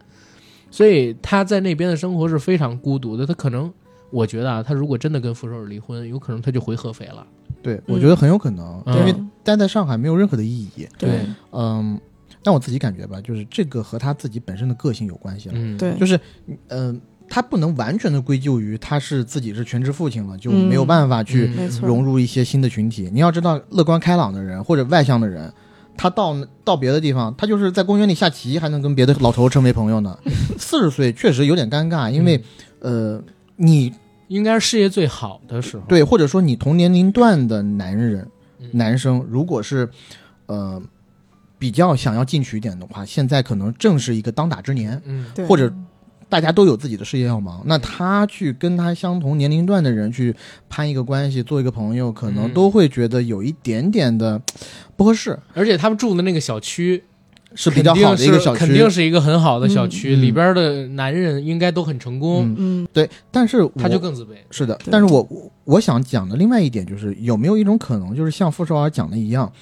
所以他在那边的生活是非常孤独的。他可能，我觉得啊，他如果真的跟傅首尔离婚，有可能他就回合肥了。对，我觉得很有可能，嗯因为待在上海没有任何的意义。对嗯，但我自己感觉吧，就是这个和他自己本身的个性有关系了。嗯，对就是，嗯、他不能完全的归咎于他是自己是全职父亲了，就嗯没有办法去嗯没错，融入一些新的群体。你要知道，乐观开朗的人或者外向的人。他到到别的地方，他就是在公园里下棋，还能跟别的老头成为朋 *laughs* 友呢。四十岁确实有点尴尬，因为、嗯呃，你应该是事业最好的时候。对，或者说你同年龄段的男人、嗯男生，如果是呃比较想要进取一点的话，现在可能正是一个当打之年，嗯，对或者大家都有自己的事业要忙，那他去跟他相同年龄段的人去攀一个关系，做一个朋友，可能嗯都会觉得有一点点的不合适，而且他们住的那个小区是比较肯定好的一个是小区，肯定是一个很好的小区，嗯里边的男人应该都很成功，嗯，嗯对。但是我他就更自卑。是的对，但是我我我想讲的另外一点就是，有没有一种可能，就是像傅首尔讲的一样，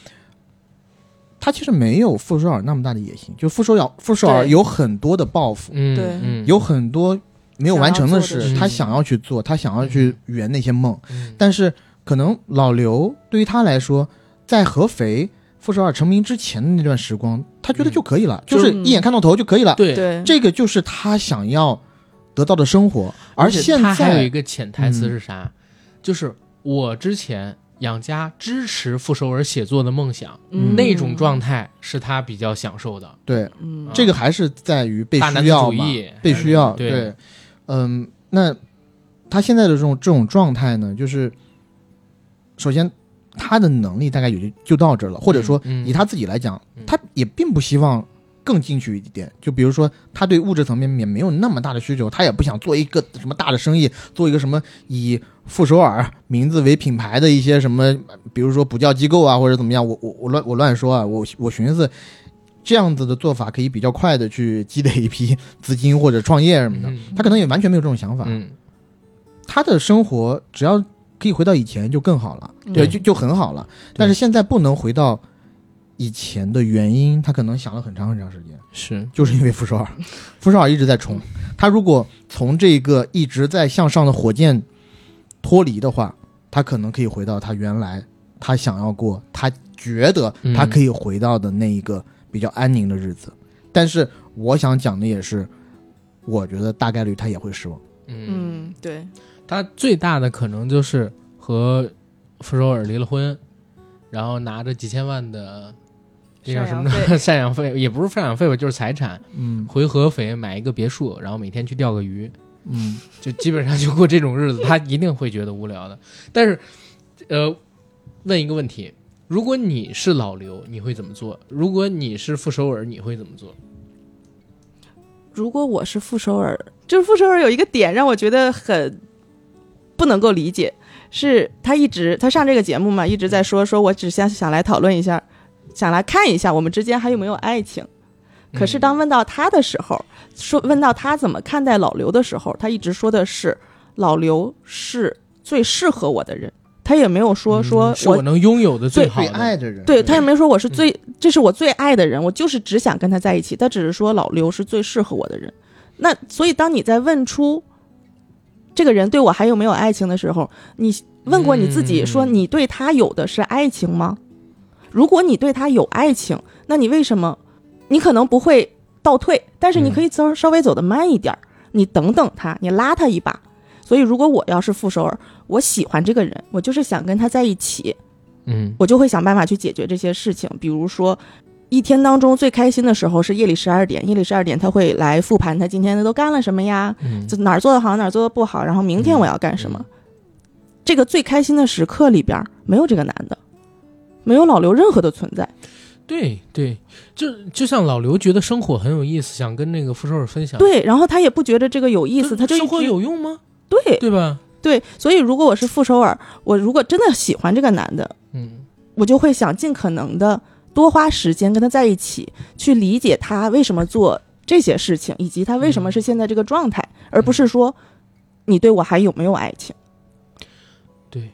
他其实没有傅首尔那么大的野心，就傅首尔傅首尔对有很多的抱负，嗯，对嗯，有很多没有完成想要做的事，事他想要去做，他想要去圆那些梦，嗯但是可能老刘对于他来说，在合肥傅首尔成名之前的那段时光，他觉得就可以了，就就是是一眼看到头就可以了，嗯对，对，这个就是他想要得到的生活，而且现他还有一在嗯个潜台词是啥？就是我之前养家支持傅首尔写作的梦想，嗯那种状态是他比较享受的。对。嗯这个还是在于被大男子需要主嘛义，被需要。对嗯，那他现在的这种这种状态呢，就是首先他的能力大概也就就到这儿了，或者说嗯嗯以他自己来讲嗯，他也并不希望更进去一点。就比如说，他对物质层面也没有那么大的需求，他也不想做一个什么大的生意，做一个什么以傅首尔名字为品牌的一些什么，比如说补教机构啊，或者怎么样。我我我乱我乱说啊，我我寻思。这样子的做法可以比较快的去积累一批资金或者创业什么的，嗯他可能也完全没有这种想法。嗯，他的生活只要可以回到以前就更好了，嗯对，就就很好了。但是现在不能回到以前的原因，他可能想了很长很长时间，是，就是因为傅首尔，傅首尔一直在冲。他如果从这个一直在向上的火箭脱离的话，他可能可以回到他原来他想要过，他觉得嗯他可以回到的那一个比较安宁的日子。但是我想讲的也是，我觉得大概率他也会失望。嗯，嗯，对，他最大的可能就是和傅首尔离了婚，然后拿着几千万的。那叫什么呢赡养？ *laughs* 赡养费也不是赡养费吧，就是财产嗯回合肥买一个别墅，然后每天去钓个鱼，嗯。就基本上就过这种日子，他一定会觉得无聊的。但是，呃，问一个问题：如果你是老刘，你会怎么做？如果你是傅首尔，你会怎么做？如果我是傅首尔，就是傅首尔有一个点让我觉得很不能够理解，是他一直他上这个节目嘛，一直在说说我只想想来讨论一下，想来看一下我们之间还有没有爱情。嗯可是当问到他的时候，说问到他怎么看待老刘的时候，他一直说的是老刘是最适合我的人，他也没有说嗯说是我能拥有的最好最的爱的人，嗯对他也没说我是最，这是我最爱的人，我就是只想跟他在一起。他只是说老刘是最适合我的人。那所以当你在问出这个人对我还有没有爱情的时候，你问过你自己说嗯你对他有的是爱情吗？如果你对他有爱情，那你为什么你可能不会倒退，但是你可以稍稍微走得慢一点儿，你等等他，你拉他一把。所以，如果我要是傅首尔，我喜欢这个人，我就是想跟他在一起，嗯我就会想办法去解决这些事情。比如说，一天当中最开心的时候是夜里十二点，夜里十二点他会来复盘他今天都干了什么呀，嗯就哪儿做的好，哪儿做的不好，然后明天我要干什么。这个最开心的时刻里边儿没有这个男的，没有老刘任何的存在。对对，就就像老刘觉得生活很有意思，想跟那个傅首尔分享。，对，然后他也不觉得这个有意思，他就一生活直有用吗？对对吧？对。所以如果我是傅首尔，我如果真的喜欢这个男的，嗯我就会想尽可能的多花时间跟他在一起，去理解他为什么做这些事情，以及他为什么是现在这个状态，而不是说你对我还有没有爱情。对，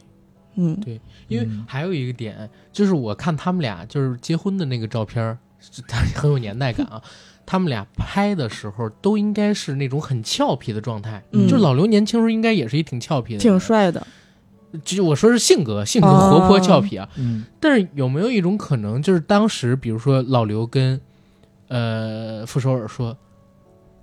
嗯对因为还有一个点，就是我看他们俩就是结婚的那个照片儿， *laughs* 是他很有年代感 *laughs* 啊。他们俩拍的时候都应该是那种很俏皮的状态，嗯就老刘年轻时候应该也是一挺俏皮的，挺。帅的。就我说是性格，性格活泼哦俏皮啊。嗯但是有没有一种可能，就是当时比如说老刘跟呃傅首尔说，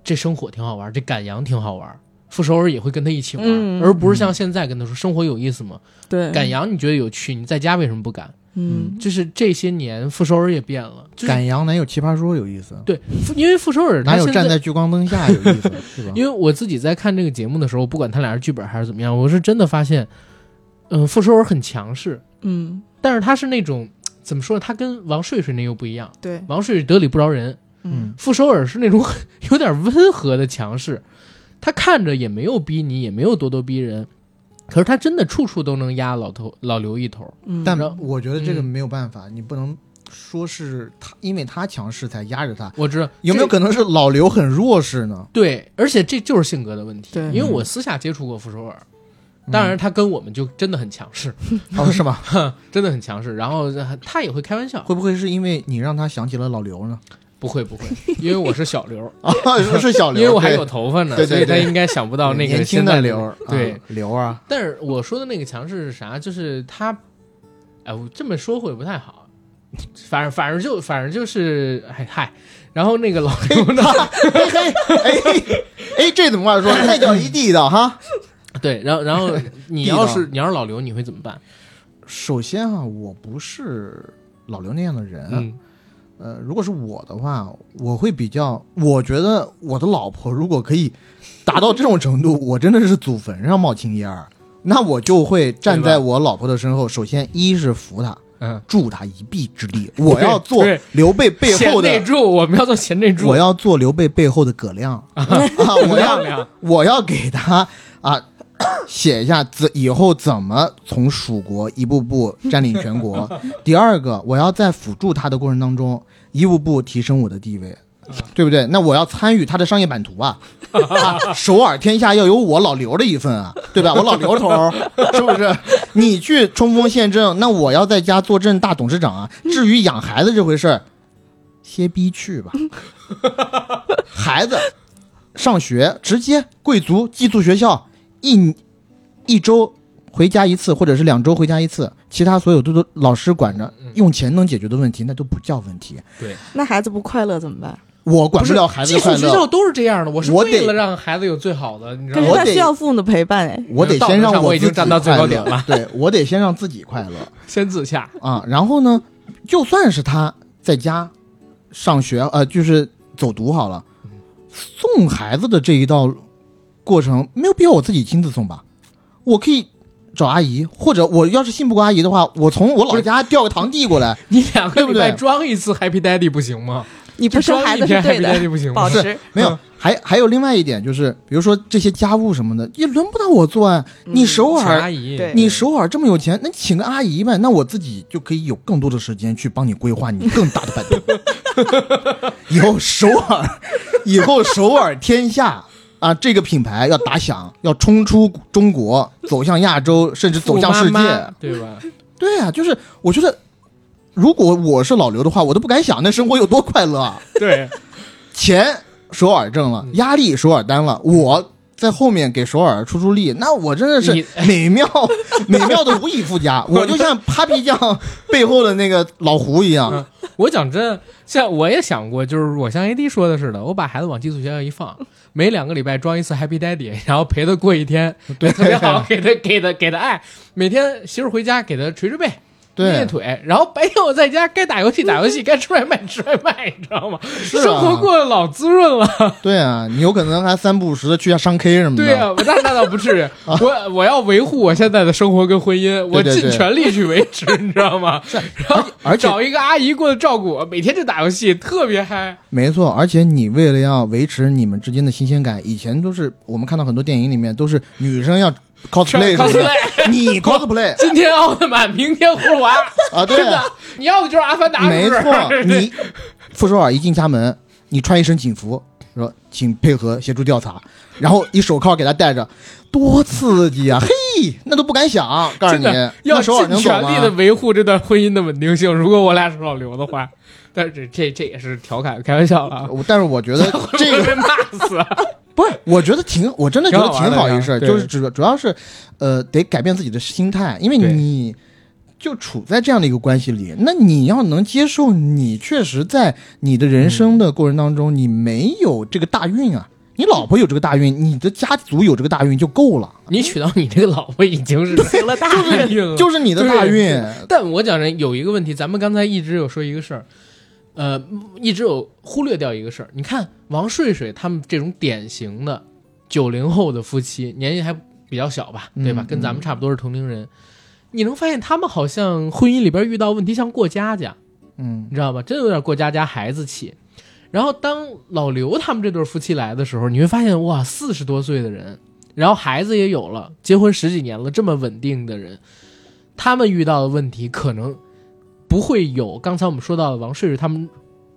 这生火挺好玩，这赶羊挺好玩，傅首尔也会跟他一起玩，嗯而不是像现在跟他说生活有意思吗？对，赶羊你觉得有趣，你在家为什么不赶？嗯，就是这些年傅首尔也变了，就是赶羊难有奇葩说有意思，对，傅因为傅首尔他哪有现站在聚光灯下有意思， *laughs* 是吧？因为我自己在看这个节目的时候，不管他俩是剧本还是怎么样，我是真的发现，嗯、傅首尔很强势，嗯，但是他是那种怎么说呢？他跟王睡睡那又不一样，对，王睡睡得理不饶人，嗯傅首尔是那种 *laughs* 有点温和的强势，他看着也没有逼你，也没有咄咄逼人，可是他真的处处都能压老头老刘一头。嗯但然后我觉得这个嗯没有办法，你不能说是他，因为他强势才压着他。我知道有没有这可能是老刘很弱势 *laughs* 呢？对，而且这就是性格的问题。对因为我私下接触过傅首尔，当然他跟我们就真的很强势，哦，是吗？真的很强势。然后他也会开玩笑，会不会是因为你让他想起了老刘 *laughs* 呢？不会 *laughs* 不会，因为我是小刘，啊，是小因刘，为我还对有头发呢，对对所以他对应该想不到那个年轻现在的刘，啊对，刘啊， *laughs* 但是我说的那个强势是啥？就是他，哎，我这么说会不太好，反正反正就反正就是，哎嗨，然后那个老刘 *laughs* 呢，嘿嘿，哎哎，这怎么话说？那叫一地道哈。 *laughs* 对，然后然后你地要道是你要是老刘，你会怎么办？首先啊，我不是老刘那样的人，啊嗯呃，如果是我的话，我会比较，我觉得我的老婆如果可以达到这种程度，我真的是祖坟上冒青烟儿，那我就会站在我老婆的身后。首先，一是服她，嗯，助他一臂之力。我要做对刘备背后贤内的，助，我们要做贤内助，我要做刘备背后的葛亮啊！我亮亮要我要给他啊写一下怎以后怎么从蜀国一步步占领全 *laughs* 国。第二个，我要在辅助他的过程当中，一步步提升我的地位。对不对？那我要参与他的商业版图啊！啊首尔天下要有我老刘的一份啊，对吧？我老刘头 *laughs* 儿是不是？你去冲锋陷阵，那我要在家坐镇大董事长啊。至于养孩子这回事儿，歇逼去 *laughs* 吧。孩子上学直接贵族寄宿学校，一一周回家一次，或者是两周回家一次，其他所有都都老师管着。嗯用钱能解决的问题，那都不叫问题。那孩子不快乐怎么办？我管不了孩子寄的宿快学校乐，都是这样的，我是我为得了让孩子有最好的，你知道可吗是我？他得需要父母的陪伴哎。我得道先德让上我已自经己站到最快高乐点了对我得先让自己快乐先自洽，啊。然后呢，就算是他在家上学，呃，就是走读好了，送孩子的这一道过程没有必要我自己亲自送吧，我可以。找阿姨，或者我要是信不过阿姨的话，我从我老家调个堂弟过来，你两个对不礼对拜装一次 Happy Daddy 不行吗？你不生孩子是对就装一天 Happy Daddy 的，不行吗保是持没嗯有，还还有另外一点就是，比如说这些家务什么的，也轮不到我做啊。你首请嗯尔阿姨，对你首尔这么有钱，那请个阿姨呗，那我自己就可以有更多的时间去帮你规划你更大的版图。 *laughs* 以后首尔，以后首尔天下啊，这个品牌要打响，要冲出中国，走向亚洲，甚至走向世界。富妈妈对吧？对啊，就是我觉得，如果我是老刘的话，我都不敢想那生活有多快乐啊！对，钱首尔挣了，嗯压力首尔担了，我。在后面给首尔出出力，那我真的是你 *laughs* 美妙美妙的无以复加。我就像 Papi 酱背后的那个老胡一样，我讲真，像我也想过，就是我像 AD 说的似的，我把孩子往寄宿学校一放，每两个礼拜装一次 Happy Daddy，然 *laughs* 后陪他过一天，对，特别好，给他给他给他爱，每天媳妇回家给他捶捶背。对练练腿，然后白天我在家该打游戏打游 *laughs* 戏，该吃外卖吃外卖，你知道吗？啊生活过得老滋润了。对啊，你有可能还三不五时的去下商 K 什么的。对啊呀、我那那倒不 *laughs* 啊至于，我我要维护我现在的生活跟婚姻，我对对尽对啊全力去维持，你知道吗？然后而且找一个阿姨过来照顾我，每天就打游戏，特别嗨。没错，而且你为了要维持你们之间的新鲜感，以前都是我们看到很多电影里面都是女生要 cosplay 什么的，你 *laughs* cosplay 今天奥特曼，明天 *laughs* 葫芦娃，啊，对真的啊，，你要的就是阿凡 *laughs* 达，没是不是错，你傅首尔一进家门，你穿一身警服，说请配合协助调查，然后一手铐给他戴着，多刺激啊！嘿，那都不敢想，告诉真你的，要那首尔尽能啊走全力的吗？维护这段婚姻的稳定性。如果我俩是老刘的话，但是这这这也是调侃，开玩笑了啊。我但是 *laughs* 我觉得会这个不会被骂死啊，不是，我觉得挺，我真的觉得挺好一事儿，挺好玩的呀就是主主要是，呃，得改变自己的心态，因为对你就处在这样的一个关系里，那你要能接受，你确实在你的人生的过程当中，你没有这个大运啊，你老婆有这个大运，你的家族有这个大运就够了， *laughs* 你娶到你这个老婆已经是行了大大运 *laughs* 了，就是你的大运，但我讲人有一个问题，咱们刚才一直有说一个事儿，呃，一直有忽略掉一个事儿。你看王睡睡他们这种典型的九零后的夫妻，年纪还比较小吧，对吧？嗯跟咱们差不多是同龄人，你能发现他们好像婚姻里边遇到问题像过家家，嗯，你知道吧？真有点过家家孩子气。然后当老刘他们这对夫妻来的时候，你会发现哇，四十多岁的人，然后孩子也有了，结婚十几年了，这么稳定的人，他们遇到的问题可能不会有刚才我们说到的王睡睡他们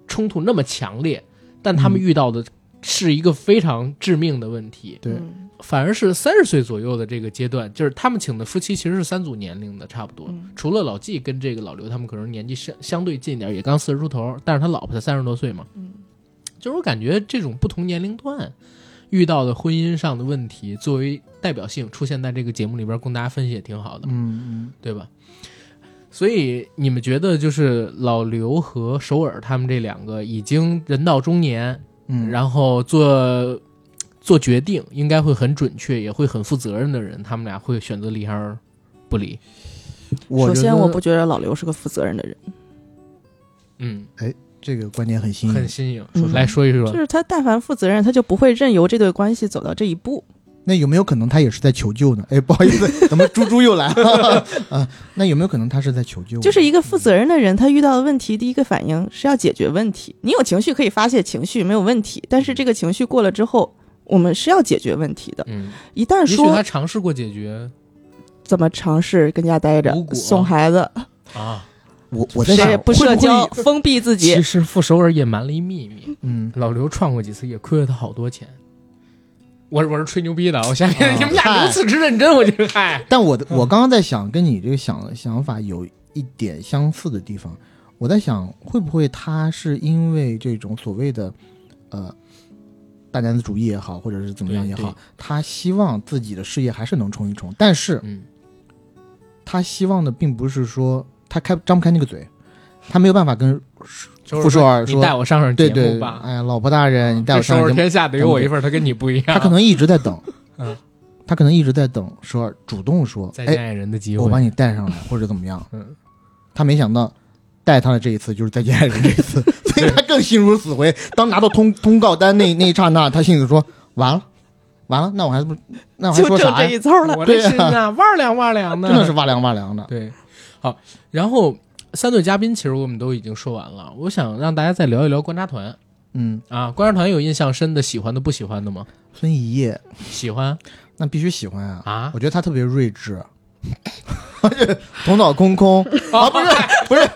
冲突那么强烈，但他们遇到的是一个非常致命的问题，对，嗯反而是三十岁左右的这个阶段，就是他们请的夫妻其实是三组年龄的，差不多，嗯除了老纪跟这个老刘他们可能年纪相相对近一点，也刚四十出头，但是他老婆才三十多岁嘛，嗯就是我感觉这种不同年龄段遇到的婚姻上的问题，作为代表性出现在这个节目里边，供大家分析也挺好的，嗯对吧？所以你们觉得，就是老刘和首尔他们这两个已经人到中年，嗯，然后做做决定应该会很准确，也会很负责任的人，他们俩会选择离还是不离？我首觉先，得我不觉得老刘是个负责任的人，嗯，这个观点很新颖很，新颖。嗯来说一说就，是他但凡负责任，他就不会任由这对关系走到这一步。那有没有可能他也是在求救呢？哎，不好意思，怎么猪猪又来了啊？那有没有可能他是在求救？就是一个负责任的人，他遇到的问题，第一个反应是要解决问题。你有情绪可以发泄情绪，没有问题。但是这个情绪过了之后，我们是要解决问题的。嗯，一旦也许他说尝试过解决怎么尝试跟家待着无、果送孩子，啊，我我在谁想也不社交，会不会封闭自己其，实傅首尔也瞒了一秘密，嗯，老刘创过几次，也亏了他好多钱。啊我是我是吹牛逼的，我下面 *laughs* 你们俩如此之认真，我就是嗨，但我的嗯我刚刚在想，跟你这个想想法有一点相似的地方。我在想，会不会他是因为这种所谓的，呃，大男子主义也好，或者是怎么样也对好对，他希望自己的事业还是能冲一冲，但是嗯，他希望的并不是说他开张不开那个嘴，他没有办法跟傅傅首尔说你带我上上节对对目，吧，哎呀，老婆大人，你带我这首上尔节目，天下得有我一份，他跟你不一样，他可能一直在等， *laughs* 嗯，他可能一直在等说主动说，再哎，见爱人的机会，我把你带上 *laughs* 来，或者怎么样。嗯，他没想到带他的这一次就是再见爱人这一 *laughs* 次，所以他更心如死灰。当拿到通通告单那那一刹那，他心里说：完了，完了，那我还不那我还就说挣啥这呀？一遭了。我对这啊心呐，哇凉哇凉的，真的是哇凉哇凉的。对，好，然后三对嘉宾其实我们都已经说完了，我想让大家再聊一聊观察团嗯，啊，观察团有印象深的、喜欢的、不喜欢的吗？孙一夜喜欢那必须喜欢啊！啊我觉得他特别睿智， *laughs* 头脑 *laughs* 空空啊，不是不是，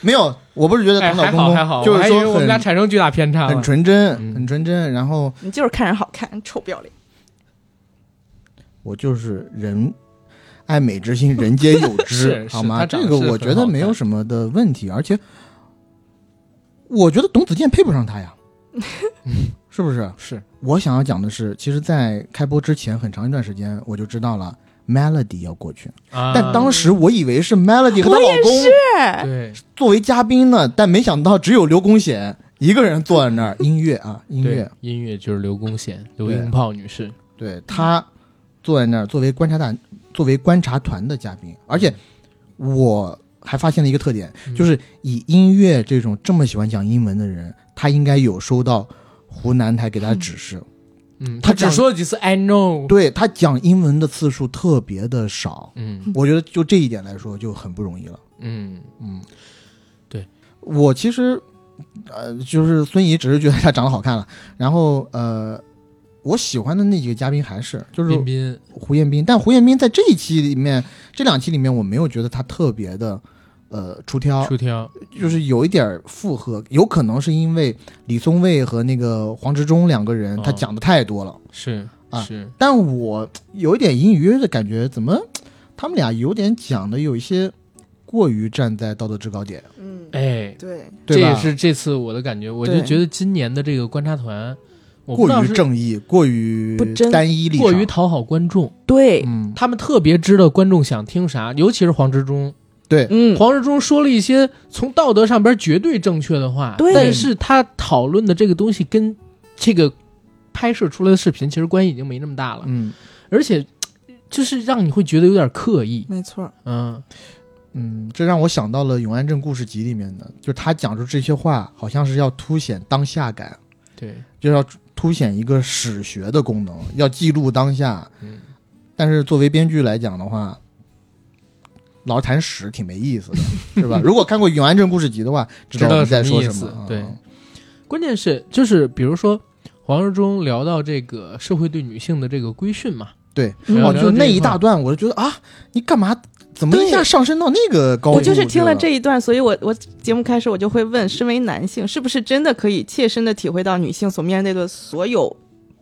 没有，我不是觉得哦哎，头脑还空好还好，空，就我是还以为说我们俩很产生巨大偏差了很纯真，嗯很纯真，然后你就是看人好看，臭不要脸。我就是人爱美之心，人皆有 *laughs* 之，是是好吗？他长这得个是我很觉得好没有看什么的问题，而且我觉得董子健配不 *laughs* 上他呀，是不是？是我想要讲的是，其实，在开播之前很长一段时间，我就知道了 Melody 要过去，啊，但当时我以为是 Melody 和她老公对作为嘉宾呢，但没想到只有刘公显一个人坐在那儿，音乐啊，音对乐，音乐就是刘公显、刘对啊英炮女士，对他坐在那儿作为观察团，作为观察团的嘉宾，而且我还发现了一个特点，嗯就是以音乐这种这么喜欢讲英文的人，他应该有收到湖南台给他的 *laughs* 指示，嗯，他她只长说了几次 I know，对他讲英文的次数特别的少，嗯我觉得就这一点来说就很不容易了。嗯嗯，对，我其实，呃，就是孙怡只是觉得她长得好看了，然后呃，我喜欢的那几个嘉宾还是就是彬彬胡彦斌，但胡彦斌在这一期里面，这两期里面，我没有觉得他特别的，呃，出挑，出挑，就是有一点儿负荷，有可能是因为李松蔚和那个黄执中两个人哦他讲的太多了，是啊是，但我有一点隐隐约约的感觉，怎么他们俩有点讲的有一些过于站在道德制高点，嗯，哎，对，这对吧？也是这次我的感觉，我就对觉得今年的这个观察团，我不知过道于是正义，过于不真单一立场，过于讨好观众，对，嗯，他们特别知道观众想听啥，尤其是黄执中。对嗯，黄执中说了一些从道德上边绝对正确的话，对但是他讨论的这个东西跟这个拍摄出来的视频其实关系已经没那么大了，嗯而且就是让你会觉得有点刻意，没错，嗯嗯，这让我想到了《永安镇故事集》里面的，就他讲出这些话，好像是要凸显当下感，对，就要凸显一个史学的功能，要记录当下。嗯，但是作为编剧来讲的话，老谈史挺没意思的，是 *laughs* 吧？如果看过《永安镇故事集》的话，知知道我们在什么说意什思么。对嗯关键是就是比如说黄执中聊到这个社会对女性的这个规训嘛，对，嗯聊哦，就这那一一块大段，我就觉得啊，你干嘛？怎么一对下上升到那个高度我去？就是听了这一段，所以我我节目开始我就会问，身为男性，是不是真的可以切身的体会到女性所面对的所有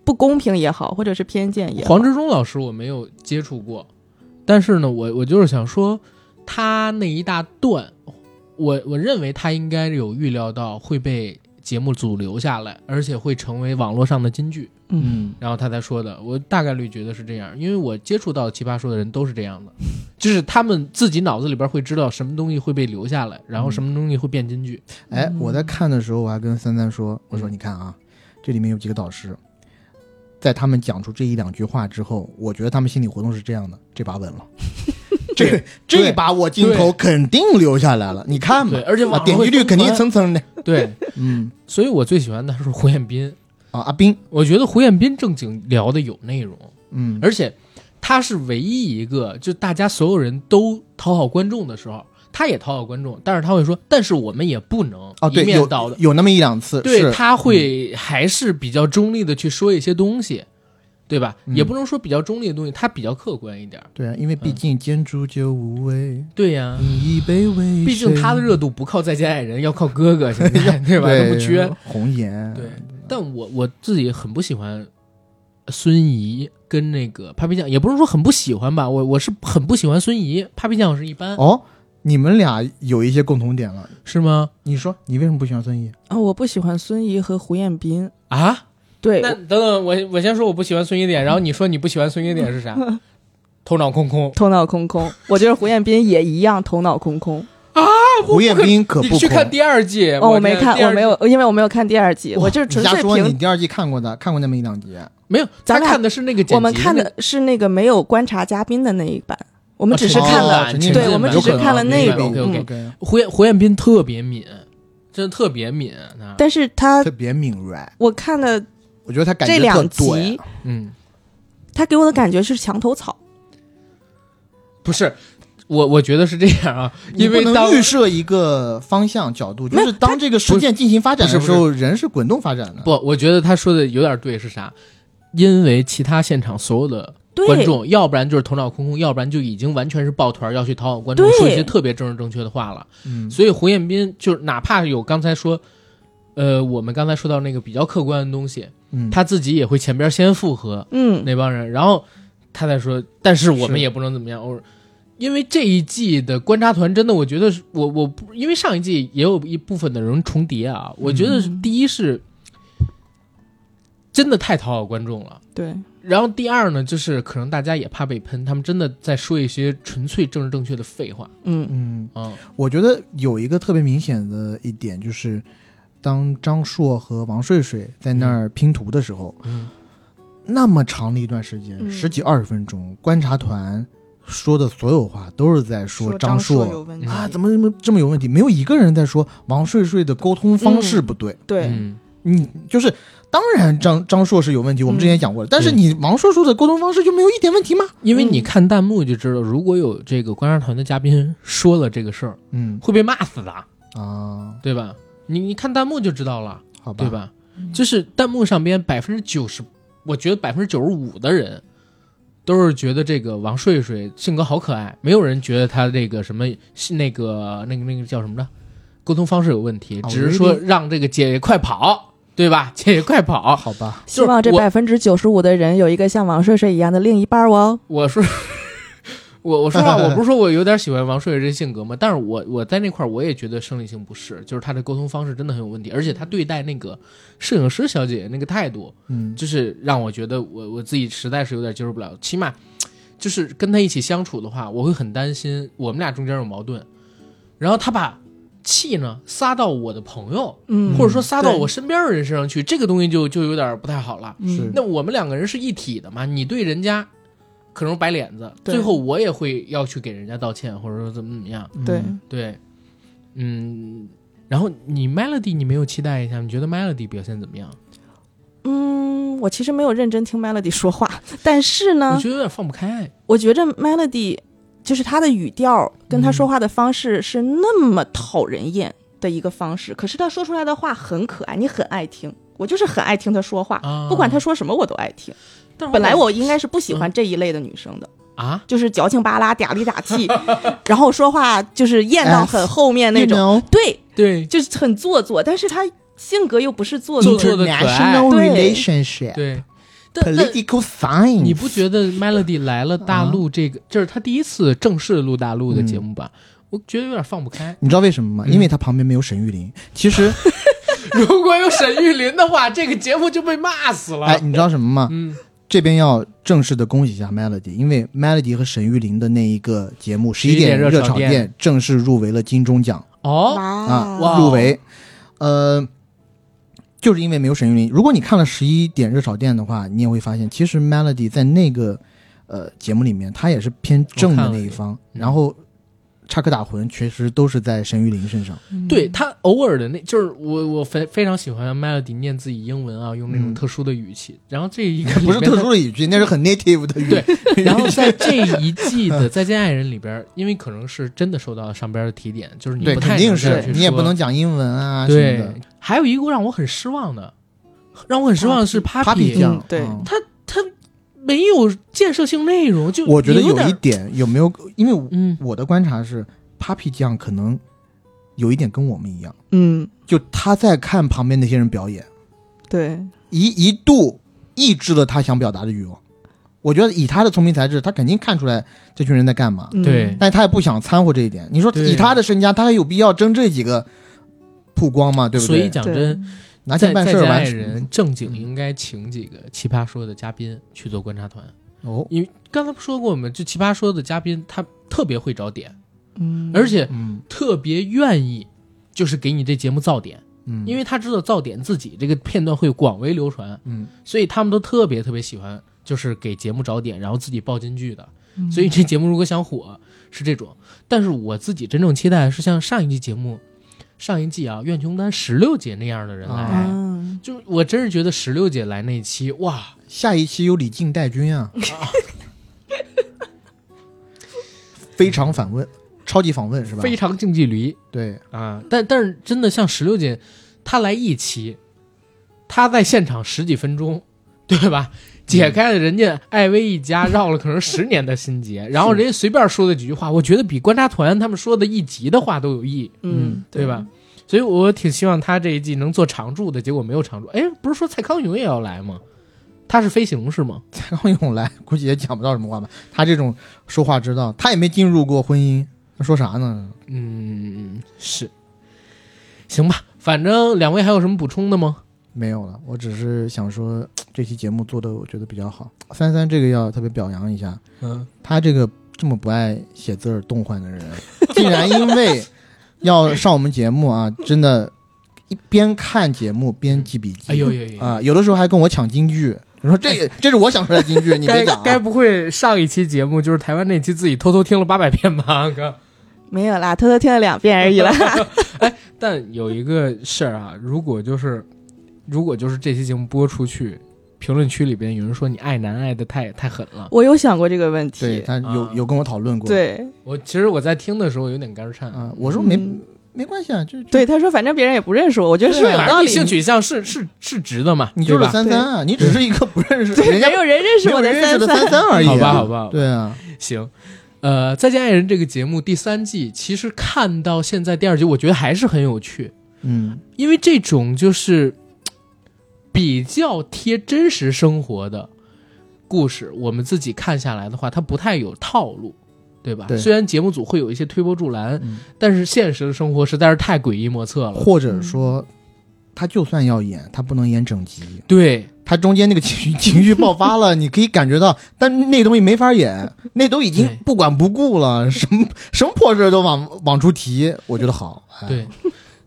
不公平也好，或者是偏见也好？黄执中老师我没有接触过，但是呢，我我就是想说，他那一大段，我我认为他应该有预料到会被节目组留下来，而且会成为网络上的金句，嗯，然后他才说的。我大概率觉得是这样，因为我接触到奇葩说的人都是这样的，就是他们自己脑子里边会知道什么东西会被留下来，然后什么东西会变金句。哎，我在嗯看的时候，我还跟三三说，我说嗯你看啊，这里面有几个导师，在他们讲出这一两句话之后，我觉得他们心理活动是这样的，这把稳 *laughs* 了，这这把我镜头肯定留下来了，你看吧对，，而且啊网点击率肯定蹭蹭的，对，嗯，所以我最喜欢的是胡彦斌。啊，阿斌，我觉得胡彦斌正经聊的有内容，嗯，而且他是唯一一个，就大家所有人都讨好观众的时候，他也讨好观众，但是他会说，但是我们也不能哦，一对，面倒的有，有那么一两次，对，是他会还是比较中立的去说一些东西，对吧？也嗯不能说比较中立的东西，他比较客观一点儿。对啊，因为毕竟煎煮酒无味，对呀、饮一杯为谁毕竟他的热度不靠再见爱人，要靠哥 *laughs* 哥，现在对对吧？他不缺。红嗯颜，对，但我我自己很不喜欢孙怡跟那个 Papi 酱，也不是说很不喜欢吧，我我是很不喜欢孙怡，Papi 酱是一般，哦，你们俩有一些共同点了。是吗？你说你为什么不喜欢孙怡？啊，我不喜欢孙怡和胡彦斌。啊？对，那等等，我我先说我不喜欢孙怡点，然后你说你不喜欢孙怡点是啥？嗯头脑空空头脑空空。我觉得胡彦斌也一样头脑空 *laughs* 空。胡彦斌可不你去空看第二季？哦，我天没看，哎第我二季没有，因为我没有看第二季，哇我就是你纯瞎粹说，你凭。第二季看过的，看过那么一两集。没有，咱他俩看的是那个剪辑我们看那的是那个没有观察嘉宾的那一版，我们哦只是陈啊看哦了。陈陈进进对版我们有只是可能看了有那可能个 OK，OK 嗯 OK，个胡彦胡彦斌特别敏，真的特别敏啊。 *laughs* 但是他特别敏锐，我看的我觉得他感觉这特两对啊集，，嗯，他给我的感觉是墙头草。不是，我我觉得是这样啊，因为你不当能预设一个方向角度，就没有是当这个事件进行发展的不是时候，人是滚动发展的。不，我觉得他说的有点对，是啥？因为其他现场所有的对，观众，要不然就是头脑空空，要不然就已经完全是抱团儿要去讨好观众，对说一些特别政治正确的话了。嗯，所以胡彦斌就是哪怕有刚才说，呃，我们刚才说到那个比较客观的东西，嗯，他自己也会前边先附和嗯，那帮人，然后他再说，但是我们是也不能怎么样。我因为这一季的观察团真的，我觉得是我我不因为上一季也有一部分的人重叠啊，我觉得是嗯第一是真的太讨好观众了。对，然后第二呢，就是可能大家也怕被喷，他们真的在说一些纯粹政治正确的废话嗯，嗯，啊、我觉得有一个特别明显的一点就是，当张硕和王睡睡在那儿拼图的时候，嗯，那么长的一段时间，嗯十几二十分钟，观察团说的所有话都是在说张硕有问题啊，怎么这么这么有问题？没有一个人在说王睡睡的沟通方式不对。对，嗯你就是当然张张硕是有问题，我们之前讲过了，但是对你王硕硕的沟通方式就没有一点问题吗？因为你嗯看弹幕就知道，如果有这个观察团的嘉宾说了这个事儿，嗯会被骂死的，啊，对吧？你你看弹幕就知道了，好吧，对？吧？就是弹幕上边百分之九十，我觉得百分之九十五的人都是觉得这个王睡睡性格好可爱，没有人觉得他这个什么是那个那个那个叫什么呢？沟通方式有问题，啊只是说我觉让这个姐姐快跑，对吧？ *laughs* 姐姐快跑！好吧，希望就这是我百分之九十五的人有一个像王睡睡一样的另一半儿哦。我说。 *laughs* 我我说实话，我不是说我有点喜欢王睡睡这性格吗？但是我我在那块儿我也觉得生理性不适，就是他的沟通方式真的很有问题，而且他对待那个摄影师小姐姐那个态度，嗯，就是让我觉得我我自己实在是有点接受不了。起码就是跟他一起相处的话，我会很担心我们俩中间有矛盾。然后他把气呢撒到我的朋友，嗯或者说撒到对我身边的人身上去，这个东西就就有点不太好了。嗯是那我们两个人是一体的嘛，你对人家可能摆脸子，对最后我也会要去给人家道歉，或者说怎么怎么样。对，嗯对，嗯，然后你 Melody 你没有期待一下，你觉得 Melody 表现怎么样？嗯，我其实没有认真听 Melody 说话，但是我呢，觉得有点放不开。我觉着 Melody 就是她的语调跟嗯她说话的方式是那么讨人厌的一个方式，可是她说出来的话很可爱，你很爱听。我就是很爱听她说话，啊不管她说什么我都爱听。但是本来我应该是不喜嗯欢这一类的女生的，啊，就是矫情巴拉、嗲里嗲气，然后说话就是咽哎到很后面那种，种对，对就是很做作。但是她性格又不是做做作，作的可爱 international 对 relationship 对，但但 political science，。你不觉得 Melody 来了大陆这个，这是他第一次正式录大陆的节目吧？我觉得有点放不开你知道为什么吗？嗯因为他旁边没有沈玉琳。其实， *laughs* 如果有沈玉琳的话，这个节目就被骂死了。哎，你知道什么吗？嗯，这边要正式的恭喜一下 Melody，因为 Melody 和沈玉琳的那一个节目《十一点点热热场场店店》正式入围了金钟奖哦，哇啊，哇入围。呃，就是因为没有沈玉琳。如果你看了《十一点热炒店》的话，你也会发现，其实嗯 Melody 在那个呃节目里面，她也是偏正的那一方，我看了然后插科打诨，确实都是在沈玉琳身上。对他偶尔的那，就是我我非非常喜欢 Melody 念自己英文啊，用那种特殊的语气。然后这一 *laughs* 个不里是面特的殊的语句，那是很 native 的语对，然后在这一季的《再见爱人》里边儿，因为可能是真的受到上边儿的提点，就是你对，不太肯定能这样是去你也说不能讲英文啊什么对的。。还有一个让我很失望的，让我很失望的是 Papi Papi，酱嗯，对嗯没有建设性内容，就我觉得有有点一点有没有？因为嗯我的观察是，Papi 酱可能有一点跟我们一样，嗯，就他在看旁边那些人表演，对，一一度抑制了他想表达的欲望。我觉得以他的聪明才智，他肯定看出来这群人在干嘛，嗯对但是他也不想掺和这一点。你说对以他的身家，他还有必要争这几个曝光吗？对不所以对？讲对真，拿在钱办在事儿家爱完人正经应该请几个奇葩说的嘉宾去做观察团，哦，因为刚才不说过吗？就奇葩说的嘉宾他特别会找点，嗯，而且嗯特别愿意就是给你这节目造点，嗯，因为他知道造点自己这个片段会广为流传，嗯所以他们都特别特别喜欢，就是给节目找点，然后自己爆金句的。嗯所以这节目如果想火是这种，但是我自己真正期待是像上一季节目，上一季啊，苑琼丹石榴姐那样的人来，啊嗯，就我真是觉得石榴姐来那一期，哇，下一期有李靖带军啊， *laughs* 非常反问，超级访问是吧？非常竞技驴对，啊，但但是真的像石榴姐，她来一期，她在现场十几分钟，对吧？解开了人家艾薇一家绕了可能十年的心结，然后人家随便说的几句话，我觉得比观察团他们说的一集的话都有意义。嗯，对吧？？所以我挺希望他这一季能做常驻的，结果没有常驻。哎，不是说蔡康永也要来吗？他是飞行是吗？蔡康永来估计也讲不到什么话吧。他这种说话之道，他也没进入过婚姻，他说啥呢？嗯，是。行吧，反正两位还有什么补充的吗？没有了，我只是想说这期节目做的我觉得比较好。三三这个要特别表扬一下，嗯，他这个这么不爱写字儿动换 *laughs* 的人，竟然因为要上我们节目啊，真的，一边看节目边记笔记。哎呦呦呦，啊，有的时候还跟我抢金句。我 *laughs* 说这个，这是我想出来的金句，你该别讲、啊。该不会上一期节目就是台湾那期自己偷偷听了八百遍吧， *laughs* 哥？没有啦，偷偷听了两遍而已 *laughs* 啦。但有一个事儿啊，如果就是如果就是这期节目播出去，评论区里边有人说你爱男爱的太太狠了，我有想过这个问对题，他有、啊有跟我讨论过。对我其实我在听的时候有点肝颤。啊，我说没、嗯没关系啊，就就对，他说反正别人也不认识我，我觉得是不是有反道正你理？性取向是是是直的嘛，你就是对吧？三三啊，你只是一个不认识对，人家没有人认识没有我人认识三的三三，三而已、啊。好吧，好，吧，对啊，行。呃，《再见爱人》这个节目第三季，其实看到现在第二集，我觉得还是很有趣，嗯，因为这种就是嘖比较贴真实生活的故事，我们自己看下来的话，它不太有套路，对吧？对虽然节目组会有一些推波助澜，嗯但是现实的生活实在是太诡异莫测 *laughs* 了。或者说。他就算要演，他不能演整集。对，他中间那个情绪情绪爆发了，你可以感觉到，但那东西没法演，那都已经对不管不顾了，什么什么破事儿都往往出提，我觉得好。哎、对，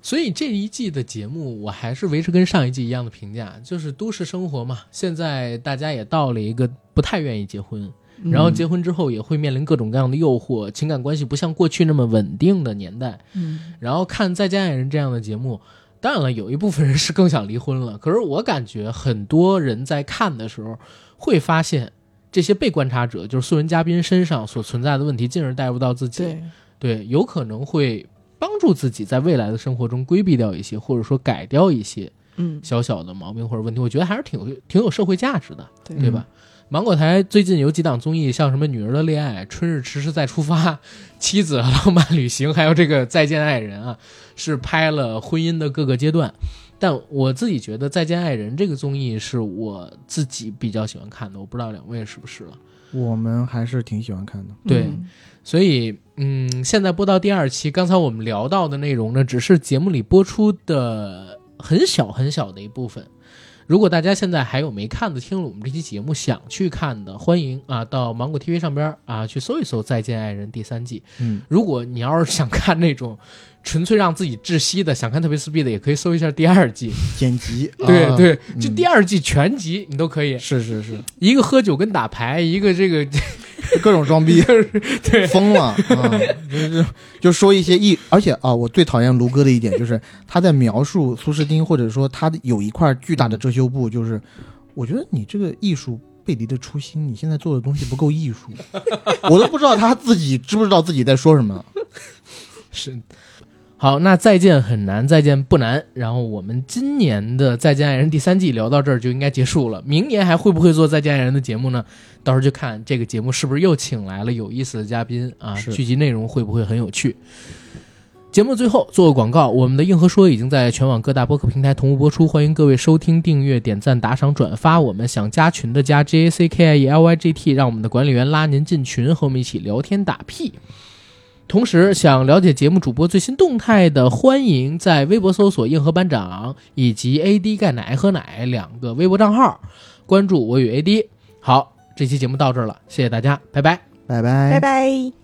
所以这一季的节目，我还是维持跟上一季一样的评价，就是都市生活嘛。现在大家也到了一个不太愿意结婚，嗯然后结婚之后也会面临各种各样的诱惑，情感关系不像过去那么稳定的年代。嗯然后看《再见爱人》这样的节目，当然了，有一部分人是更想离婚了。可是我感觉很多人在看的时候会发现。这些被观察者，就是素人嘉宾身上所存在的问题，进而带入到自己，对，对，有可能会帮助自己在未来的生活中规避掉一些，或者说改掉一些嗯小小的毛病或者问题。我觉得还是挺有挺有社会价值的，对嗯对吧？芒果台最近有几档综艺，像什么《女儿的恋爱》《春日迟迟再出发》《妻子浪漫旅行》，还有这个《再见爱人》啊，是拍了婚姻的各个阶段。但我自己觉得《再见爱人》这个综艺是我自己比较喜欢看的，我不知道两位是不是了。我们还是挺喜欢看的。对嗯所以，嗯，现在播到第二期，刚才我们聊到的内容呢，只是节目里播出的很小很小的一部分。如果大家现在还有没看的，听了我们这期节目想去看的，欢迎啊到芒果 TV 上边啊去搜一搜《再见爱人》第三季。嗯，如果你要是想看那种纯粹让自己窒息的，想看特别撕逼的，也可以搜一下第二季。剪辑，对啊对，就第嗯二季全集你都可以，是是是，一个喝酒跟打牌，一个这个 *laughs* 各种装 *laughs* 逼，对疯了啊！就是就说一些一，而且啊，我最讨厌卢哥的一点就是他在描述苏诗丁，或者说他有一块巨大的遮羞布，就是我觉得你这个艺术。背离的初心，你现在做的东西不够艺 *laughs* 术，我都不知道他自己知不知道自己在说什么。是。好，那再见很难，再见不难。然后我们今年的《再见爱人》第三季聊到这儿就应该结束了。明年还会不会做《再见爱人》的节目呢？到时候就看这个节目是不是又请来了有意思的嘉宾啊，是剧集内容会不会很有趣？节目最后做个广告，我们的《硬核说》已经在全网各大播客平台同步播出，欢迎各位收听、订阅、点赞、打赏、转发。我们想加群的加 J A C K I E L Y G T，让我们的管理员拉您进群，和我们一起聊天打屁。同时，想了解节目主播最新动态的，欢迎在微博搜索“硬核班长”以及 “AD 钙奶喝奶”两个微博账号，关注我与 AD。好，这期节目到这儿了，谢谢大家，拜拜。拜拜拜拜。